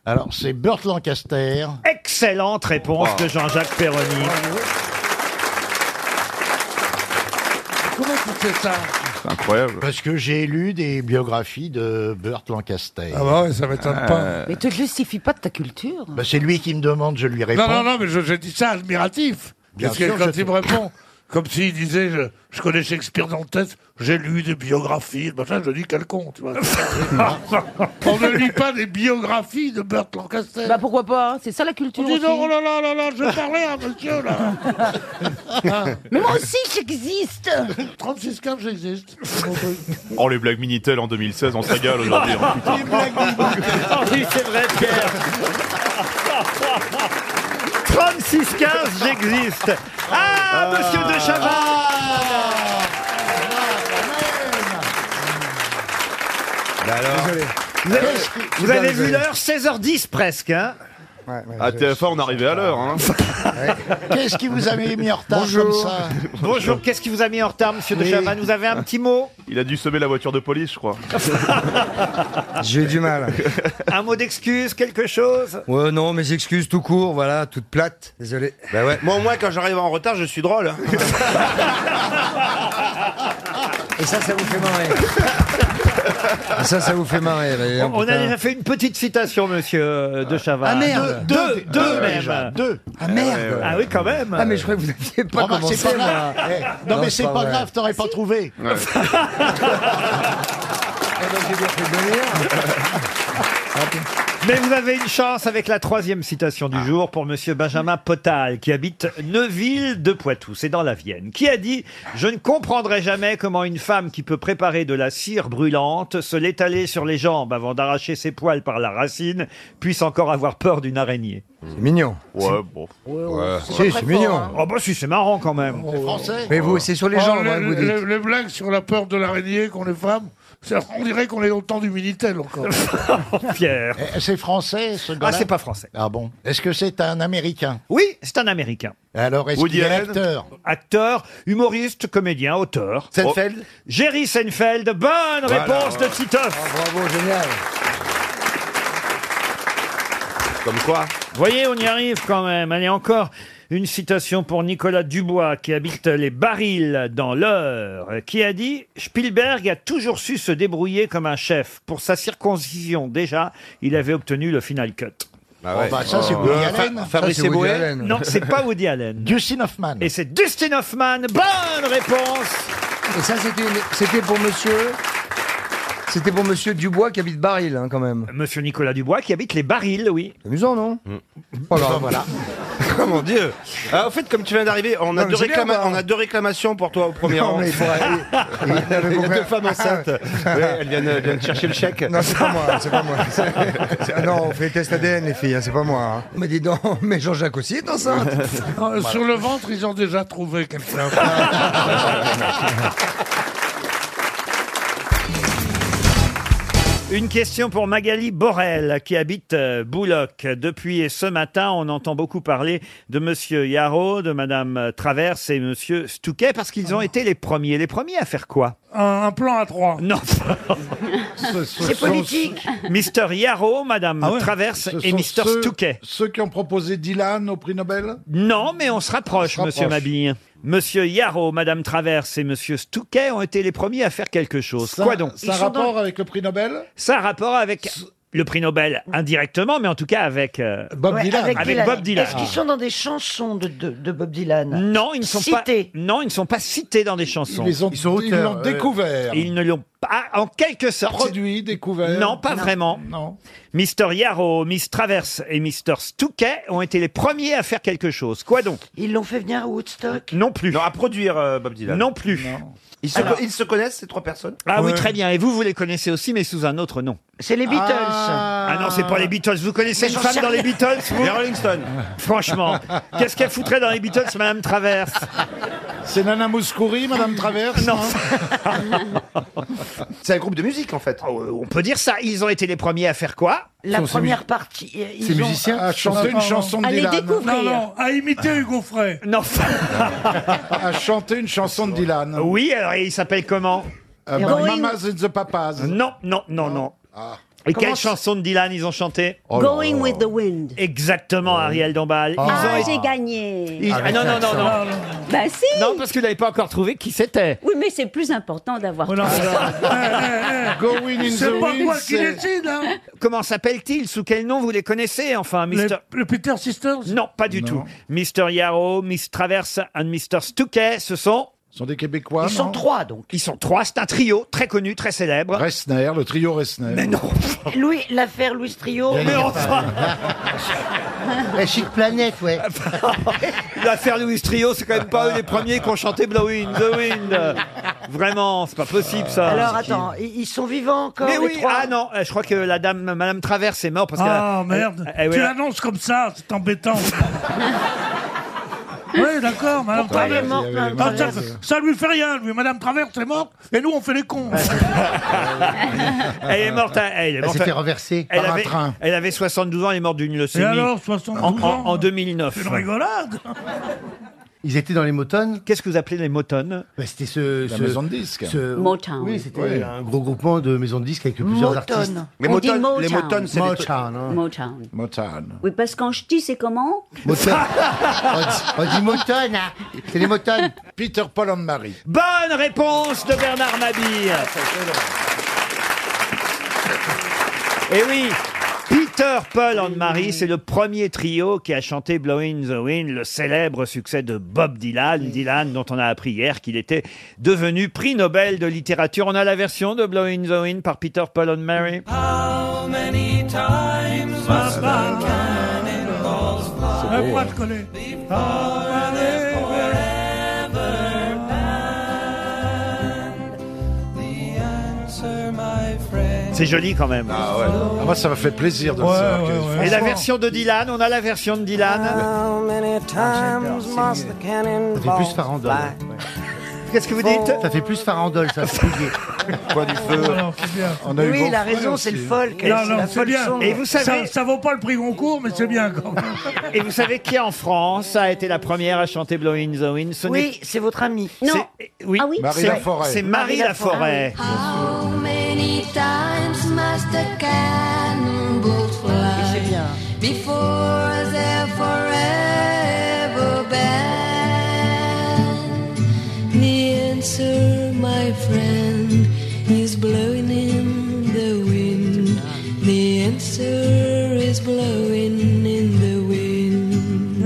[SPEAKER 20] Alors, c'est Burt Lancaster.
[SPEAKER 1] Excellente réponse de Jean-Jacques Perroni.
[SPEAKER 20] Comment tu fais ça
[SPEAKER 9] Incroyable.
[SPEAKER 20] Parce que j'ai lu des biographies de Burt Lancaster.
[SPEAKER 12] Ah bah ouais, ça m'étonne
[SPEAKER 9] Euh,
[SPEAKER 12] pas.
[SPEAKER 20] Mais te justifie pas de ta culture. Bah, c'est lui qui me demande, je lui réponds.
[SPEAKER 12] Non, non, non, mais je- j'ai dit ça admiratif.
[SPEAKER 20] Bien
[SPEAKER 12] parce
[SPEAKER 20] sûr,
[SPEAKER 12] que quand
[SPEAKER 20] je
[SPEAKER 12] il me
[SPEAKER 20] sais.
[SPEAKER 12] répond, comme s'il disait, je, je connais Shakespeare dans le tête, j'ai lu des biographies, machin, je dis quel con, tu vois. On ne lit pas des biographies de Burt Lancaster.
[SPEAKER 4] Bah pourquoi pas, hein, c'est ça la
[SPEAKER 12] On
[SPEAKER 4] culture
[SPEAKER 12] dit
[SPEAKER 4] aussi.
[SPEAKER 12] non, oh là là là là, je parlais à un monsieur là.
[SPEAKER 4] Mais moi aussi j'existe
[SPEAKER 12] 36-15, j'existe. C'est mon truc.
[SPEAKER 9] Oh, les blagues Minitel en 2016, on se régale aujourd'hui.
[SPEAKER 1] Oh,
[SPEAKER 9] hein.
[SPEAKER 1] Ah oui, c'est vrai, Pierre. 36-15, j'existe. Ah, monsieur de Ah. Chavannes
[SPEAKER 8] Bah,
[SPEAKER 1] Vous avez, vous avez vu l'heure 16h10 presque, hein
[SPEAKER 9] À TF1, on arrivait à l'heure. hein.
[SPEAKER 20] Qu'est-ce qui vous a mis en retard comme
[SPEAKER 1] Bonjour.
[SPEAKER 20] ça
[SPEAKER 1] Bonjour, qu'est-ce qui vous a mis en retard, monsieur de
[SPEAKER 9] Oui.
[SPEAKER 1] Chavannes Vous avez un petit mot
[SPEAKER 9] Il a dû semer la voiture de police, je crois.
[SPEAKER 21] J'ai eu du mal.
[SPEAKER 1] Un mot d'excuse, quelque chose
[SPEAKER 21] Ouais, non, mes excuses tout court, voilà, toute plate. Désolé. Bah ouais.
[SPEAKER 10] Moi, au moins, quand j'arrive en retard, je suis
[SPEAKER 8] hein.
[SPEAKER 10] drôle.
[SPEAKER 21] Et ça, ça vous fait marrer. Et Ah, ça, ça vous fait marrer.
[SPEAKER 1] On, on a déjà fait une petite citation, monsieur euh, de Chavannes.
[SPEAKER 21] Ah, merde.
[SPEAKER 1] Deux, deux, deux,
[SPEAKER 21] Deux,
[SPEAKER 1] même.
[SPEAKER 21] déjà.
[SPEAKER 1] Deux
[SPEAKER 21] Ah, merde.
[SPEAKER 1] Ah oui, quand même
[SPEAKER 21] Ah, mais je croyais que vous n'aviez pas Eh,
[SPEAKER 20] Remarque,
[SPEAKER 21] commencé.
[SPEAKER 20] c'est pas grave.
[SPEAKER 21] moi.
[SPEAKER 20] Eh, Non, mais c'est pas,
[SPEAKER 21] vrai.
[SPEAKER 20] grave, t'aurais pas trouvé.
[SPEAKER 21] donc ben, j'ai bien fait de venir.
[SPEAKER 1] Mais vous avez une chance avec la troisième citation
[SPEAKER 21] Ah.
[SPEAKER 1] du jour pour Monsieur Benjamin Potal, qui habite Neuville de Poitou, c'est dans la Vienne, qui a dit « Je ne comprendrai jamais comment une femme qui peut préparer de la cire brûlante, se l'étaler sur les jambes avant d'arracher ses poils par la racine, puisse encore avoir peur d'une araignée. » C'est mignon.
[SPEAKER 9] Ouais, bon.
[SPEAKER 1] Si, c'est mignon. Oh bah si, c'est marrant quand même.
[SPEAKER 12] Mais
[SPEAKER 1] vous,
[SPEAKER 12] c'est sur
[SPEAKER 1] les jambes, hein, vous dites.
[SPEAKER 12] Les, les blagues sur la peur de l'araignée qu'ont les femmes, ça, on dirait qu'on est au temps du Minitel encore.
[SPEAKER 1] Pierre.
[SPEAKER 8] Eh,
[SPEAKER 18] C'est français, ce gars
[SPEAKER 1] Ah, c'est pas français.
[SPEAKER 18] Ah bon Est-ce que c'est un Américain
[SPEAKER 1] Oui, c'est un Américain.
[SPEAKER 18] Alors, est-ce qu'il est acteur
[SPEAKER 1] Acteur, humoriste, comédien, auteur. Oh.
[SPEAKER 18] Seinfeld
[SPEAKER 1] Jerry Seinfeld, bonne
[SPEAKER 18] Voilà,
[SPEAKER 1] réponse de
[SPEAKER 18] voilà.
[SPEAKER 1] Titoff
[SPEAKER 21] Bravo, génial.
[SPEAKER 1] Comme quoi Voyez, on y arrive quand même. Allez, encore une citation pour Nicolas Dubois, qui habite les Barils dans l'Eure, qui a dit « Spielberg a toujours su se débrouiller comme un chef. Pour sa circoncision, déjà, il avait obtenu le final cut. »
[SPEAKER 18] Ah ouais. Oh, bah, ça, c'est Woody
[SPEAKER 1] Euh,
[SPEAKER 18] Allen.
[SPEAKER 1] Fa-
[SPEAKER 18] Ça, c'est Woody Allen.
[SPEAKER 1] Non, c'est pas Woody Allen.
[SPEAKER 18] Dustin Hoffman.
[SPEAKER 1] Et c'est Dustin Hoffman. Bonne réponse
[SPEAKER 20] Et ça, c'était, c'était pour monsieur. C'était pour monsieur Dubois qui habite Baril, hein, quand même.
[SPEAKER 1] Monsieur Nicolas Dubois qui habite les Barils, oui.
[SPEAKER 20] Amusant, non
[SPEAKER 10] Voilà, voilà. Oh mon dieu Ah, En fait, comme tu viens d'arriver, on, a
[SPEAKER 20] Non, mais
[SPEAKER 10] deux
[SPEAKER 20] c'est bien,
[SPEAKER 10] réclama-
[SPEAKER 20] bah.
[SPEAKER 10] on a deux réclamations pour toi au premier
[SPEAKER 20] Non,
[SPEAKER 10] rang.
[SPEAKER 20] mais il faudra- il- il- non, mais
[SPEAKER 10] Il y a
[SPEAKER 20] pourquoi-
[SPEAKER 10] deux femmes enceintes. Ouais, elles, viennent, elles viennent chercher le chèque.
[SPEAKER 20] Non, c'est pas moi, c'est pas moi.
[SPEAKER 1] Ah
[SPEAKER 20] C'est- Non, on fait les tests ADN, les filles, hein, c'est pas moi. hein. Mais dis donc, mais Jean-Jacques aussi est enceinte.
[SPEAKER 8] Oh,
[SPEAKER 12] Euh, Sur le ventre, ils ont déjà trouvé quelqu'un.
[SPEAKER 1] Une question pour Magali Borel, qui habite euh, Bouloc. Depuis ce matin, on entend beaucoup parler de Monsieur Yarrow, de Madame euh, Traverse et Monsieur Stouquet, parce qu'ils
[SPEAKER 20] Ah.
[SPEAKER 1] ont été les premiers. Les premiers à faire quoi
[SPEAKER 12] un, un plan à trois.
[SPEAKER 1] Non.
[SPEAKER 12] C'est politique.
[SPEAKER 1] Mister Yarrow, Madame
[SPEAKER 8] Ah ouais.
[SPEAKER 1] Traverse
[SPEAKER 8] Ce
[SPEAKER 1] et
[SPEAKER 8] sont
[SPEAKER 1] Mister
[SPEAKER 8] ceux-
[SPEAKER 1] Stouquet.
[SPEAKER 8] Ceux qui ont proposé Dylan au prix Nobel
[SPEAKER 1] Non, mais on se rapproche,
[SPEAKER 8] On se
[SPEAKER 1] Monsieur
[SPEAKER 8] rapproche.
[SPEAKER 1] Mabille. Monsieur Yarrow, Madame Traverse et Monsieur Stouquet ont été les premiers à faire quelque chose.
[SPEAKER 8] Ça-
[SPEAKER 1] quoi donc
[SPEAKER 8] Ça a rapport avec le prix Nobel
[SPEAKER 1] Ça a rapport avec le prix Nobel indirectement, mais en tout cas avec euh,
[SPEAKER 8] Bob Dylan.
[SPEAKER 1] Avec, Bob Dylan.
[SPEAKER 17] Est-ce qu'ils sont dans des chansons de, de, de Bob Dylan
[SPEAKER 1] Non, ils ne sont pas. Non, ils ne sont pas cités dans des chansons.
[SPEAKER 8] Ils les ont- ils l'ont découvert.
[SPEAKER 1] Ils ne l'ont pas, en quelque sorte.
[SPEAKER 8] Produit, découvert.
[SPEAKER 1] Non, pas vraiment.
[SPEAKER 8] Non.
[SPEAKER 1] Mister Yarrow, Miss Traverse et Mister Stouquet ont été les premiers à faire quelque chose. Quoi donc
[SPEAKER 17] Ils l'ont fait venir à Woodstock
[SPEAKER 1] Non plus.
[SPEAKER 10] Non, à produire euh, Bob Dylan.
[SPEAKER 1] Non plus.
[SPEAKER 10] Ils
[SPEAKER 17] Ah
[SPEAKER 10] se, co- ils se connaissent, ces trois personnes
[SPEAKER 1] Ah oui, très bien. Et vous, vous les connaissez aussi, mais sous un autre nom.
[SPEAKER 17] C'est les Beatles.
[SPEAKER 1] Ah non, c'est pas les Beatles. Vous connaissez
[SPEAKER 17] Mais
[SPEAKER 1] une
[SPEAKER 17] j'en
[SPEAKER 1] femme
[SPEAKER 17] sais
[SPEAKER 1] dans les
[SPEAKER 17] rien.
[SPEAKER 1] Beatles vous
[SPEAKER 10] Les Rolling Stones.
[SPEAKER 1] Franchement, qu'est-ce qu'elle foutrait dans les Beatles, Madame Traverse
[SPEAKER 8] C'est Nana Mouskouri, Madame Traverse Non.
[SPEAKER 1] C'est un groupe de musique, en fait. oh, on peut dire ça. Ils ont été les premiers à faire quoi
[SPEAKER 17] La première partie. euh, ils ont-
[SPEAKER 8] À chanter une chanson de Dylan.
[SPEAKER 12] Non, non, à imiter Hugo Frey.
[SPEAKER 1] Non.
[SPEAKER 8] À chanter une chanson de Dylan.
[SPEAKER 1] Oui, alors il s'appelle comment
[SPEAKER 8] Euh, bah,
[SPEAKER 1] Going-
[SPEAKER 8] Mamas and the Papas.
[SPEAKER 1] Non, non, non, non. Et
[SPEAKER 8] Comment
[SPEAKER 1] quelle
[SPEAKER 8] ça-
[SPEAKER 1] chanson de Dylan ils ont chanté
[SPEAKER 8] Oh là Going
[SPEAKER 22] with
[SPEAKER 1] the Wind. Exactement, Ariel Dombal. Ils
[SPEAKER 22] Ah,
[SPEAKER 1] ont été-
[SPEAKER 22] j'ai gagné.
[SPEAKER 1] Ils- ah, non, non, non, non.
[SPEAKER 22] Bah si.
[SPEAKER 1] Non, parce que vous n'avez pas encore trouvé qui c'était.
[SPEAKER 22] Oui, mais c'est plus important d'avoir. trouvé.
[SPEAKER 8] Going in the wind, c'est-
[SPEAKER 1] Comment s'appelle-t-il Sous quel nom vous les connaissez Enfin, Mister... le, Peter Sisters Non, pas du tout. Mister Yarrow, Miss Traverse and Mister Stuckey, ce sont.
[SPEAKER 8] sont des Québécois.
[SPEAKER 22] Ils sont
[SPEAKER 8] non
[SPEAKER 22] trois, donc.
[SPEAKER 1] Ils sont trois. C'est un trio très connu, très célèbre.
[SPEAKER 8] Resner, le trio Resner.
[SPEAKER 1] Mais non.
[SPEAKER 17] Louis, l'affaire Louis Trio.
[SPEAKER 8] Mais
[SPEAKER 1] enfin
[SPEAKER 3] Eh,
[SPEAKER 17] La chic planète, ouais.
[SPEAKER 1] L'affaire Louis Trio, c'est quand même pas eux les premiers qui ont chanté Blowing in the Wind. Vraiment, c'est pas possible ça.
[SPEAKER 17] Alors attends, ils ils sont vivants encore
[SPEAKER 1] Mais
[SPEAKER 17] les
[SPEAKER 1] oui,
[SPEAKER 17] trois
[SPEAKER 1] ah non, euh, je crois que la dame, Madame Traverse est morte parce que. euh, eh,
[SPEAKER 12] Ah merde, tu l'annonces comme ça, c'est embêtant. Oui, d'accord, Madame
[SPEAKER 1] Pourquoi elle est
[SPEAKER 12] Traverse.
[SPEAKER 1] morte, Madame
[SPEAKER 12] Ah, ça,
[SPEAKER 1] Traverse
[SPEAKER 12] ça lui fait rien, lui. Madame Traverse est morte, et nous, on fait les cons.
[SPEAKER 1] Elle est morte. à- Elle,
[SPEAKER 12] Elle
[SPEAKER 1] est morte
[SPEAKER 12] s'est fait
[SPEAKER 1] à-
[SPEAKER 12] renverser
[SPEAKER 1] elle
[SPEAKER 12] par un
[SPEAKER 1] avait,
[SPEAKER 12] train.
[SPEAKER 1] Elle avait 72 ans, elle est morte d'une leucémie.
[SPEAKER 12] Et alors, 72
[SPEAKER 1] en, en-
[SPEAKER 12] ans
[SPEAKER 1] en 2009.
[SPEAKER 12] C'est une rigolade.
[SPEAKER 1] Ils étaient dans les motones. Qu'est-ce que vous appelez les motones
[SPEAKER 3] Bah, C'était ce,
[SPEAKER 1] La
[SPEAKER 3] ce-
[SPEAKER 1] maison de disques.
[SPEAKER 3] ce-
[SPEAKER 1] Motown.
[SPEAKER 3] Oui, c'était
[SPEAKER 1] Ouais.
[SPEAKER 3] un gros groupement de maisons de disques avec plusieurs
[SPEAKER 22] Motown.
[SPEAKER 3] artistes.
[SPEAKER 22] Mais On Motown- dit Motown. les Motown, c'est les-
[SPEAKER 3] Motown. hein.
[SPEAKER 22] Motown.
[SPEAKER 8] Motown.
[SPEAKER 22] Oui, parce qu'en ch'ti, c'est comment
[SPEAKER 3] Motown. on, dit, on dit Motown, hein. c'est les Motown.
[SPEAKER 8] Peter Paul and Mary.
[SPEAKER 1] Bonne réponse de Bernard Mabille. Et Eh oui, Peter, Paul and Mary, c'est le premier trio qui a chanté Blowing the Wind, le célèbre succès de Bob Dylan. Dylan, dont on a appris hier qu'il était devenu prix Nobel de littérature. On a la version de Blowing the Wind par Peter, Paul and Mary.
[SPEAKER 6] Ah, How many times
[SPEAKER 1] Ah,
[SPEAKER 6] must thy cannonballs
[SPEAKER 1] hein.
[SPEAKER 6] fly?
[SPEAKER 12] Moi, je connais.
[SPEAKER 1] C'est joli quand même.
[SPEAKER 8] Ah ouais. Ah, moi, ça m'a fait plaisir de le
[SPEAKER 1] Ouais,
[SPEAKER 8] savoir.
[SPEAKER 1] ouais,
[SPEAKER 8] que-
[SPEAKER 1] Et la
[SPEAKER 8] Franchement.
[SPEAKER 1] version de Dylan, on a la version de Dylan.
[SPEAKER 6] How many times must the
[SPEAKER 3] Ça fait plus
[SPEAKER 6] cannonballs
[SPEAKER 3] farandole.
[SPEAKER 6] fly?
[SPEAKER 4] Bah.
[SPEAKER 1] Qu'est-ce que vous
[SPEAKER 3] dites Ça fait plus farandole, ça. Quoi du feu
[SPEAKER 12] eu
[SPEAKER 4] Oui,
[SPEAKER 12] bon
[SPEAKER 4] il a
[SPEAKER 12] fun
[SPEAKER 4] raison, c'est le
[SPEAKER 12] aussi.
[SPEAKER 4] folk.
[SPEAKER 12] Non,
[SPEAKER 4] c'est
[SPEAKER 12] non,
[SPEAKER 4] la
[SPEAKER 12] c'est
[SPEAKER 4] folk
[SPEAKER 12] bien.
[SPEAKER 4] song.
[SPEAKER 1] Et vous savez-
[SPEAKER 12] Ça, ça vaut pas le prix Goncourt, mais c'est bien quand même.
[SPEAKER 1] Et vous savez qui en France a été la première à chanter Blowing the Wind Ce n'est-
[SPEAKER 4] Oui, c'est votre ami.
[SPEAKER 1] Non. Oui,
[SPEAKER 21] Ah oui
[SPEAKER 1] c'est- C'est Marie Laforêt.
[SPEAKER 21] How many times must the cannonball fly before they're forever banned? The answer, my friend, is blowing in the wind. The answer is blowing in the wind.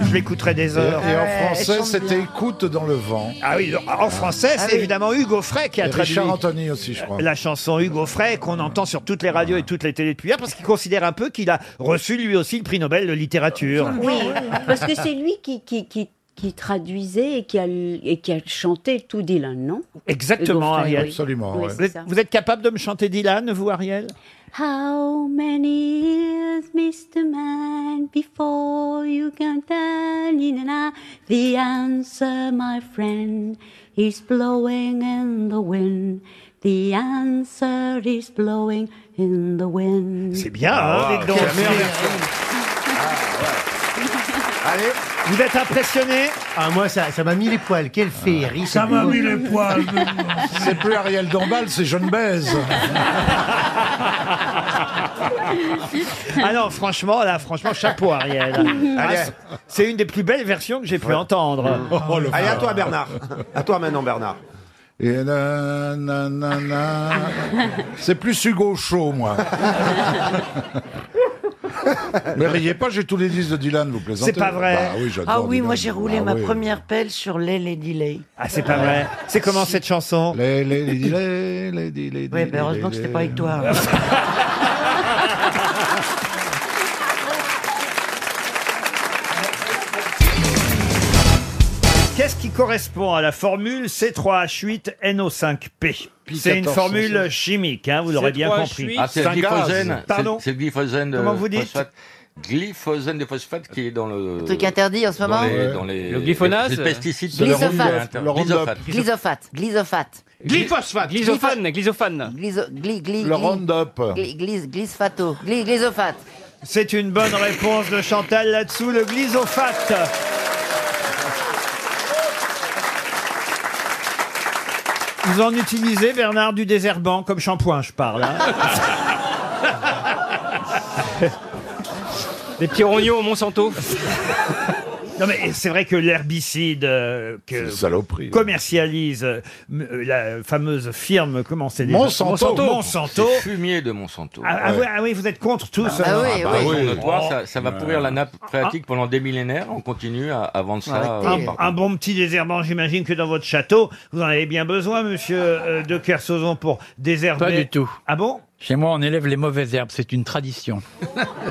[SPEAKER 1] Je l'écouterai des
[SPEAKER 8] Et,
[SPEAKER 1] heures.
[SPEAKER 8] et en français, c'était Écoute dans le vent.
[SPEAKER 1] Ah oui, en français, c'est évidemment Hugo Frey qui a
[SPEAKER 8] Et
[SPEAKER 1] traduit
[SPEAKER 8] Richard Anthony aussi, je crois.
[SPEAKER 1] la chanson Hugo Frey qu'on entend sur toutes les radios et toutes les télés depuis hier parce qu'il considère un peu qu'il a reçu lui aussi le prix Nobel de littérature.
[SPEAKER 21] Oui, parce que c'est lui qui, qui, qui, qui traduisait et qui, a, et qui a chanté tout Dylan, non
[SPEAKER 1] Exactement,
[SPEAKER 21] Hugo Frey,
[SPEAKER 1] Ariel.
[SPEAKER 21] oui. Oui,
[SPEAKER 1] vous,
[SPEAKER 21] c'est
[SPEAKER 1] êtes,
[SPEAKER 21] ça.
[SPEAKER 1] vous êtes capable de me chanter Dylan, vous, Ariel
[SPEAKER 21] How many years, Mr. Man, before you can turn in and out? The answer, my friend, is blowing in the wind. The answer is blowing in the wind.
[SPEAKER 1] C'est bien, hein, dites donc.
[SPEAKER 3] Allez.
[SPEAKER 1] Vous êtes impressionné
[SPEAKER 3] Ah, moi, ça ça m'a mis les poils. Quelle féerie.
[SPEAKER 12] Ça m'a mis les poils.
[SPEAKER 8] C'est plus Ariel Dombal, c'est Jeune Baise.
[SPEAKER 1] Ah non, franchement, là, franchement, chapeau, Ariel. Ah,
[SPEAKER 25] Allez.
[SPEAKER 1] c'est- c'est une des plus belles versions que j'ai pu entendre.
[SPEAKER 25] Allez, à toi, Bernard. À toi maintenant, Bernard.
[SPEAKER 8] Et na, na, na, na. C'est plus Hugo Chaud, moi. Mais riez pas, j'ai tous les disques de Dylan, vous plaisantez
[SPEAKER 1] C'est pas vrai.
[SPEAKER 8] Bah oui, j'adore
[SPEAKER 4] Ah oui,
[SPEAKER 8] Dylan.
[SPEAKER 4] moi j'ai roulé
[SPEAKER 8] Ah
[SPEAKER 4] ma
[SPEAKER 8] oui.
[SPEAKER 4] première pelle sur les Lady Lay.
[SPEAKER 1] Ah, c'est pas vrai. C'est comment cette chanson
[SPEAKER 8] Les, les, les, les, les, les, les,
[SPEAKER 4] Ouais, ben heureusement que c'était pas avec toi.
[SPEAKER 1] Qu'est-ce qui correspond à la formule C3H8NO5P C'est une
[SPEAKER 15] 14,
[SPEAKER 1] formule
[SPEAKER 15] c'est-
[SPEAKER 1] chimique, hein, vous l'aurez bien compris.
[SPEAKER 15] Ah, c'est le
[SPEAKER 1] un gaz.
[SPEAKER 15] glyphosène. C'est-
[SPEAKER 1] Pardon
[SPEAKER 15] C'est le glyphosène de
[SPEAKER 1] Comment vous dites
[SPEAKER 15] phosphate. Glyphosène de phosphate qui est dans le.
[SPEAKER 5] Le Euh, truc interdit en ce
[SPEAKER 15] dans
[SPEAKER 5] moment Euh,
[SPEAKER 15] les- dans les-
[SPEAKER 5] Le glyphonase
[SPEAKER 15] Les pesticides.
[SPEAKER 5] C'est le Glyphosate. Roundup.
[SPEAKER 15] Inter-
[SPEAKER 5] Le Roundup.
[SPEAKER 15] Glyphosate.
[SPEAKER 5] Glyphosate. Glyphosate.
[SPEAKER 15] Glyphosphate.
[SPEAKER 5] Glyphosate. Glyso- gly- gly-
[SPEAKER 1] Le
[SPEAKER 5] gly-
[SPEAKER 1] Roundup.
[SPEAKER 5] gly- glys- Glysfato. Gly- Glysophate.
[SPEAKER 1] C'est une bonne réponse de Chantal là-dessous, le glysophate. Vous en utilisez, Bernard, du désherbant comme shampoing, je parle. hein.
[SPEAKER 15] Des petits rognons au Monsanto.
[SPEAKER 1] Non mais c'est vrai que l'herbicide euh, que
[SPEAKER 8] saloperie.
[SPEAKER 1] commercialise euh, m- euh, la fameuse firme, comment c'est déjà
[SPEAKER 8] Monsanto.
[SPEAKER 1] Monsanto.
[SPEAKER 15] C'est Fumier de Monsanto.
[SPEAKER 1] Ah, ah
[SPEAKER 15] Ouais.
[SPEAKER 1] oui, ah oui, vous êtes contre tout ça. Ah,
[SPEAKER 15] Ah bah oui,
[SPEAKER 1] Oh.
[SPEAKER 15] notoire, ça, ça va pourrir la nappe phréatique pendant des millénaires. On continue à, à
[SPEAKER 2] Ah,
[SPEAKER 15] vendre ça. euh,
[SPEAKER 1] Un,
[SPEAKER 15] par-
[SPEAKER 1] un bon petit désherbant, j'imagine que dans votre château, vous en avez bien besoin, monsieur euh, de Kersauzon, pour désherber.
[SPEAKER 2] Pas du tout.
[SPEAKER 1] Ah bon
[SPEAKER 2] Chez moi, on élève les mauvaises herbes, c'est une tradition.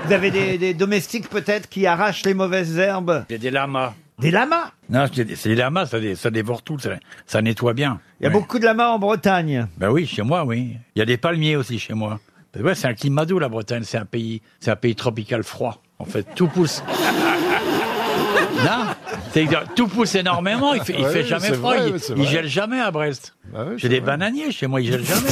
[SPEAKER 1] Vous avez des, des domestiques peut-être qui arrachent les mauvaises herbes
[SPEAKER 2] Il y a des lamas.
[SPEAKER 1] Des lamas
[SPEAKER 2] Non, je dis- c'est les lamas, ça, dé- ça dévore tout, ça, ça nettoie bien.
[SPEAKER 1] Il y a beaucoup de lamas en Bretagne.
[SPEAKER 2] Ben oui, chez moi, oui. Il y a des palmiers aussi chez moi. Ben ouais, c'est un climat doux, la Bretagne, c'est un pays, c'est un pays tropical froid. En fait, tout pousse. non, c'est- tout pousse énormément. Il fait, il
[SPEAKER 8] Ouais,
[SPEAKER 2] fait jamais
[SPEAKER 8] c'est
[SPEAKER 2] froid.
[SPEAKER 8] vrai,
[SPEAKER 2] il,
[SPEAKER 8] c'est
[SPEAKER 2] il
[SPEAKER 8] vrai.
[SPEAKER 2] gèle jamais à Brest.
[SPEAKER 1] Ah
[SPEAKER 8] oui,
[SPEAKER 2] J'ai des bananiers chez moi, ils gèlent jamais.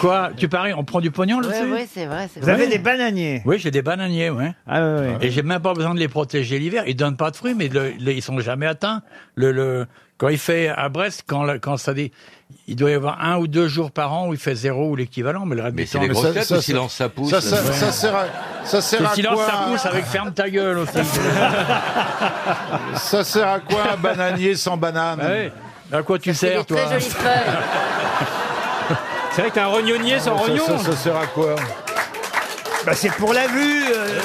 [SPEAKER 2] Quoi Tu paries On prend du pognon
[SPEAKER 5] Oui,
[SPEAKER 2] là-dessus
[SPEAKER 5] oui, c'est vrai. c'est
[SPEAKER 2] Vous avez
[SPEAKER 5] vrai.
[SPEAKER 2] des
[SPEAKER 1] bananiers
[SPEAKER 2] Oui, j'ai des bananiers, Ah oui. Et j'ai même pas besoin de les protéger l'hiver. Ils donnent pas de fruits, mais le- le- ils sont jamais atteints. Le, le- quand il fait à Brest, quand, la- quand ça dit, il doit y avoir un ou deux jours par an où il fait zéro ou l'équivalent, mais le reste
[SPEAKER 15] Mais
[SPEAKER 2] du
[SPEAKER 15] c'est
[SPEAKER 2] temps.
[SPEAKER 15] les
[SPEAKER 2] Mais
[SPEAKER 15] grosses
[SPEAKER 2] ça-
[SPEAKER 15] têtes
[SPEAKER 2] ça-
[SPEAKER 15] ou silence ça pousse
[SPEAKER 2] ça-
[SPEAKER 15] là,
[SPEAKER 2] ça-
[SPEAKER 15] c'est-
[SPEAKER 2] ça sert
[SPEAKER 8] à- Ça
[SPEAKER 2] le
[SPEAKER 8] sert à
[SPEAKER 2] silence,
[SPEAKER 8] quoi
[SPEAKER 2] ça pousse avec ferme ta gueule aussi.
[SPEAKER 8] Ça sert à quoi un bananier sans banane
[SPEAKER 2] Ah ouais. À quoi tu sers, toi
[SPEAKER 15] C'est vrai que t'as un rognonnier sans
[SPEAKER 8] Ça-
[SPEAKER 15] rognon.
[SPEAKER 8] ça- ça sert à quoi
[SPEAKER 1] Bah, c'est pour la vue. euh,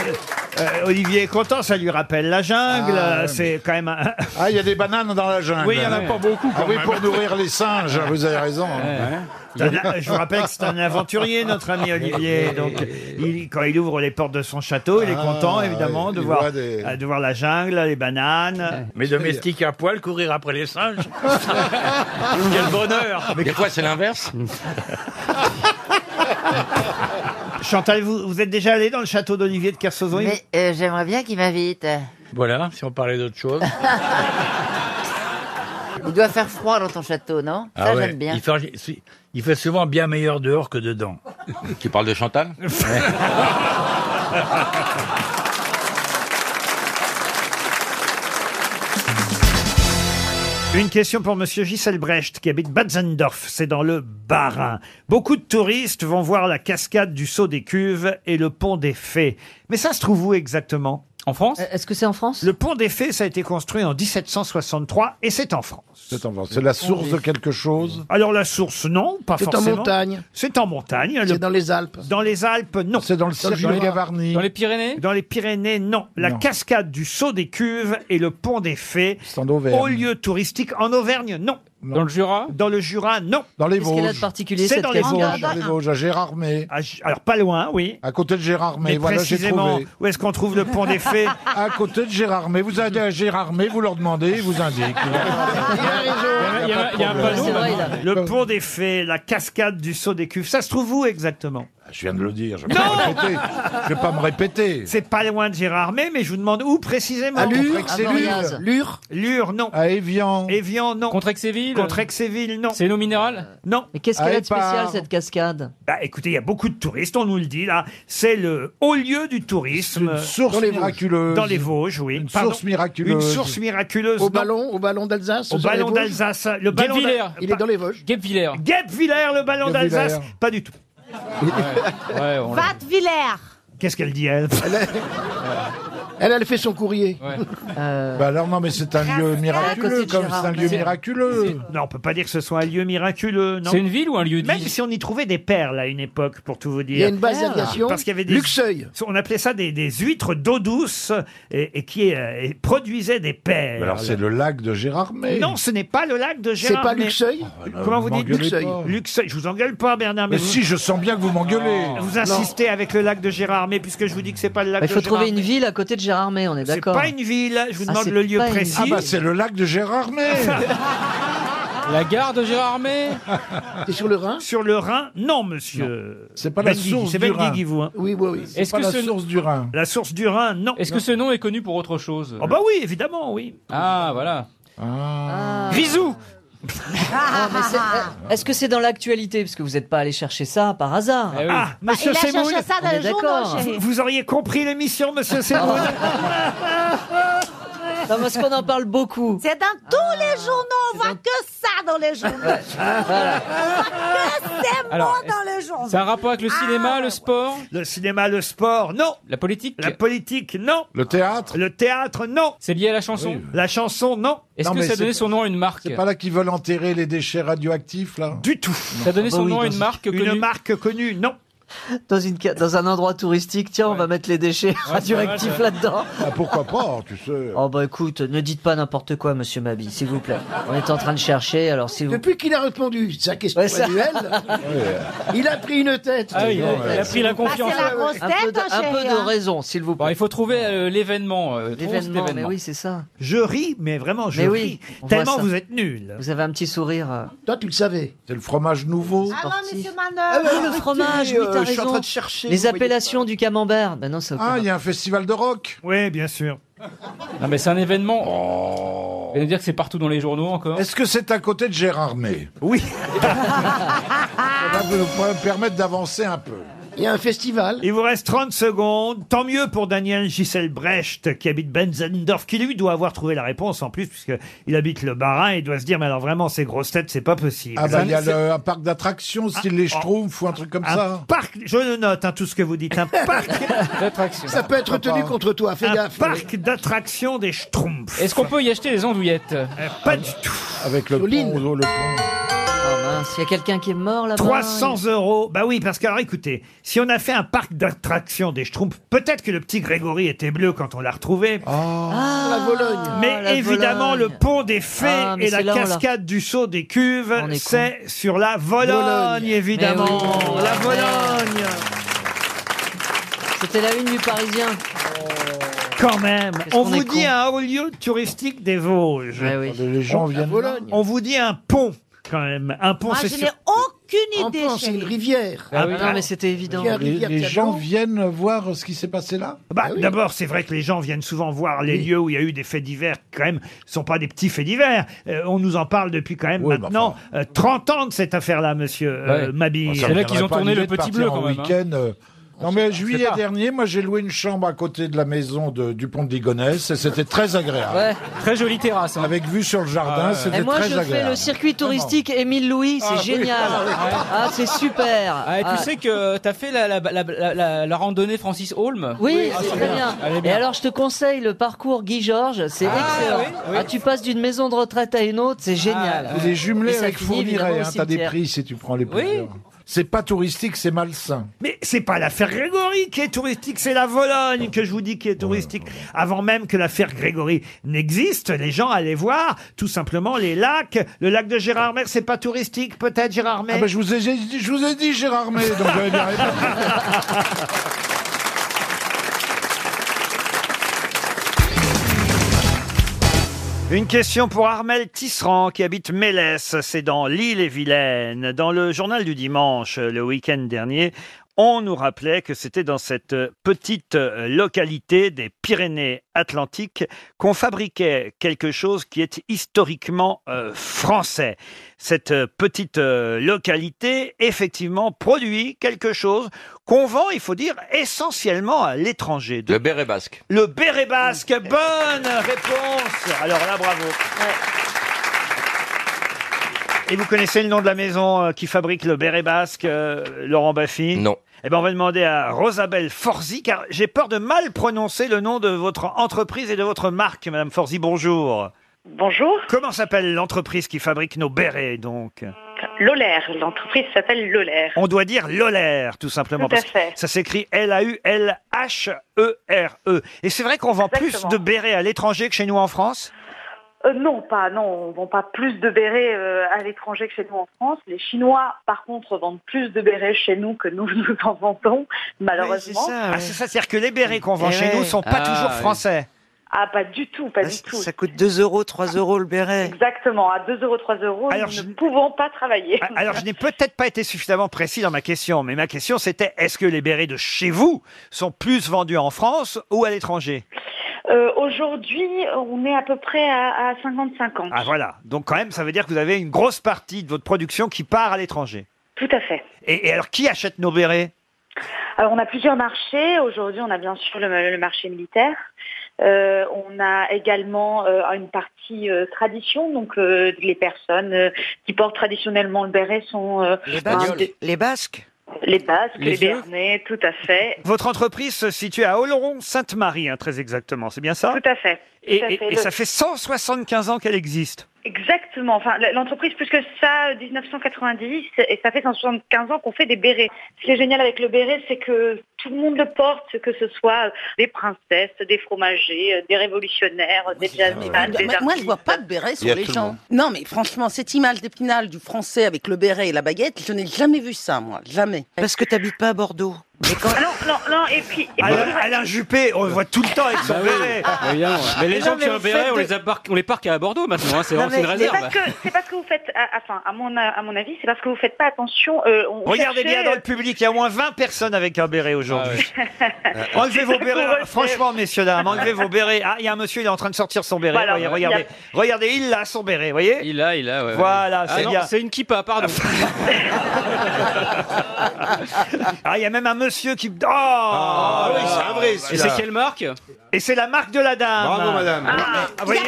[SPEAKER 1] euh, Olivier est content, ça lui rappelle la jungle.
[SPEAKER 8] Ah,
[SPEAKER 1] euh,
[SPEAKER 8] ouais.
[SPEAKER 1] c'est quand même. Un...
[SPEAKER 8] Ah, il y a des bananes dans la jungle.
[SPEAKER 1] Oui, il y en a pas beaucoup,
[SPEAKER 8] Ah
[SPEAKER 1] quand
[SPEAKER 8] oui,
[SPEAKER 1] même.
[SPEAKER 8] pour nourrir les singes, vous avez raison. hein.
[SPEAKER 1] C'est un- euh, Je vous rappelle que c'est un aventurier, notre ami Olivier. Donc, il- quand il ouvre les portes de son château, il est
[SPEAKER 8] Ah,
[SPEAKER 1] content, évidemment, de
[SPEAKER 8] il
[SPEAKER 1] voir,
[SPEAKER 8] voit des-
[SPEAKER 1] euh, de voir la jungle, les bananes.
[SPEAKER 2] Mes domestiques à poil, courir après les singes. Quel bonheur
[SPEAKER 23] Mais quoi, c'est l'inverse
[SPEAKER 1] Chantal, vous, vous êtes déjà allé dans le château d'Olivier de Kersauzon
[SPEAKER 5] Mais euh, j'aimerais bien qu'il m'invite.
[SPEAKER 2] Voilà, si on parlait d'autre chose.
[SPEAKER 5] Il doit faire froid dans ton château, non Ça,
[SPEAKER 2] Ah ouais,
[SPEAKER 5] j'aime bien.
[SPEAKER 2] Il fait, si- il fait souvent bien meilleur dehors que dedans.
[SPEAKER 23] Tu parles de Chantal
[SPEAKER 1] Une question pour Monsieur Gisselbrecht qui habite Batzendorf, c'est dans le Bas-Rhin. Beaucoup de touristes vont voir la cascade du Saut des Cuves et le pont des Fées. Mais ça se trouve où exactement En France Euh, Est-ce que c'est en France Le pont des Fées, ça a été construit en 1763 et c'est en France.
[SPEAKER 8] C'est en France. C'est la source de quelque chose
[SPEAKER 1] Alors la source, non, pas
[SPEAKER 8] C'est en
[SPEAKER 1] forcément.
[SPEAKER 8] montagne.
[SPEAKER 1] C'est en
[SPEAKER 2] hein,
[SPEAKER 1] montagne. C'est dans les Alpes. Dans les Alpes, non. C'est dans le
[SPEAKER 8] Dans le Jura. Gavarnie. Dans les
[SPEAKER 1] Pyrénées Dans les Pyrénées, non. La
[SPEAKER 8] Non.
[SPEAKER 1] cascade du Saut des Cuves et le pont des Fées.
[SPEAKER 8] C'est en Auvergne.
[SPEAKER 1] Au lieu touristique en Auvergne, non. Dans le Jura Dans le Jura, non.
[SPEAKER 8] Dans les Qu'est-ce qu'elle a de Vosges. particulier,
[SPEAKER 1] C'est
[SPEAKER 8] cette
[SPEAKER 1] dans les
[SPEAKER 8] cascade
[SPEAKER 1] Vosges.
[SPEAKER 8] Dans les Vosges, à Gérardmer.
[SPEAKER 1] À G- Alors pas loin, oui.
[SPEAKER 8] À côté de Gérardmer,
[SPEAKER 1] Mais
[SPEAKER 8] voilà, j'ai
[SPEAKER 1] précisément,
[SPEAKER 8] trouvé.
[SPEAKER 1] où est-ce qu'on trouve le pont des Fées
[SPEAKER 8] À côté de Gérardmer. Vous allez à Gérardmer, vous leur demandez, ils vous indiquent.
[SPEAKER 1] Il y a- il y a un
[SPEAKER 8] problème.
[SPEAKER 1] panneau,
[SPEAKER 8] C'est vrai,
[SPEAKER 1] là. Ah, Le pont des Fées, la cascade du Saut des Cuves. Ça se trouve où exactement
[SPEAKER 8] Ah, Je viens de le dire, je vais pas me répéter. Je vais pas me répéter.
[SPEAKER 1] C'est pas loin de Gérardmer, mais je vous demande où précisément.
[SPEAKER 8] À Lure, Contrexéville. à Voriaz.
[SPEAKER 1] Ah, Lure. Lure, non.
[SPEAKER 8] À Évian.
[SPEAKER 1] Évian, non. Contrexéville. Contrexéville, non. C'est nos minérales Non. Mais
[SPEAKER 11] Qu'est-ce qu'elle a de spécial cette cascade
[SPEAKER 1] Bah écoutez, il y a beaucoup de touristes, on nous le dit là. C'est le haut lieu du tourisme.
[SPEAKER 8] Une source Dans les Vosges. miraculeuse.
[SPEAKER 1] Dans les Vosges, oui.
[SPEAKER 8] Une
[SPEAKER 1] Pardon.
[SPEAKER 8] source miraculeuse.
[SPEAKER 1] Une source miraculeuse. non.
[SPEAKER 13] Au ballon, au ballon d'Alsace.
[SPEAKER 1] Au
[SPEAKER 13] dans les
[SPEAKER 1] ballon
[SPEAKER 13] Vosges.
[SPEAKER 1] d'Alsace. Le ballon d'Al-
[SPEAKER 13] Il est dans les Vosges.
[SPEAKER 1] Guebwiller. Guebwiller, le ballon
[SPEAKER 13] Guebwiller.
[SPEAKER 1] d'Alsace. Pas du tout.
[SPEAKER 6] Vatvillers.
[SPEAKER 1] Qu'est-ce qu'elle dit, elle
[SPEAKER 13] Elle, elle fait son courrier.
[SPEAKER 8] Bah alors non, mais c'est un lieu miraculeux, comme Ah, c'est un lieu miraculeux.
[SPEAKER 1] Non, on peut pas dire que ce soit un lieu miraculeux, non
[SPEAKER 8] C'est
[SPEAKER 1] une ville ou un lieu Même si on y trouvait des perles à une époque, pour tout vous dire.
[SPEAKER 13] Il y a une base d'aviation.
[SPEAKER 1] Parce qu'il y avait des...
[SPEAKER 13] Luxeuil.
[SPEAKER 1] On appelait ça des, des huîtres d'eau douce et, et qui euh, et produisaient des perles.
[SPEAKER 8] Mais alors c'est le lac de Gérardmer.
[SPEAKER 1] Non, ce n'est pas le lac de Gérard.
[SPEAKER 13] pas
[SPEAKER 1] mais-
[SPEAKER 13] Luxeuil
[SPEAKER 1] Comment vous
[SPEAKER 8] Ah, bah, vous
[SPEAKER 1] dites
[SPEAKER 8] m'engueulez pas.
[SPEAKER 1] Luxeuil. Je vous engueule pas, Bernard.
[SPEAKER 8] Mais
[SPEAKER 1] Mais, vous- Oh. Ah,
[SPEAKER 8] si, je sens bien que vous m'engueulez.
[SPEAKER 1] Vous insistez avec le lac de Gérard, mais puisque je vous dis que c'est pas le lac
[SPEAKER 11] Bah,
[SPEAKER 7] Bah,
[SPEAKER 11] Il
[SPEAKER 1] de
[SPEAKER 11] faut trouver
[SPEAKER 1] Gérardmer.
[SPEAKER 11] une ville à côté de Gérardmer, on est
[SPEAKER 1] C'est
[SPEAKER 11] d'accord
[SPEAKER 1] pas une ville. Je vous
[SPEAKER 11] Ah,
[SPEAKER 1] demande
[SPEAKER 11] c'est
[SPEAKER 1] le lieu
[SPEAKER 11] pas une
[SPEAKER 1] précis.
[SPEAKER 8] Ah bah c'est le lac de Gérardmer.
[SPEAKER 1] La gare de Gérardmer
[SPEAKER 13] Et sur le Rhin
[SPEAKER 1] Sur le Rhin, non, monsieur.
[SPEAKER 8] C'est pas la
[SPEAKER 1] Benguigui,
[SPEAKER 8] source
[SPEAKER 1] C'est
[SPEAKER 8] du
[SPEAKER 1] Benguigui,
[SPEAKER 8] Rhin.
[SPEAKER 1] vous. hein.
[SPEAKER 13] Oui, oui, oui.
[SPEAKER 8] C'est pas la source du Rhin.
[SPEAKER 1] La source du Rhin, non.
[SPEAKER 24] Est-ce que ce nom est connu pour autre chose
[SPEAKER 1] Ah bah oui, évidemment, oui.
[SPEAKER 24] Ah, voilà. Bisous
[SPEAKER 11] Ah, mais c'est- euh, Est-ce que c'est dans l'actualité Parce que vous n'êtes pas allé chercher ça par hasard.
[SPEAKER 1] Ah, monsieur
[SPEAKER 11] c'est
[SPEAKER 1] Semoun,
[SPEAKER 11] D'accord. Ah.
[SPEAKER 1] vous, vous auriez compris l'émission, monsieur Semoun.
[SPEAKER 11] Non, parce qu'on en parle beaucoup.
[SPEAKER 6] C'est dans tous
[SPEAKER 4] Ah,
[SPEAKER 6] les journaux, on voit que ça dans les journaux.
[SPEAKER 1] Ah,
[SPEAKER 6] On voit que c'est
[SPEAKER 24] Alors,
[SPEAKER 6] bon Oh, dans les Ah, journaux.
[SPEAKER 24] C'est un rapport avec le cinéma, le sport
[SPEAKER 1] Le cinéma, le sport, non.
[SPEAKER 24] La politique
[SPEAKER 1] La politique, non.
[SPEAKER 8] Le théâtre.
[SPEAKER 1] Le théâtre, non.
[SPEAKER 24] C'est lié à la chanson
[SPEAKER 8] Oui.
[SPEAKER 1] La chanson, non.
[SPEAKER 24] Est-ce
[SPEAKER 8] Non,
[SPEAKER 24] que
[SPEAKER 8] mais
[SPEAKER 24] ça
[SPEAKER 8] c'est-
[SPEAKER 24] donnait son nom à une marque
[SPEAKER 8] C'est pas là qu'ils veulent enterrer les déchets radioactifs là.
[SPEAKER 1] Du tout.
[SPEAKER 24] Ça
[SPEAKER 11] Ah,
[SPEAKER 24] donnait
[SPEAKER 11] bah
[SPEAKER 24] son nom à une marque
[SPEAKER 1] Une
[SPEAKER 24] connue
[SPEAKER 1] marque connue, non.
[SPEAKER 11] Dans, une, ca- dans un endroit touristique, tiens, on va mettre les déchets radioactifs là-dedans.
[SPEAKER 8] Ah, pourquoi pas, tu sais.
[SPEAKER 11] Oh bah écoute, ne dites pas n'importe quoi, monsieur Mabi, s'il vous plaît. On est en train de chercher, alors si vous...
[SPEAKER 13] Depuis qu'il a répondu sa question
[SPEAKER 11] Ouais, ça-
[SPEAKER 8] Ah
[SPEAKER 13] annuelle,
[SPEAKER 8] hein.
[SPEAKER 13] il a pris une tête.
[SPEAKER 24] Ah oui, il a- il a pris la
[SPEAKER 7] Bah,
[SPEAKER 24] confiance.
[SPEAKER 11] Un peu
[SPEAKER 6] hein,
[SPEAKER 7] hein,
[SPEAKER 11] de, un peu de raison, s'il vous plaît.
[SPEAKER 24] Bon, il faut trouver euh, l'événement. euh, trouve cet
[SPEAKER 11] L'événement, mais
[SPEAKER 24] événement.
[SPEAKER 11] oui, c'est ça.
[SPEAKER 1] Je ris, mais vraiment, je
[SPEAKER 11] Mais oui,
[SPEAKER 1] ris.
[SPEAKER 11] on
[SPEAKER 1] Tellement
[SPEAKER 11] voit ça.
[SPEAKER 1] vous êtes nul.
[SPEAKER 11] Vous avez un petit sourire. euh.
[SPEAKER 13] Toi, tu le savais.
[SPEAKER 8] C'est le fromage nouveau.
[SPEAKER 6] Ah non, monsieur Manon.
[SPEAKER 11] Ah oui, le fromage, oui,
[SPEAKER 13] euh,
[SPEAKER 11] t'as
[SPEAKER 13] je suis en
[SPEAKER 11] raison.
[SPEAKER 13] train de chercher, vous
[SPEAKER 11] Les
[SPEAKER 13] voyez
[SPEAKER 11] appellations du camembert. Ben non, ça a aucun
[SPEAKER 8] Ah, il y a un festival de rock.
[SPEAKER 1] Oui, bien sûr.
[SPEAKER 24] Non, Ah, mais c'est un événement. Vous allez me dire que c'est partout dans les journaux encore
[SPEAKER 8] Oh. Est-ce que c'est à côté de Gérardmer
[SPEAKER 1] Oui.
[SPEAKER 8] Ça va vous- vous me permettre d'avancer un peu.
[SPEAKER 13] Il y a un festival.
[SPEAKER 1] Il vous reste 30 secondes. Tant mieux pour Daniel Gisselbrecht, qui habite Benzendorf, qui lui doit avoir trouvé la réponse en plus, puisqu'il habite le Barin et doit se dire, mais alors vraiment, ces grosses têtes, c'est pas possible.
[SPEAKER 8] Ah bah il y a
[SPEAKER 1] C'est-
[SPEAKER 8] le- un parc d'attractions, style les Schtroumpfs ou un truc comme
[SPEAKER 1] Ah, oh. un
[SPEAKER 8] ça.
[SPEAKER 1] parc, je le note, hein, tout ce que vous dites, un parc,
[SPEAKER 13] Ça peut être retenu contre toi, Bah, fais
[SPEAKER 1] un
[SPEAKER 13] gaffe.
[SPEAKER 1] parc d'attraction des Schtroumpfs.
[SPEAKER 24] Est-ce qu'on peut y acheter des andouillettes
[SPEAKER 1] Pas du tout.
[SPEAKER 8] Avec le pont, le pont.
[SPEAKER 11] Oh, mince. mince, il y a quelqu'un qui est mort là-bas.
[SPEAKER 1] 300 euros. Bah oui, parce que, alors, écoutez, si on a fait un parc d'attractions des Schtroumpfs, peut-être que le petit Grégory était bleu quand on l'a retrouvé.
[SPEAKER 13] la Vologne.
[SPEAKER 1] Mais
[SPEAKER 13] Oh. Ah, la
[SPEAKER 1] évidemment,
[SPEAKER 13] Vologne.
[SPEAKER 1] le pont des fées
[SPEAKER 13] Ah, mais
[SPEAKER 1] et la
[SPEAKER 13] c'est là, on l'a-
[SPEAKER 1] cascade du saut des cuves,
[SPEAKER 13] On est con.
[SPEAKER 1] c'est sur la Vologne,
[SPEAKER 11] Vologne.
[SPEAKER 1] évidemment.
[SPEAKER 11] Mais oui.
[SPEAKER 1] La
[SPEAKER 11] Ouais.
[SPEAKER 1] Vologne.
[SPEAKER 11] C'était la une du Parisien.
[SPEAKER 1] Quand même,
[SPEAKER 11] Qu'est-ce
[SPEAKER 1] on
[SPEAKER 11] qu'on est
[SPEAKER 1] vous dit
[SPEAKER 11] con.
[SPEAKER 1] un haut lieu touristique des Vosges. Les
[SPEAKER 13] gens
[SPEAKER 1] on,
[SPEAKER 13] viennent
[SPEAKER 1] On vous dit un pont, quand même. Un pont,
[SPEAKER 6] Moi,
[SPEAKER 11] Ah,
[SPEAKER 1] c'est
[SPEAKER 6] je n'ai
[SPEAKER 1] sûr.
[SPEAKER 6] aucune idée.
[SPEAKER 13] C'est une rivière.
[SPEAKER 1] Ah oui, non, mais
[SPEAKER 11] c'était évident.
[SPEAKER 8] Les, les gens viennent voir ce qui s'est passé là Ah
[SPEAKER 1] Bah,
[SPEAKER 11] Ah
[SPEAKER 1] D'abord, c'est vrai que les gens viennent souvent voir les lieux où il y a eu des faits divers, qui, quand même, ne sont pas des petits faits divers. Euh, on nous en parle depuis quand même maintenant euh, 30 ans de cette affaire-là, monsieur euh,
[SPEAKER 8] Ouais.
[SPEAKER 1] Mabille.
[SPEAKER 8] Ça me viendrait pas l'idée de partir en
[SPEAKER 1] hein.
[SPEAKER 8] week-end, euh, Non mais juillet dernier, moi j'ai loué une chambre à côté de la maison de- du pont de Ligonnès et c'était très agréable.
[SPEAKER 24] Très jolie
[SPEAKER 1] hein.
[SPEAKER 24] terrasse.
[SPEAKER 8] Avec vue sur le
[SPEAKER 1] Ah
[SPEAKER 8] jardin, Ah, c'était
[SPEAKER 11] Et moi,
[SPEAKER 8] très
[SPEAKER 11] je fais
[SPEAKER 8] agréable.
[SPEAKER 11] le circuit touristique Émile Louis, c'est
[SPEAKER 24] Ah oui.
[SPEAKER 11] génial.
[SPEAKER 24] Ah oui.
[SPEAKER 11] Ah, c'est super.
[SPEAKER 24] Ah, et tu
[SPEAKER 11] Ah.
[SPEAKER 24] sais que t'as fait la, la, la, la- la- la randonnée Francis Holm
[SPEAKER 11] Oui,
[SPEAKER 24] Ah,
[SPEAKER 11] c'est très bien.
[SPEAKER 24] Elle est
[SPEAKER 11] Et
[SPEAKER 24] bien.
[SPEAKER 11] alors, je te conseille le parcours Guy Georges, c'est excellent. Ah, tu passes d'une maison de retraite à une autre, c'est génial.
[SPEAKER 8] Il est
[SPEAKER 11] Et
[SPEAKER 8] Ah, jumelé
[SPEAKER 11] ça
[SPEAKER 8] avec
[SPEAKER 11] finit évidemment
[SPEAKER 8] Fourniret,
[SPEAKER 11] au
[SPEAKER 8] hein, t'as des
[SPEAKER 11] cimetière.
[SPEAKER 8] prix si tu prends les
[SPEAKER 11] Oui.
[SPEAKER 8] plusieurs. C'est pas touristique, c'est malsain.
[SPEAKER 1] Mais c'est pas l'affaire Grégory qui est touristique, c'est la Vologne que je vous dis qui est touristique. Avant même que l'affaire Grégory n'existe, les gens allaient voir tout simplement les lacs. Le lac de Gérardmer, c'est pas touristique, peut-être Gérardmer.
[SPEAKER 8] Ah bah, je vous ai, je vous ai dit Gérard May, donc j'avais bien raison.
[SPEAKER 1] Une question pour Armel Tisserand qui habite Mélès, c'est dans l'île et Vilaine. Dans le journal du dimanche, le week-end dernier, on nous rappelait que c'était dans cette petite euh, localité des Pyrénées-Atlantiques qu'on fabriquait quelque chose qui est historiquement euh, français. Cette euh, petite euh, localité, effectivement, produit quelque chose qu'on vend, il faut dire, essentiellement à l'étranger.
[SPEAKER 23] Le béret basque.
[SPEAKER 1] Le béret basque, bonne réponse. Alors là, bravo. Et vous connaissez le nom de la maison euh, qui fabrique le béret basque, euh, Laurent Baffy Non. Eh ben, on va demander à Rosabelle Forzi, car j'ai peur de mal prononcer le nom de votre entreprise et de votre marque, Madame Forzi. Bonjour.
[SPEAKER 14] Bonjour.
[SPEAKER 1] Comment s'appelle l'entreprise qui fabrique nos bérets, donc
[SPEAKER 14] L'Olaire, l'entreprise s'appelle L'Olaire.
[SPEAKER 1] On doit dire Lolaire, tout simplement.
[SPEAKER 14] Tout à
[SPEAKER 1] parce que
[SPEAKER 14] fait.
[SPEAKER 1] ça s'écrit L-A-U-L-H-E-R-E. E Et c'est vrai qu'on vend
[SPEAKER 14] Exactement.
[SPEAKER 1] plus de bérets à l'étranger que chez nous en France
[SPEAKER 14] Euh, non, pas, non, on vend pas plus de bérets euh, à l'étranger que chez nous en France. Les Chinois, par contre, vendent plus de bérets chez nous que nous nous en vendons, malheureusement.
[SPEAKER 1] Ah, c'est ça, c'est-à-dire que les bérets qu'on vend
[SPEAKER 14] Eh
[SPEAKER 1] chez nous
[SPEAKER 14] ouais.
[SPEAKER 1] sont pas
[SPEAKER 14] Ah,
[SPEAKER 1] toujours
[SPEAKER 14] ouais.
[SPEAKER 1] français.
[SPEAKER 14] Ah, pas du tout, pas du tout. Ah,
[SPEAKER 17] Ça coûte 2 euros, 3 euros le béret.
[SPEAKER 14] Exactement, à 2 euros, 3 euros,
[SPEAKER 1] Alors,
[SPEAKER 14] nous
[SPEAKER 1] je- Ah.
[SPEAKER 14] ne pouvons pas travailler.
[SPEAKER 1] Alors, je n'ai peut-être pas été suffisamment précis dans ma question, mais ma question c'était est-ce que les bérets de chez vous sont plus vendus en France ou à l'étranger
[SPEAKER 14] Euh, Aujourd'hui, on est à peu près à, à 50-50.
[SPEAKER 1] Ah, voilà. Donc, quand même, ça veut dire que vous avez une grosse partie de votre production qui part à l'étranger.
[SPEAKER 14] Tout à fait.
[SPEAKER 1] Et, et alors, qui achète nos bérets
[SPEAKER 14] Alors, on a plusieurs marchés. Aujourd'hui, on a bien sûr le, le marché militaire. Euh, on a également euh, une partie euh, tradition, donc euh, les personnes euh, qui portent traditionnellement le béret sont euh,
[SPEAKER 17] Les
[SPEAKER 14] un
[SPEAKER 17] Basques.
[SPEAKER 14] des-
[SPEAKER 17] Les Basques.
[SPEAKER 14] les Basques, les,
[SPEAKER 1] Les Yeux.
[SPEAKER 14] Béarnais, tout à fait.
[SPEAKER 1] Votre entreprise se situe à Oloron-Sainte-Marie, hein, très exactement, c'est bien ça
[SPEAKER 14] Tout à fait.
[SPEAKER 1] Et,
[SPEAKER 14] Tout à
[SPEAKER 1] et-
[SPEAKER 14] fait.
[SPEAKER 1] et
[SPEAKER 14] Le-
[SPEAKER 1] ça fait 175 ans qu'elle existe.
[SPEAKER 14] Exactement. Enfin, la- l'entreprise, plus que ça, euh, 1990, et ça fait 175 ans qu'on fait des bérets. Ce qui est génial avec le béret, c'est que tout le monde le porte, que ce soit euh, des princesses, des fromagers, euh, des révolutionnaires, des jazzmen, des
[SPEAKER 4] Moi, je
[SPEAKER 14] artistes.
[SPEAKER 4] vois pas de béret
[SPEAKER 14] Il y
[SPEAKER 4] sur
[SPEAKER 14] a
[SPEAKER 4] les
[SPEAKER 14] tout le
[SPEAKER 4] gens.
[SPEAKER 14] monde.
[SPEAKER 4] Non, mais franchement, cette image d'épinal du français avec le béret et la baguette, je n'ai jamais vu ça, moi. Jamais. Parce que t'habites pas à Bordeaux.
[SPEAKER 14] Non, non, et puis... et puis-
[SPEAKER 1] Alain, Alain Juppé, on le voit tout le temps avec son
[SPEAKER 24] Bah oui.
[SPEAKER 1] béret.
[SPEAKER 24] Évidemment. Mais les
[SPEAKER 1] Ah, Non,
[SPEAKER 24] gens
[SPEAKER 1] mais
[SPEAKER 24] qui ont un
[SPEAKER 1] au
[SPEAKER 24] béret,
[SPEAKER 1] fait
[SPEAKER 24] on,
[SPEAKER 1] de-
[SPEAKER 24] les embarque- on les parque à Bordeaux maintenant, hein, c'est
[SPEAKER 14] Non,
[SPEAKER 24] vraiment
[SPEAKER 14] mais
[SPEAKER 24] une
[SPEAKER 14] c'est
[SPEAKER 24] réserve.
[SPEAKER 14] parce que c'est parce que vous faites, ah, enfin à mon à mon avis, c'est parce que vous faites pas attention. euh, on
[SPEAKER 1] Regardez
[SPEAKER 14] cherchait-
[SPEAKER 1] bien dans le public, il y a au moins 20 personnes avec un béret
[SPEAKER 24] Ah
[SPEAKER 1] aujourd'hui. Euh, Enlevez vos bérets, franchement, messieurs, dames, enlevez vos bérets. Ah, il y a un monsieur, il est en train de sortir son béret.
[SPEAKER 24] Voilà,
[SPEAKER 1] Voyez,
[SPEAKER 24] ouais.
[SPEAKER 1] regardez,
[SPEAKER 24] Il
[SPEAKER 1] regardez, il a son béret, voyez
[SPEAKER 24] Il a, il a, ouais, ouais.
[SPEAKER 1] Voilà,
[SPEAKER 24] Ah
[SPEAKER 1] c'est
[SPEAKER 24] non,
[SPEAKER 1] bien.
[SPEAKER 24] C'est une kippa, pardon.
[SPEAKER 1] Ah, il y a même un monsieur qui. Oh
[SPEAKER 24] Ah oui, c'est un vrai,
[SPEAKER 1] Et
[SPEAKER 24] celui-là.
[SPEAKER 1] c'est quelle
[SPEAKER 24] marque
[SPEAKER 1] Et c'est la marque de la dame.
[SPEAKER 24] Bravo, madame.
[SPEAKER 1] Ah, vous voyez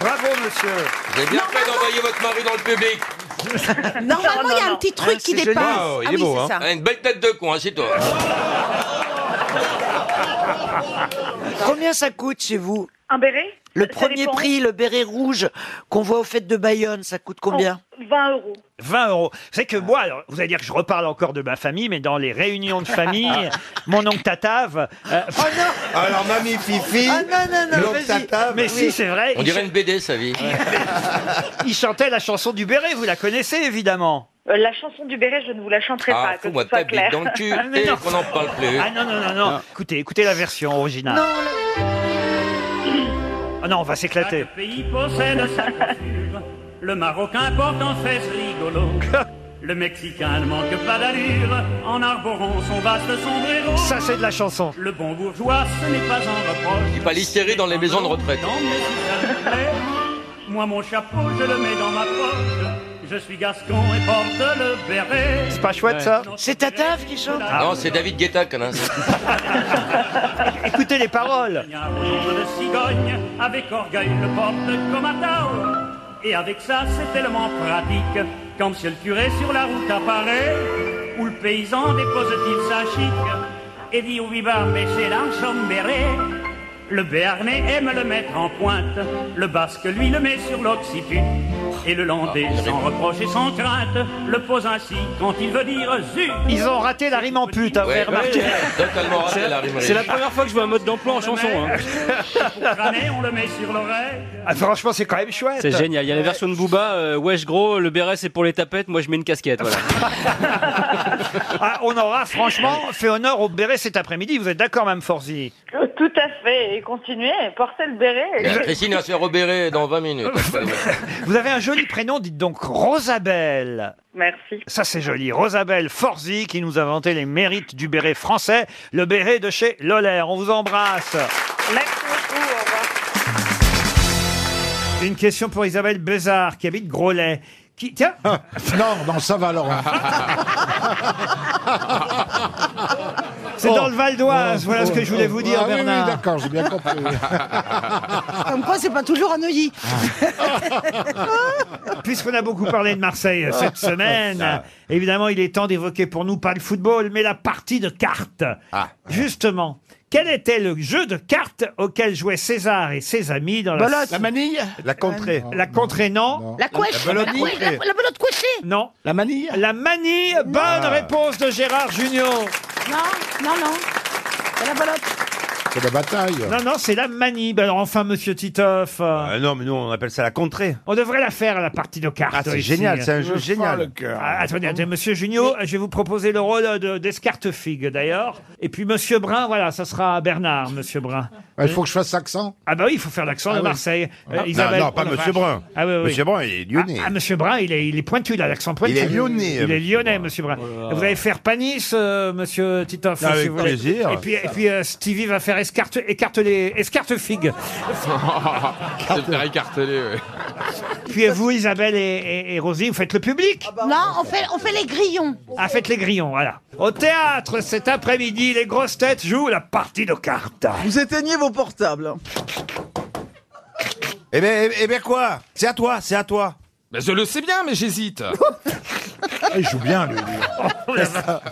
[SPEAKER 1] Bravo, monsieur.
[SPEAKER 23] J'ai bien fait d'envoyer votre mari dans le public.
[SPEAKER 4] Normalement, il y a un petit truc qui dépasse.
[SPEAKER 15] Oh,
[SPEAKER 23] Wow, il
[SPEAKER 4] Ah
[SPEAKER 23] est
[SPEAKER 4] oui,
[SPEAKER 23] beau,
[SPEAKER 4] c'est
[SPEAKER 23] hein.
[SPEAKER 4] ça.
[SPEAKER 23] Ah, Une belle tête de con, hein, c'est toi.
[SPEAKER 17] Combien ça coûte chez vous
[SPEAKER 14] Un béret
[SPEAKER 26] Le
[SPEAKER 14] Ça
[SPEAKER 26] premier
[SPEAKER 14] dépend.
[SPEAKER 26] prix, le béret rouge qu'on voit aux fêtes de Bayonne, ça coûte combien
[SPEAKER 14] 20 euros.
[SPEAKER 1] 20 Oh. euros. C'est que moi, alors, vous allez dire que je reparle encore de ma famille, mais dans les réunions de famille, mon oncle Tatave. Oh non
[SPEAKER 8] Alors, mamie Fifi,
[SPEAKER 26] Ah non, non, non, l'oncle vas-y. Tatave,
[SPEAKER 1] Mais
[SPEAKER 26] oui.
[SPEAKER 1] si, c'est vrai.
[SPEAKER 15] On
[SPEAKER 1] il
[SPEAKER 15] dirait
[SPEAKER 1] ch-
[SPEAKER 15] une BD, sa vie.
[SPEAKER 1] il chantait la chanson du béret, vous la connaissez évidemment.
[SPEAKER 14] Euh, la chanson du béret, je ne vous la chanterai
[SPEAKER 1] Ah,
[SPEAKER 14] pas. que
[SPEAKER 1] fous-moi
[SPEAKER 14] ce soit
[SPEAKER 1] ta bite
[SPEAKER 14] clair.
[SPEAKER 1] dans le cul.
[SPEAKER 14] Ah, mais
[SPEAKER 1] Et
[SPEAKER 14] non.
[SPEAKER 1] qu'on en parle plus. Ah non, non, non, non. Écoutez, écoutez la version originale. Non, Ah non, on va s'éclater.
[SPEAKER 6] Chaque pays possède sa coutume. Le Marocain porte en fesse rigolo. Le Mexicain ne manque pas d'allure en arborant son vaste sombrero.
[SPEAKER 1] Ça, c'est de la chanson.
[SPEAKER 6] Le bon bourgeois, ce n'est pas un reproche.
[SPEAKER 15] Il pas l'hystérie dans les maisons de retraite.
[SPEAKER 6] Tant mieux si ça lui plaît. Moi, mon chapeau, je le mets dans ma poche. Je suis gascon et porte le béret.
[SPEAKER 1] C'est pas chouette, ça
[SPEAKER 6] C'est Tataf qui chante
[SPEAKER 1] Ah.
[SPEAKER 15] Non, c'est David Guetta, connasse.
[SPEAKER 1] Écoutez les paroles.
[SPEAKER 6] de cigogne, avec orgueil le porte comme un tao. Et avec ça, c'est tellement pratique, quand monsieur le curé sur la route apparaît, où le paysan dépose-t-il sa chic, et dit oui bah, mais c'est l'enchambéré. Le béarnais aime le mettre en pointe, le basque lui le met sur l'occiput, et le landais sans reproche et sans crainte le pose ainsi quand il veut dire zut.
[SPEAKER 1] Ils ont raté la rime en pute, hein, vous avez remarqué.
[SPEAKER 15] Totalement raté, la rimerie.
[SPEAKER 10] C'est la première fois que je vois un mode d'emploi en chanson. hein.
[SPEAKER 6] Pour crâner, on le met sur l'oreille.
[SPEAKER 1] Ah, franchement, c'est quand même chouette.
[SPEAKER 10] C'est génial. Il y a la version de Booba, euh, wesh gros, le béret c'est pour les tapettes, moi je mets une casquette. Voilà.
[SPEAKER 1] Ah, on aura franchement fait honneur au béret cet après-midi. Vous êtes d'accord, Mme Forzi
[SPEAKER 14] Euh, Tout à fait. Et continuez, portez le béret.
[SPEAKER 15] Christine va se faire obérer dans 20 minutes.
[SPEAKER 1] Vous avez un joli prénom, dites donc Rosabelle.
[SPEAKER 14] Merci.
[SPEAKER 1] Ça, c'est joli. Rosabelle Forzi qui nous a inventé les mérites du béret français, le béret de chez Lolaire. On vous embrasse.
[SPEAKER 14] Merci beaucoup. Au revoir.
[SPEAKER 1] Une question pour Isabelle Bézard qui habite Groslay. Qui... Tiens
[SPEAKER 27] Ah, Non, non, ça va, Laurent.
[SPEAKER 1] Ah. C'est dans le Val
[SPEAKER 8] Oh,
[SPEAKER 1] d'Oise, voilà ce que je voulais vous dire,
[SPEAKER 27] Oh, Ah oui,
[SPEAKER 1] Bernard. Ah
[SPEAKER 27] Oui, d'accord, j'ai bien compris.
[SPEAKER 4] Ah,
[SPEAKER 28] Comme quoi, c'est pas toujours à Neuilly.
[SPEAKER 1] Puisqu'on a beaucoup parlé de Marseille euh, cette semaine,
[SPEAKER 29] Ah.
[SPEAKER 1] euh, évidemment, il est temps d'évoquer pour nous pas le football, mais la partie de cartes. Justement, quel était le jeu de cartes auquel jouaient César et ses amis dans la...
[SPEAKER 30] Belote. La
[SPEAKER 1] manille La contrée. La contrée, non.
[SPEAKER 30] La couèche. La belote La couèche. contrée. La- la
[SPEAKER 1] belote couchée Non. La manille La manille, bonne
[SPEAKER 30] Ah.
[SPEAKER 1] réponse de Gérard Junior.
[SPEAKER 4] Non, non, non. C'est la balotte.
[SPEAKER 1] C'est la bataille. Non, non, c'est la manille. Ben alors enfin, monsieur Titoff. euh,
[SPEAKER 8] Ah non, mais nous, on appelle ça la contrée.
[SPEAKER 1] on devrait la faire à la partie de cartes.
[SPEAKER 8] Ah, c'est
[SPEAKER 1] ici.
[SPEAKER 8] génial, c'est un jeu Je génial. fends le cœur.
[SPEAKER 1] Ah, attendez, attendez, monsieur Junio, je vais vous proposer le rôle de- d'escarte-figue d'ailleurs. Et puis monsieur Brun, voilà, ça sera Bernard, monsieur Brun.
[SPEAKER 27] Ah, Il faut que je fasse accent
[SPEAKER 1] Ah bah oui, il faut faire l'accent
[SPEAKER 27] Ah
[SPEAKER 1] de
[SPEAKER 27] oui.
[SPEAKER 1] Marseille.
[SPEAKER 8] euh,
[SPEAKER 27] Ah. Non,
[SPEAKER 8] non, pas
[SPEAKER 1] Oh la
[SPEAKER 8] monsieur
[SPEAKER 1] vache.
[SPEAKER 8] Brun.
[SPEAKER 1] Ah oui, oui.
[SPEAKER 8] Monsieur Brun, il est lyonnais.
[SPEAKER 1] Ah, ah, monsieur Brun, il est, il est pointu, il a l'accent pointu.
[SPEAKER 8] Il est lyonnais,
[SPEAKER 1] Il est
[SPEAKER 8] monsieur
[SPEAKER 1] lyonnais, monsieur Brun. Vous allez faire Panis, euh, monsieur Titoff.
[SPEAKER 8] Ah, Avec
[SPEAKER 1] vous voulez.
[SPEAKER 8] plaisir.
[SPEAKER 1] Et puis, et puis euh, Stevie va faire escarte, écarte les, escarte-figue. Ah,
[SPEAKER 15] Se faire écarteler, ouais.
[SPEAKER 1] Puis euh, vous, Isabelle et, et- et Rosie, vous faites le public.
[SPEAKER 4] Non, on fait, on fait les grillons.
[SPEAKER 1] Ah, faites les grillons, voilà. Au théâtre, cet après-midi, les grosses têtes jouent la partie de cartes.
[SPEAKER 31] Vous éteignez vos portables.
[SPEAKER 8] Eh ben, eh ben quoi C'est à toi, c'est à toi.
[SPEAKER 32] Mais je le sais bien, mais j'hésite.
[SPEAKER 27] Ah, Il joue bien, lui.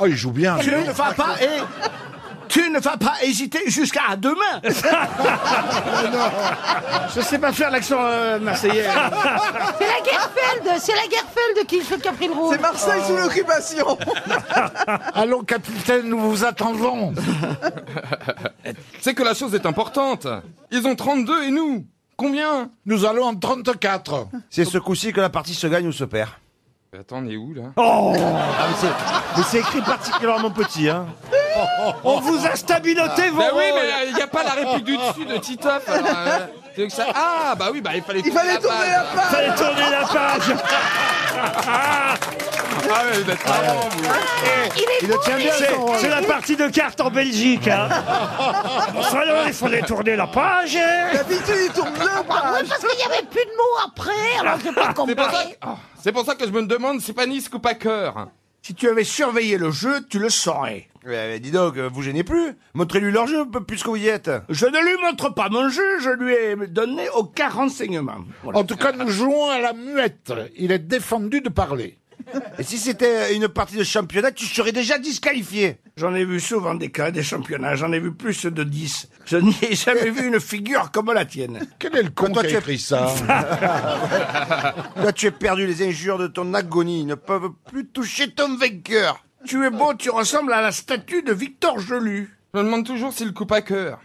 [SPEAKER 27] Oh, il joue bien.
[SPEAKER 30] Tu
[SPEAKER 27] lui.
[SPEAKER 1] Ah.
[SPEAKER 30] ne vas pas, hé, tu ne vas pas hésiter jusqu'à demain.
[SPEAKER 8] Oh,
[SPEAKER 30] Je sais pas faire l'accent euh, marseillais.
[SPEAKER 4] C'est la Gerfeld, c'est la Gerfeld qui joue qui a pris le rôle. C'est
[SPEAKER 31] Marseille sous l'occupation.
[SPEAKER 27] Allons, capitaine, nous vous attendons.
[SPEAKER 32] C'est que la chose est importante. Ils ont 32 et nous Combien Nous allons en 34.
[SPEAKER 8] C'est ce coup-ci que la partie se gagne ou se perd.
[SPEAKER 32] Attends, on est où là
[SPEAKER 1] Oh
[SPEAKER 8] Ah, mais c'est- mais c'est écrit particulièrement petit, hein.
[SPEAKER 1] On vous a
[SPEAKER 15] Ah,
[SPEAKER 1] stabiloté vos
[SPEAKER 15] ben
[SPEAKER 32] Bah oui,
[SPEAKER 1] rôles.
[SPEAKER 32] mais il n'y a pas la réplique du dessus de Titoff. alors, euh, c'est que ça- Ah, bah oui, bah il fallait
[SPEAKER 1] Il fallait tourner la page. Fallait tourner la page.
[SPEAKER 32] Ah ouais,
[SPEAKER 15] bah,
[SPEAKER 32] vous êtes marrant, vous.
[SPEAKER 1] Il C'est- C'est la partie de cartes en Belgique. Hein. Bon, ça, alors, il fallait tourner la page. hein.
[SPEAKER 31] D'habitude, ils tournent deux
[SPEAKER 4] Oui, parce qu'il n'y avait plus de mots après, alors j'ai pas
[SPEAKER 32] C'est
[SPEAKER 4] compris.
[SPEAKER 32] pour, ça que... ah, c'est pour ça que je me demande si pas Nice ou pas cœur.
[SPEAKER 30] Si tu avais surveillé le jeu, tu le saurais.
[SPEAKER 8] dis donc, euh, vous gênez plus. Montrez-lui leur jeu, p- puisque vous y êtes.
[SPEAKER 30] Je ne lui montre pas mon jeu, je lui ai donné aucun renseignement.
[SPEAKER 27] En tout cas, nous jouons à la muette. Il est défendu de parler.
[SPEAKER 8] Et si c'était euh, une partie de championnat, tu serais déjà disqualifié.
[SPEAKER 12] J'en ai vu souvent des cas, des championnats, j'en ai vu plus de 10. Je n'ai jamais vu une figure comme la tienne.
[SPEAKER 33] Quel est le con qui a écrit ça
[SPEAKER 31] hein.
[SPEAKER 8] Toi, tu es perdu, les injures de ton agonie ne peuvent plus toucher ton vainqueur.
[SPEAKER 12] Tu es beau, tu ressembles à la statue de Victor Gelu.
[SPEAKER 15] Je me demande toujours s'il coupe à cœur.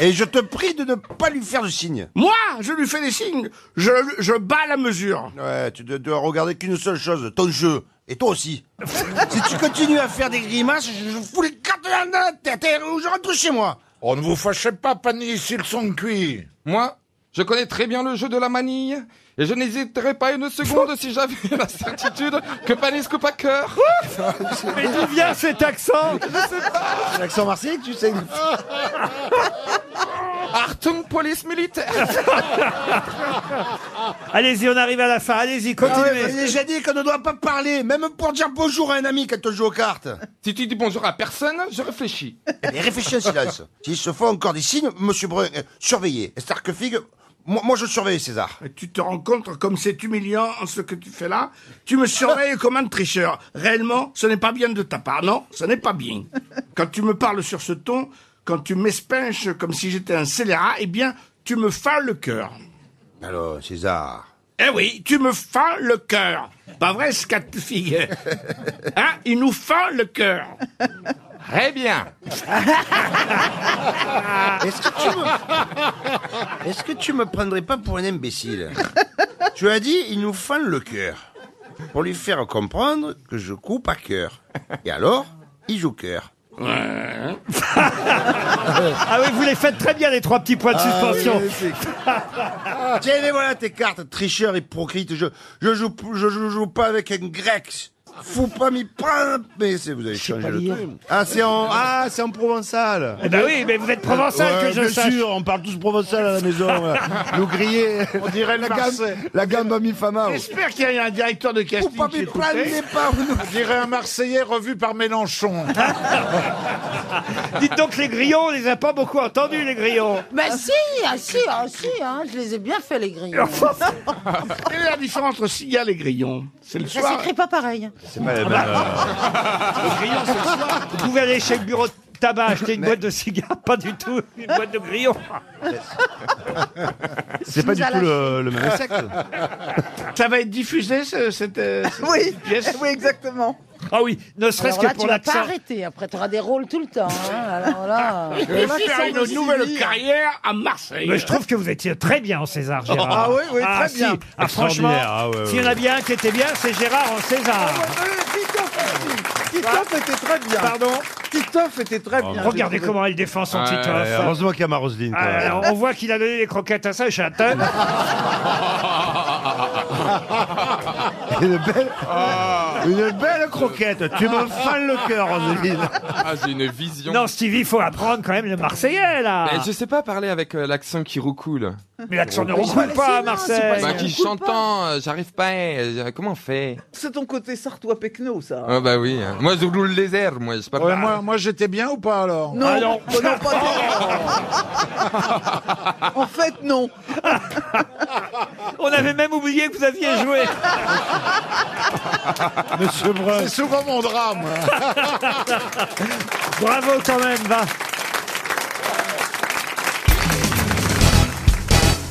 [SPEAKER 8] Et je te prie de ne pas lui faire de signe.
[SPEAKER 12] Moi, je lui fais des signes. Je, je bats la mesure.
[SPEAKER 8] Ouais, tu dois- dois regarder qu'une seule chose, ton jeu. Et toi aussi. si tu continues à faire des grimaces, je je fous les cartes dans la tête et je rentre chez moi.
[SPEAKER 33] Oh, ne vous fâchez pas, Pani, s'ils sont cuits.
[SPEAKER 15] Moi, je connais très Eh bien le jeu de la manille, et je n'hésiterais pas une seconde si j'avais la certitude que Panis coupe à cœur.
[SPEAKER 1] Mais d'où vient cet accent
[SPEAKER 6] L'accent marseillais, tu sais.
[SPEAKER 15] Artung police militaire.
[SPEAKER 1] Allez-y, on arrive à la fin. Allez-y,
[SPEAKER 12] Ah
[SPEAKER 1] continuez.
[SPEAKER 12] ouais,
[SPEAKER 8] J'ai déjà dit qu'on ne doit pas parler, même pour dire bonjour à un ami quand on joue aux cartes.
[SPEAKER 15] Si tu dis bonjour à personne, je réfléchis.
[SPEAKER 8] Et Eh réfléchis en silence. S'il se font encore des signes, monsieur Brun, euh, surveillez. Starkefig, moi, moi je surveille César.
[SPEAKER 12] Tu te rencontres comme c'est humiliant en ce que tu fais là. Tu me surveilles comme un tricheur. Réellement, ce n'est pas bien de ta part. Non, ce n'est pas bien. Quand tu me parles sur ce ton, quand tu m'espinches comme si j'étais un scélérat, eh bien, tu me fends le cœur.
[SPEAKER 8] Alors, César.
[SPEAKER 12] Eh oui, tu me fends le cœur. Pas vrai, ce cas de figure. Hein Il nous fend le cœur.
[SPEAKER 15] Très bien.
[SPEAKER 8] Est-ce que, tu me... Est-ce que tu me prendrais pas pour un imbécile Tu as dit, il nous fend le cœur. Pour lui faire comprendre que je coupe à cœur. Et alors, il joue cœur.
[SPEAKER 1] Ah oui, vous les faites très bien, les trois petits points de
[SPEAKER 8] Ah oui,
[SPEAKER 1] suspension.
[SPEAKER 8] c'est- Tiens, et voilà tes cartes, tricheur, hypocrite. Je, je, joue, je, je joue pas avec un grec. Faut pas m'y prendre. Mais c'est- vous avez changé le truc. Ah, c'est en, ah, c'est en provençal.
[SPEAKER 1] Eh ben oui, mais vous êtes provençal, que je
[SPEAKER 6] bien
[SPEAKER 1] sache.
[SPEAKER 6] sûr, on parle tous provençal à la maison. voilà. Nous griller.
[SPEAKER 12] On dirait le
[SPEAKER 6] la gamme,
[SPEAKER 12] Marseille.
[SPEAKER 6] la gamme Mami Fama.
[SPEAKER 12] J'espère qu'il y a un directeur de casting
[SPEAKER 33] Faut pas
[SPEAKER 12] qui
[SPEAKER 33] m'éclater,
[SPEAKER 12] écoutait.
[SPEAKER 33] pas, On dirait un Marseillais revu par Mélenchon.
[SPEAKER 1] Dites donc, les grillons, on les a pas beaucoup entendus, les grillons.
[SPEAKER 4] Bah si, ah si, ah si, hein, je les ai bien fait les grillons.
[SPEAKER 12] Quelle est la différence entre cigale et grillon C'est le
[SPEAKER 4] Ça
[SPEAKER 12] soir.
[SPEAKER 4] s'écrit pas pareil.
[SPEAKER 8] C'est pas bah.
[SPEAKER 1] Vous pouvez aller chez le bureau de tabac acheter une boîte de cigares, pas du tout une boîte de grillons.
[SPEAKER 12] C'est pas du tout le- le même sexe. Ça va être diffusé, ce- cette, euh, cette
[SPEAKER 7] Oui,
[SPEAKER 12] pièce
[SPEAKER 7] oui, exactement.
[SPEAKER 1] Ah oui, ne
[SPEAKER 4] Alors
[SPEAKER 1] serait-ce que
[SPEAKER 4] là,
[SPEAKER 1] pour
[SPEAKER 4] tu vas pas
[SPEAKER 1] l'accent.
[SPEAKER 4] arrêter. Après, tu auras des rôles tout le temps. hein. Alors
[SPEAKER 8] Euh,
[SPEAKER 4] là,
[SPEAKER 12] Je vais faire une nouvelle carrière à Marseille.
[SPEAKER 1] Mais je trouve que vous étiez très bien en César, Gérard.
[SPEAKER 12] Ah oui, oui, très
[SPEAKER 1] si.
[SPEAKER 12] bien.
[SPEAKER 1] Ah, franchement,
[SPEAKER 12] Extraordinaire, ah ouais, ouais.
[SPEAKER 1] s'il y en a bien un qui était bien, c'est Gérard en César.
[SPEAKER 34] Titoff était très bien.
[SPEAKER 1] Pardon
[SPEAKER 34] Titoff était très bien.
[SPEAKER 1] Regardez comment elle défend son petit off.
[SPEAKER 6] heureusement qu'il y a ma Roselyne. quand
[SPEAKER 1] Ah,
[SPEAKER 6] même.
[SPEAKER 1] alors, on voit qu'il a donné des croquettes à sa chatte. hein.
[SPEAKER 6] Une belle, une belle croquette. Tu me fales le cœur, Roselyne.
[SPEAKER 15] Ah, j'ai une vision.
[SPEAKER 1] non, Stevie, il faut apprendre quand même le Marseillais, là.
[SPEAKER 15] Mais je sais pas parler avec euh, l'accent qui roucoule.
[SPEAKER 1] Mais l'accent ne recule pas à Marseille.
[SPEAKER 15] Bah, qui chantant, euh, j'arrive pas. euh, comment on fait
[SPEAKER 7] C'est ton côté sartois pecno, ça.
[SPEAKER 15] Ah bah oui. hein. Moi, je roule les airs, moi. Je parle
[SPEAKER 33] Ouais,
[SPEAKER 15] pas.
[SPEAKER 8] Bah.
[SPEAKER 33] moi, moi j'étais bien ou pas alors
[SPEAKER 7] Non,
[SPEAKER 1] Ah non.
[SPEAKER 7] oh non, pas toi. en fait, non.
[SPEAKER 1] On avait même oublié que vous aviez joué.
[SPEAKER 6] Monsieur Brun.
[SPEAKER 33] C'est souvent mon drame.
[SPEAKER 1] Bravo quand même, va.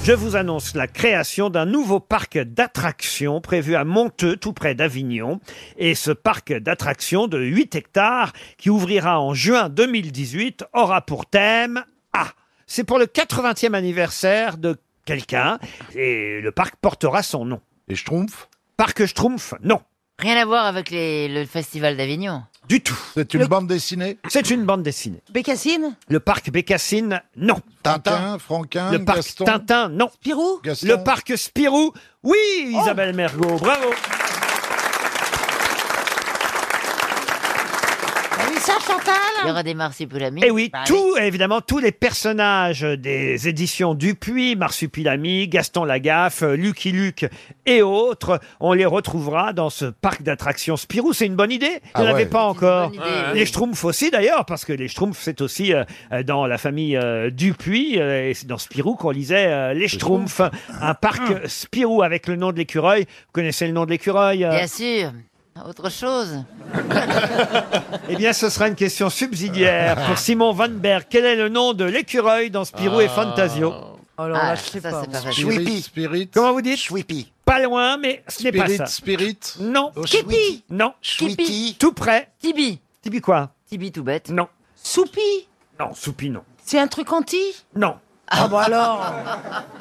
[SPEAKER 1] Je vous annonce la création d'un nouveau parc d'attractions prévu à Monteux, tout près d'Avignon. Et ce parc d'attractions de 8 hectares, qui ouvrira en juin 2018, aura pour thème Ah C'est pour le 80e anniversaire de quelqu'un. Et le parc portera son nom.
[SPEAKER 6] Et Schtroumpf
[SPEAKER 1] Parc Schtroumpf Non,
[SPEAKER 5] Rien à voir avec les- le festival d'Avignon.
[SPEAKER 1] du tout.
[SPEAKER 33] C'est une bande dessinée
[SPEAKER 1] C'est une bande dessinée.
[SPEAKER 4] Bécassine
[SPEAKER 1] Le parc Bécassine Non.
[SPEAKER 33] Tintin, Franquin,
[SPEAKER 1] Le parc
[SPEAKER 33] Gaston.
[SPEAKER 1] Tintin, non.
[SPEAKER 4] Pirou
[SPEAKER 33] Gaston.
[SPEAKER 1] Le parc Spirou, oui,
[SPEAKER 33] Oh.
[SPEAKER 1] Isabelle Mergot, bravo.
[SPEAKER 4] Ah Oui, ça,
[SPEAKER 5] Il y aura des Bah, marsupilami.
[SPEAKER 1] Et Eh oui, tout, évidemment, tous les personnages des éditions Dupuis, Marsupilami, Gaston Lagaffe, euh, Lucky Luke et autres, on les retrouvera dans ce parc d'attractions Spirou. C'est une bonne idée. Il
[SPEAKER 7] Ah
[SPEAKER 1] n'y en
[SPEAKER 7] ouais.
[SPEAKER 1] avait pas encore.
[SPEAKER 7] bonne idée, oui.
[SPEAKER 1] Les Schtroumpfs aussi, d'ailleurs, parce que les Schtroumpfs, c'est aussi euh, euh, dans la famille euh, Dupuis, euh, et c'est dans Spirou qu'on lisait euh, les Schtroumpfs. Un parc Spirou avec le nom de l'écureuil. Vous connaissez le nom de l'écureuil euh,
[SPEAKER 5] Bien sûr. Autre chose.
[SPEAKER 1] eh bien, ce sera une question subsidiaire pour Simon Van Berg. Quel est le nom de l'écureuil dans Spirou et Fantasio
[SPEAKER 11] Oh
[SPEAKER 5] Alors là, je
[SPEAKER 11] Ah,
[SPEAKER 5] sais pas. C'est pas vrai.
[SPEAKER 1] Chouipi. Comment vous dites Chouipi. Pas loin, mais ce n'est pas
[SPEAKER 8] Spirit,
[SPEAKER 1] ça.
[SPEAKER 8] Spirit.
[SPEAKER 1] Non. Kipi. Non.
[SPEAKER 8] Chouipi.
[SPEAKER 1] Tout près.
[SPEAKER 5] Tibi.
[SPEAKER 1] Tibi quoi
[SPEAKER 5] Tibi tout bête.
[SPEAKER 1] Non.
[SPEAKER 4] Soupi
[SPEAKER 1] Non, Soupi, non.
[SPEAKER 4] C'est un truc anti
[SPEAKER 1] Non.
[SPEAKER 4] Ah bah alors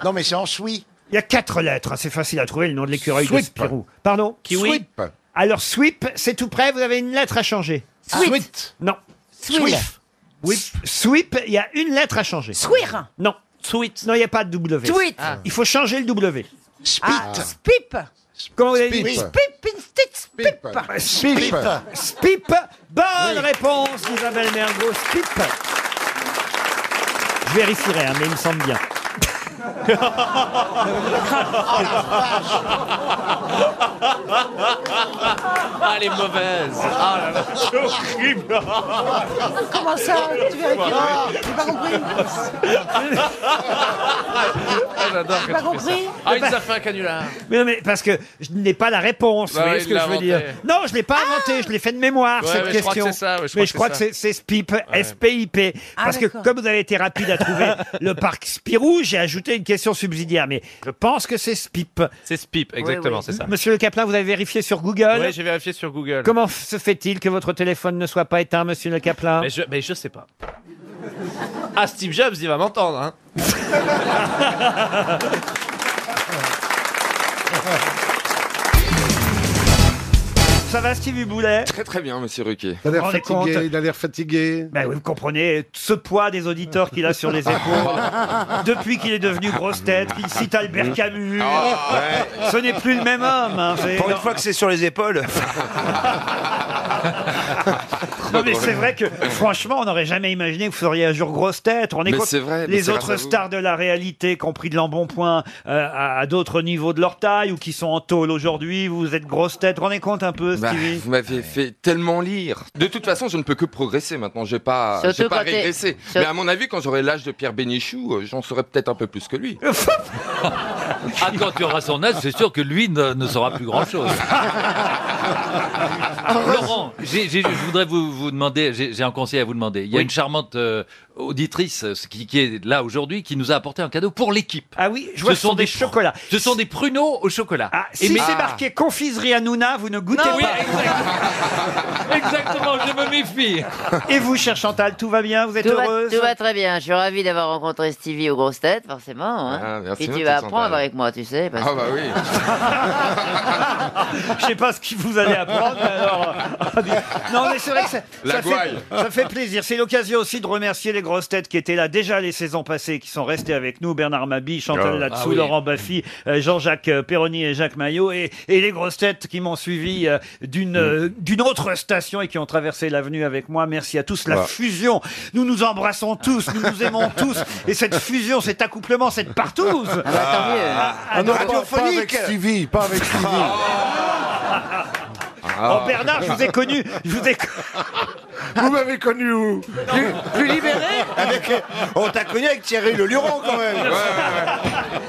[SPEAKER 1] Non, mais c'est en Choui. Il y a quatre lettres, hein, c'est facile à trouver le nom de l'écureuil de
[SPEAKER 8] Sweep.
[SPEAKER 1] Spirou. Pardon
[SPEAKER 8] Kiwi. Sweep.
[SPEAKER 1] Alors, sweep, c'est tout près, vous avez une lettre à changer. Ah.
[SPEAKER 8] Sweet.
[SPEAKER 1] Non. Swift. Sweep, il y a une lettre à changer.
[SPEAKER 4] Swear.
[SPEAKER 1] Non. Sweet. Non, il n'y a pas de W.
[SPEAKER 4] Tweet.
[SPEAKER 1] Ah. Il faut changer le W. Spip.
[SPEAKER 4] Ah, Spip
[SPEAKER 1] Comment vous avez dit
[SPEAKER 4] Spip, in sticks, Spip
[SPEAKER 1] Spip. Spip. Bonne réponse d'Isabelle Mergo. Spip. Je vérifierai, hein, mais il me semble bien.
[SPEAKER 15] Ah, elle est mauvaise. Ah là là, c'est horrible.
[SPEAKER 4] Comment ça Tu vérifieras J'ai pas compris.
[SPEAKER 6] Ah,
[SPEAKER 15] Ah, j'adore
[SPEAKER 4] J'ai pas
[SPEAKER 15] que tu fais ça.
[SPEAKER 4] compris.
[SPEAKER 15] Ah, il nous a fait un canular.
[SPEAKER 1] Mais non, mais parce que je n'ai pas la réponse.
[SPEAKER 15] Bah
[SPEAKER 1] vous
[SPEAKER 15] oui,
[SPEAKER 1] voyez ce
[SPEAKER 15] il
[SPEAKER 1] que
[SPEAKER 15] l'a
[SPEAKER 1] je veux dire
[SPEAKER 15] inventé.
[SPEAKER 1] Non, je l'ai pas
[SPEAKER 15] Ah
[SPEAKER 1] inventé. Je l'ai fait de mémoire
[SPEAKER 15] Ouais,
[SPEAKER 1] cette
[SPEAKER 15] ouais, je crois que c'est
[SPEAKER 1] question.
[SPEAKER 15] ça, ouais, je crois
[SPEAKER 1] mais je
[SPEAKER 15] que
[SPEAKER 1] crois
[SPEAKER 15] c'est
[SPEAKER 1] que
[SPEAKER 15] ça.
[SPEAKER 1] c'est c'est SPIP,
[SPEAKER 15] Ouais.
[SPEAKER 1] S-P-I-P.
[SPEAKER 15] Ah,
[SPEAKER 1] parce que
[SPEAKER 15] d'accord.
[SPEAKER 1] comme vous avez été rapide à trouver le parc Spirou, j'ai ajouté une question subsidiaire. Mais je pense que c'est SPIP.
[SPEAKER 15] C'est Spip, exactement, c'est ça.
[SPEAKER 1] Monsieur Le Caplin, vous avez vérifié sur Google.
[SPEAKER 15] Oui, j'ai vérifié sur Google.
[SPEAKER 1] Comment f- se fait-il que votre téléphone ne soit pas éteint, Monsieur Le Caplin
[SPEAKER 15] mais je, mais je sais pas. Ah, Steve Jobs, il va m'entendre, hein.
[SPEAKER 1] Ça va, Stevie Boulet
[SPEAKER 19] Très très bien, monsieur Ruquier.
[SPEAKER 1] Vous vous rendez compte
[SPEAKER 8] il a l'air fatigué.
[SPEAKER 1] Ben oui, vous comprenez ce poids des auditeurs qu'il a sur les épaules. Depuis qu'il est devenu grosse tête, qu'il cite Albert Camus.
[SPEAKER 19] Ah,
[SPEAKER 10] ouais.
[SPEAKER 1] Ce n'est plus le même homme. hein, c'est-
[SPEAKER 10] Pour une
[SPEAKER 1] non.
[SPEAKER 10] fois que c'est sur les épaules.
[SPEAKER 1] Non, mais c'est vrai que franchement, on n'aurait jamais imaginé que vous seriez un jour grosse tête. On est
[SPEAKER 19] Mais
[SPEAKER 1] contre-
[SPEAKER 19] c'est vrai, mais
[SPEAKER 1] les
[SPEAKER 19] c'est grâce à
[SPEAKER 1] autres
[SPEAKER 19] vous.
[SPEAKER 1] stars de la réalité, compris de l'embonpoint, euh, à, à d'autres niveaux de leur taille ou qui sont en tôle aujourd'hui. Vous êtes grosse tête. Rendez compte un peu,
[SPEAKER 19] Bah,
[SPEAKER 1] Stevie.
[SPEAKER 19] vous m'avez fait tellement lire. De toute façon, je ne peux que progresser maintenant. J'ai pas,
[SPEAKER 1] Surtout
[SPEAKER 19] j'ai pas
[SPEAKER 1] quand t'es-
[SPEAKER 19] régressé.
[SPEAKER 1] sur-
[SPEAKER 19] Mais à mon avis, quand j'aurai l'âge de Pierre Bénichou, euh, j'en saurai peut-être un peu plus que lui.
[SPEAKER 15] Ah, quand tu auras son âge, c'est sûr que lui ne, ne saura plus grand-chose.
[SPEAKER 6] ah,
[SPEAKER 15] Laurent, j'ai- j'ai- je voudrais vous, vous demander, j'ai j'ai un conseil à vous demander. Il y a une charmante euh, auditrice euh, qui, qui est là aujourd'hui qui nous a apporté un cadeau pour l'équipe.
[SPEAKER 1] Ah oui, je vois que ce sont des chocolats.
[SPEAKER 15] Ce sont des pruneaux au chocolat.
[SPEAKER 8] Ah,
[SPEAKER 1] Bah, Si
[SPEAKER 15] mais-
[SPEAKER 1] c'est marqué confiserie Hanouna, vous ne goûtez
[SPEAKER 15] Non,
[SPEAKER 1] pas.
[SPEAKER 15] oui, exact- exactement, je me méfie.
[SPEAKER 1] Et vous, chère Chantal, tout va bien Vous êtes
[SPEAKER 5] Tout va,
[SPEAKER 1] heureuse
[SPEAKER 5] tout va très bien. Je suis ravi d'avoir rencontré Stevie aux grosses têtes, forcément. hein.
[SPEAKER 1] Ah, merci
[SPEAKER 5] Et tu
[SPEAKER 1] beaucoup,
[SPEAKER 5] vas
[SPEAKER 1] Chantal.
[SPEAKER 5] apprendre avec moi, tu sais. parce
[SPEAKER 1] Ah,
[SPEAKER 5] que-
[SPEAKER 1] bah oui. Je sais pas ce que vous allez
[SPEAKER 6] Oh,
[SPEAKER 1] apprendre.
[SPEAKER 6] bah
[SPEAKER 1] mais alors, euh, non, mais c'est vrai que ça,
[SPEAKER 19] La
[SPEAKER 1] ça fait,
[SPEAKER 19] gouaille.
[SPEAKER 1] ça fait plaisir. C'est l'occasion aussi de remercier les grosses têtes qui étaient là déjà les saisons passées, qui sont restées avec nous. Bernard Mabi, Chantal
[SPEAKER 19] Ah,
[SPEAKER 1] Latsou,
[SPEAKER 19] ah oui.
[SPEAKER 1] Laurent Baffy, euh, Jean-Jacques euh, Perroni et Jacques Maillot. Et, et les grosses têtes qui m'ont suivi euh,
[SPEAKER 8] Mm.
[SPEAKER 1] d'une euh, d'une autre station et qui ont traversé l'avenue avec moi. Merci à tous. La
[SPEAKER 21] Voilà.
[SPEAKER 1] fusion. Nous nous embrassons tous, nous nous aimons tous. Et cette fusion, cet accouplement, cette partouze.
[SPEAKER 19] bah,
[SPEAKER 1] Ah, ah, non,
[SPEAKER 8] Pas avec
[SPEAKER 1] radiophonique.
[SPEAKER 8] Stevie, pas avec Stevie. Ah.
[SPEAKER 15] Ah.
[SPEAKER 1] Oh Bernard, je vous ai connu, je vous ai
[SPEAKER 8] Vous m'avez connu où
[SPEAKER 10] plus, libéré On t'a connu avec Thierry Le Luron quand même.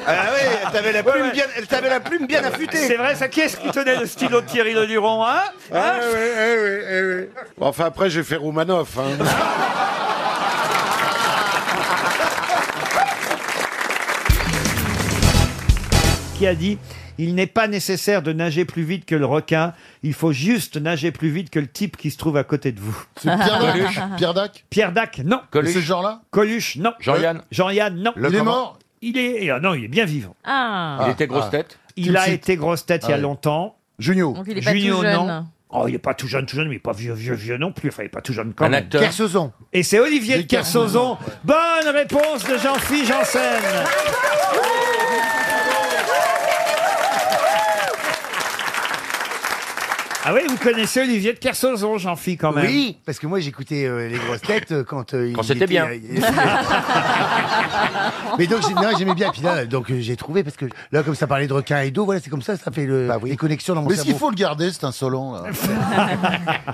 [SPEAKER 10] Ah oui, elle t'avait la, plume bien- elle t'avait la plume bien affûtée.
[SPEAKER 1] C'est vrai, ça qui est-ce qui tenait le stylo de Thierry Le Luron, hein
[SPEAKER 8] Ah, oui, eh oui, eh oui. Bon, enfin, après, j'ai fait Roumanoff. hein.
[SPEAKER 1] qui a dit il n'est pas nécessaire de nager plus vite que le requin, il faut juste nager plus vite que le type qui se trouve à côté de vous.
[SPEAKER 8] C'est Pierre Dac Coluche Pierre Dac
[SPEAKER 1] Pierre Dac, non.
[SPEAKER 8] Coluche C'est ce genre-là
[SPEAKER 1] Coluche, non.
[SPEAKER 8] Jean-Yann
[SPEAKER 1] Jean-Yann, non.
[SPEAKER 8] Le Il est comment mort
[SPEAKER 1] Il est ah non, il est bien vivant.
[SPEAKER 20] Ah.
[SPEAKER 8] Il était grosse tête
[SPEAKER 1] Il
[SPEAKER 8] Tu
[SPEAKER 1] a
[SPEAKER 8] le cites
[SPEAKER 1] été grosse tête il y a
[SPEAKER 8] Ah oui.
[SPEAKER 1] longtemps.
[SPEAKER 8] Junio.
[SPEAKER 20] Donc il est pas tout
[SPEAKER 1] Junio,
[SPEAKER 20] jeune.
[SPEAKER 1] non. Oh, il n'est pas tout jeune, tout jeune, mais pas vieux, vieux, vieux non plus. Enfin, il n'est pas tout jeune quand
[SPEAKER 8] Un
[SPEAKER 1] même.
[SPEAKER 8] acteur. Kersozon.
[SPEAKER 1] Et c'est Olivier de
[SPEAKER 8] Des Kersozon.
[SPEAKER 1] Kersozon. Bonne réponse de Jean-Philippe Janssen. Ah oui, vous connaissez Olivier de Kersauzon, j'en fis quand même.
[SPEAKER 3] Oui, parce que moi j'écoutais euh, les grosses têtes euh, quand euh,
[SPEAKER 1] Quand
[SPEAKER 3] il
[SPEAKER 1] c'était
[SPEAKER 3] était-
[SPEAKER 1] bien.
[SPEAKER 3] Mais donc j'ai- non, j'aimais bien. Puis là, donc euh, j'ai trouvé parce que là, comme ça parlait de requins et d'eau, voilà, c'est comme ça, ça fait le, les connexions dans mon
[SPEAKER 8] Bah Mais ce
[SPEAKER 3] cerveau.
[SPEAKER 8] qu'il faut le garder, c'est insolent. là.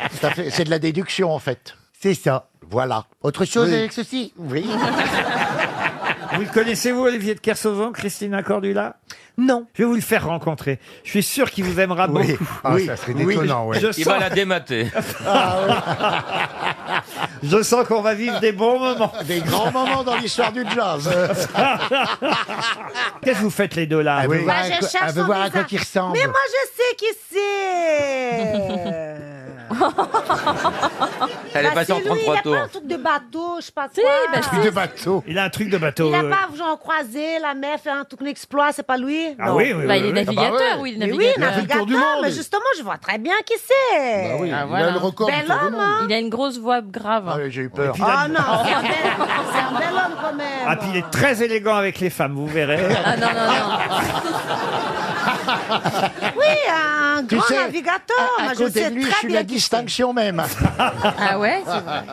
[SPEAKER 8] Ça fait- c'est de la déduction, en fait.
[SPEAKER 3] C'est ça.
[SPEAKER 8] Voilà.
[SPEAKER 3] Autre chose
[SPEAKER 8] Oui.
[SPEAKER 3] avec ceci Oui.
[SPEAKER 1] Vous le connaissez-vous, Olivier de Kersauzon, Christina Cordula Non. Je vais vous le faire rencontrer. Je suis sûr qu'il vous aimera
[SPEAKER 3] Oui.
[SPEAKER 1] beaucoup.
[SPEAKER 3] Ah, ça serait détonnant, ouais.
[SPEAKER 1] Je
[SPEAKER 3] Il
[SPEAKER 1] sens- Ah.
[SPEAKER 3] va
[SPEAKER 15] la démater.
[SPEAKER 1] Je sens qu'on va vivre des bons moments.
[SPEAKER 8] Des grands moments dans l'histoire du jazz.
[SPEAKER 1] Qu'est-ce que vous faites les deux là
[SPEAKER 8] Elle veut Ah Oui. voir
[SPEAKER 4] Bah, je cherche son
[SPEAKER 8] quoi
[SPEAKER 4] bizarre.
[SPEAKER 8] qu'il ressemble.
[SPEAKER 4] Mais moi, je sais qui c'est.
[SPEAKER 15] Elle est passée en
[SPEAKER 4] Lui, il
[SPEAKER 15] 33
[SPEAKER 4] a
[SPEAKER 15] tours.
[SPEAKER 4] pas un truc de bateau, je sais pas quoi.
[SPEAKER 7] ben,
[SPEAKER 8] bateau.
[SPEAKER 1] Il a un truc de bateau.
[SPEAKER 4] Il a
[SPEAKER 1] euh.
[SPEAKER 4] pas genre croisé la mer, fait un truc d'exploit, c'est pas lui
[SPEAKER 1] Ah oui,
[SPEAKER 7] Ben,
[SPEAKER 1] oui, Bah, oui, il est oui. navigateur, Ah bah ouais. oui, il est
[SPEAKER 4] Mais
[SPEAKER 1] navigateur. Il a fait le tour
[SPEAKER 4] navigateur,
[SPEAKER 1] du monde.
[SPEAKER 4] mais justement, je vois très bien qui c'est.
[SPEAKER 8] Bah oui, il a le record du
[SPEAKER 4] Bel
[SPEAKER 8] tour du
[SPEAKER 4] homme,
[SPEAKER 8] monde.
[SPEAKER 4] hein.
[SPEAKER 7] Ah, Il a une grosse voix grave.
[SPEAKER 8] Ah oui, j'ai eu peur.
[SPEAKER 1] puis là-
[SPEAKER 4] Ah non, c'est un, bel, c'est un bel homme quand même.
[SPEAKER 1] Ah, puis il est très élégant avec les femmes, vous verrez.
[SPEAKER 4] Ah, non, non, non.
[SPEAKER 6] Ah,
[SPEAKER 4] Oui, un
[SPEAKER 8] Tu
[SPEAKER 4] grand
[SPEAKER 8] sais,
[SPEAKER 4] navigateur.
[SPEAKER 8] à
[SPEAKER 4] moi, je
[SPEAKER 8] côté
[SPEAKER 4] sais
[SPEAKER 8] de lui, je
[SPEAKER 4] très
[SPEAKER 8] suis
[SPEAKER 4] bien
[SPEAKER 8] la
[SPEAKER 4] qui
[SPEAKER 8] distinction même.
[SPEAKER 4] Ah ouais, c'est vrai.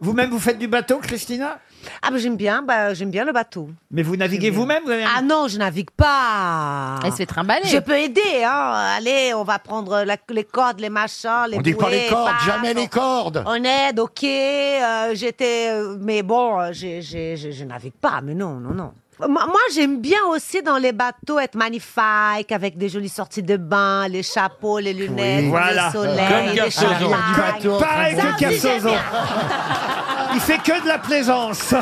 [SPEAKER 1] Vous-même, vous faites du bateau, Christina
[SPEAKER 4] Ah bah, j'aime bien, bah, j'aime bien le bateau.
[SPEAKER 1] Mais vous naviguez vous-même
[SPEAKER 4] Ah non, je navigue pas.
[SPEAKER 7] Elle se fait trimballer.
[SPEAKER 4] Je peux aider, hein. Allez, on va prendre la- les cordes, les machins, les
[SPEAKER 8] On dit pas
[SPEAKER 4] bouées,
[SPEAKER 8] les cordes,
[SPEAKER 4] paf,
[SPEAKER 8] jamais
[SPEAKER 4] on-
[SPEAKER 8] les cordes.
[SPEAKER 4] On aide, ok. euh, J'étais, euh, mais bon, euh, j'ai- j'ai- j'ai- je navigue pas. Mais non, non, non. Moi, moi, j'aime bien aussi dans les bateaux être magnifique avec des jolies sorties de bain, les chapeaux, les lunettes,
[SPEAKER 1] voilà.
[SPEAKER 4] le soleil, les champagnes.
[SPEAKER 1] Pareil
[SPEAKER 4] Ça
[SPEAKER 1] que
[SPEAKER 4] aussi, j'aime
[SPEAKER 1] Kersauzon.
[SPEAKER 4] bien.
[SPEAKER 1] Il fait que de la plaisance.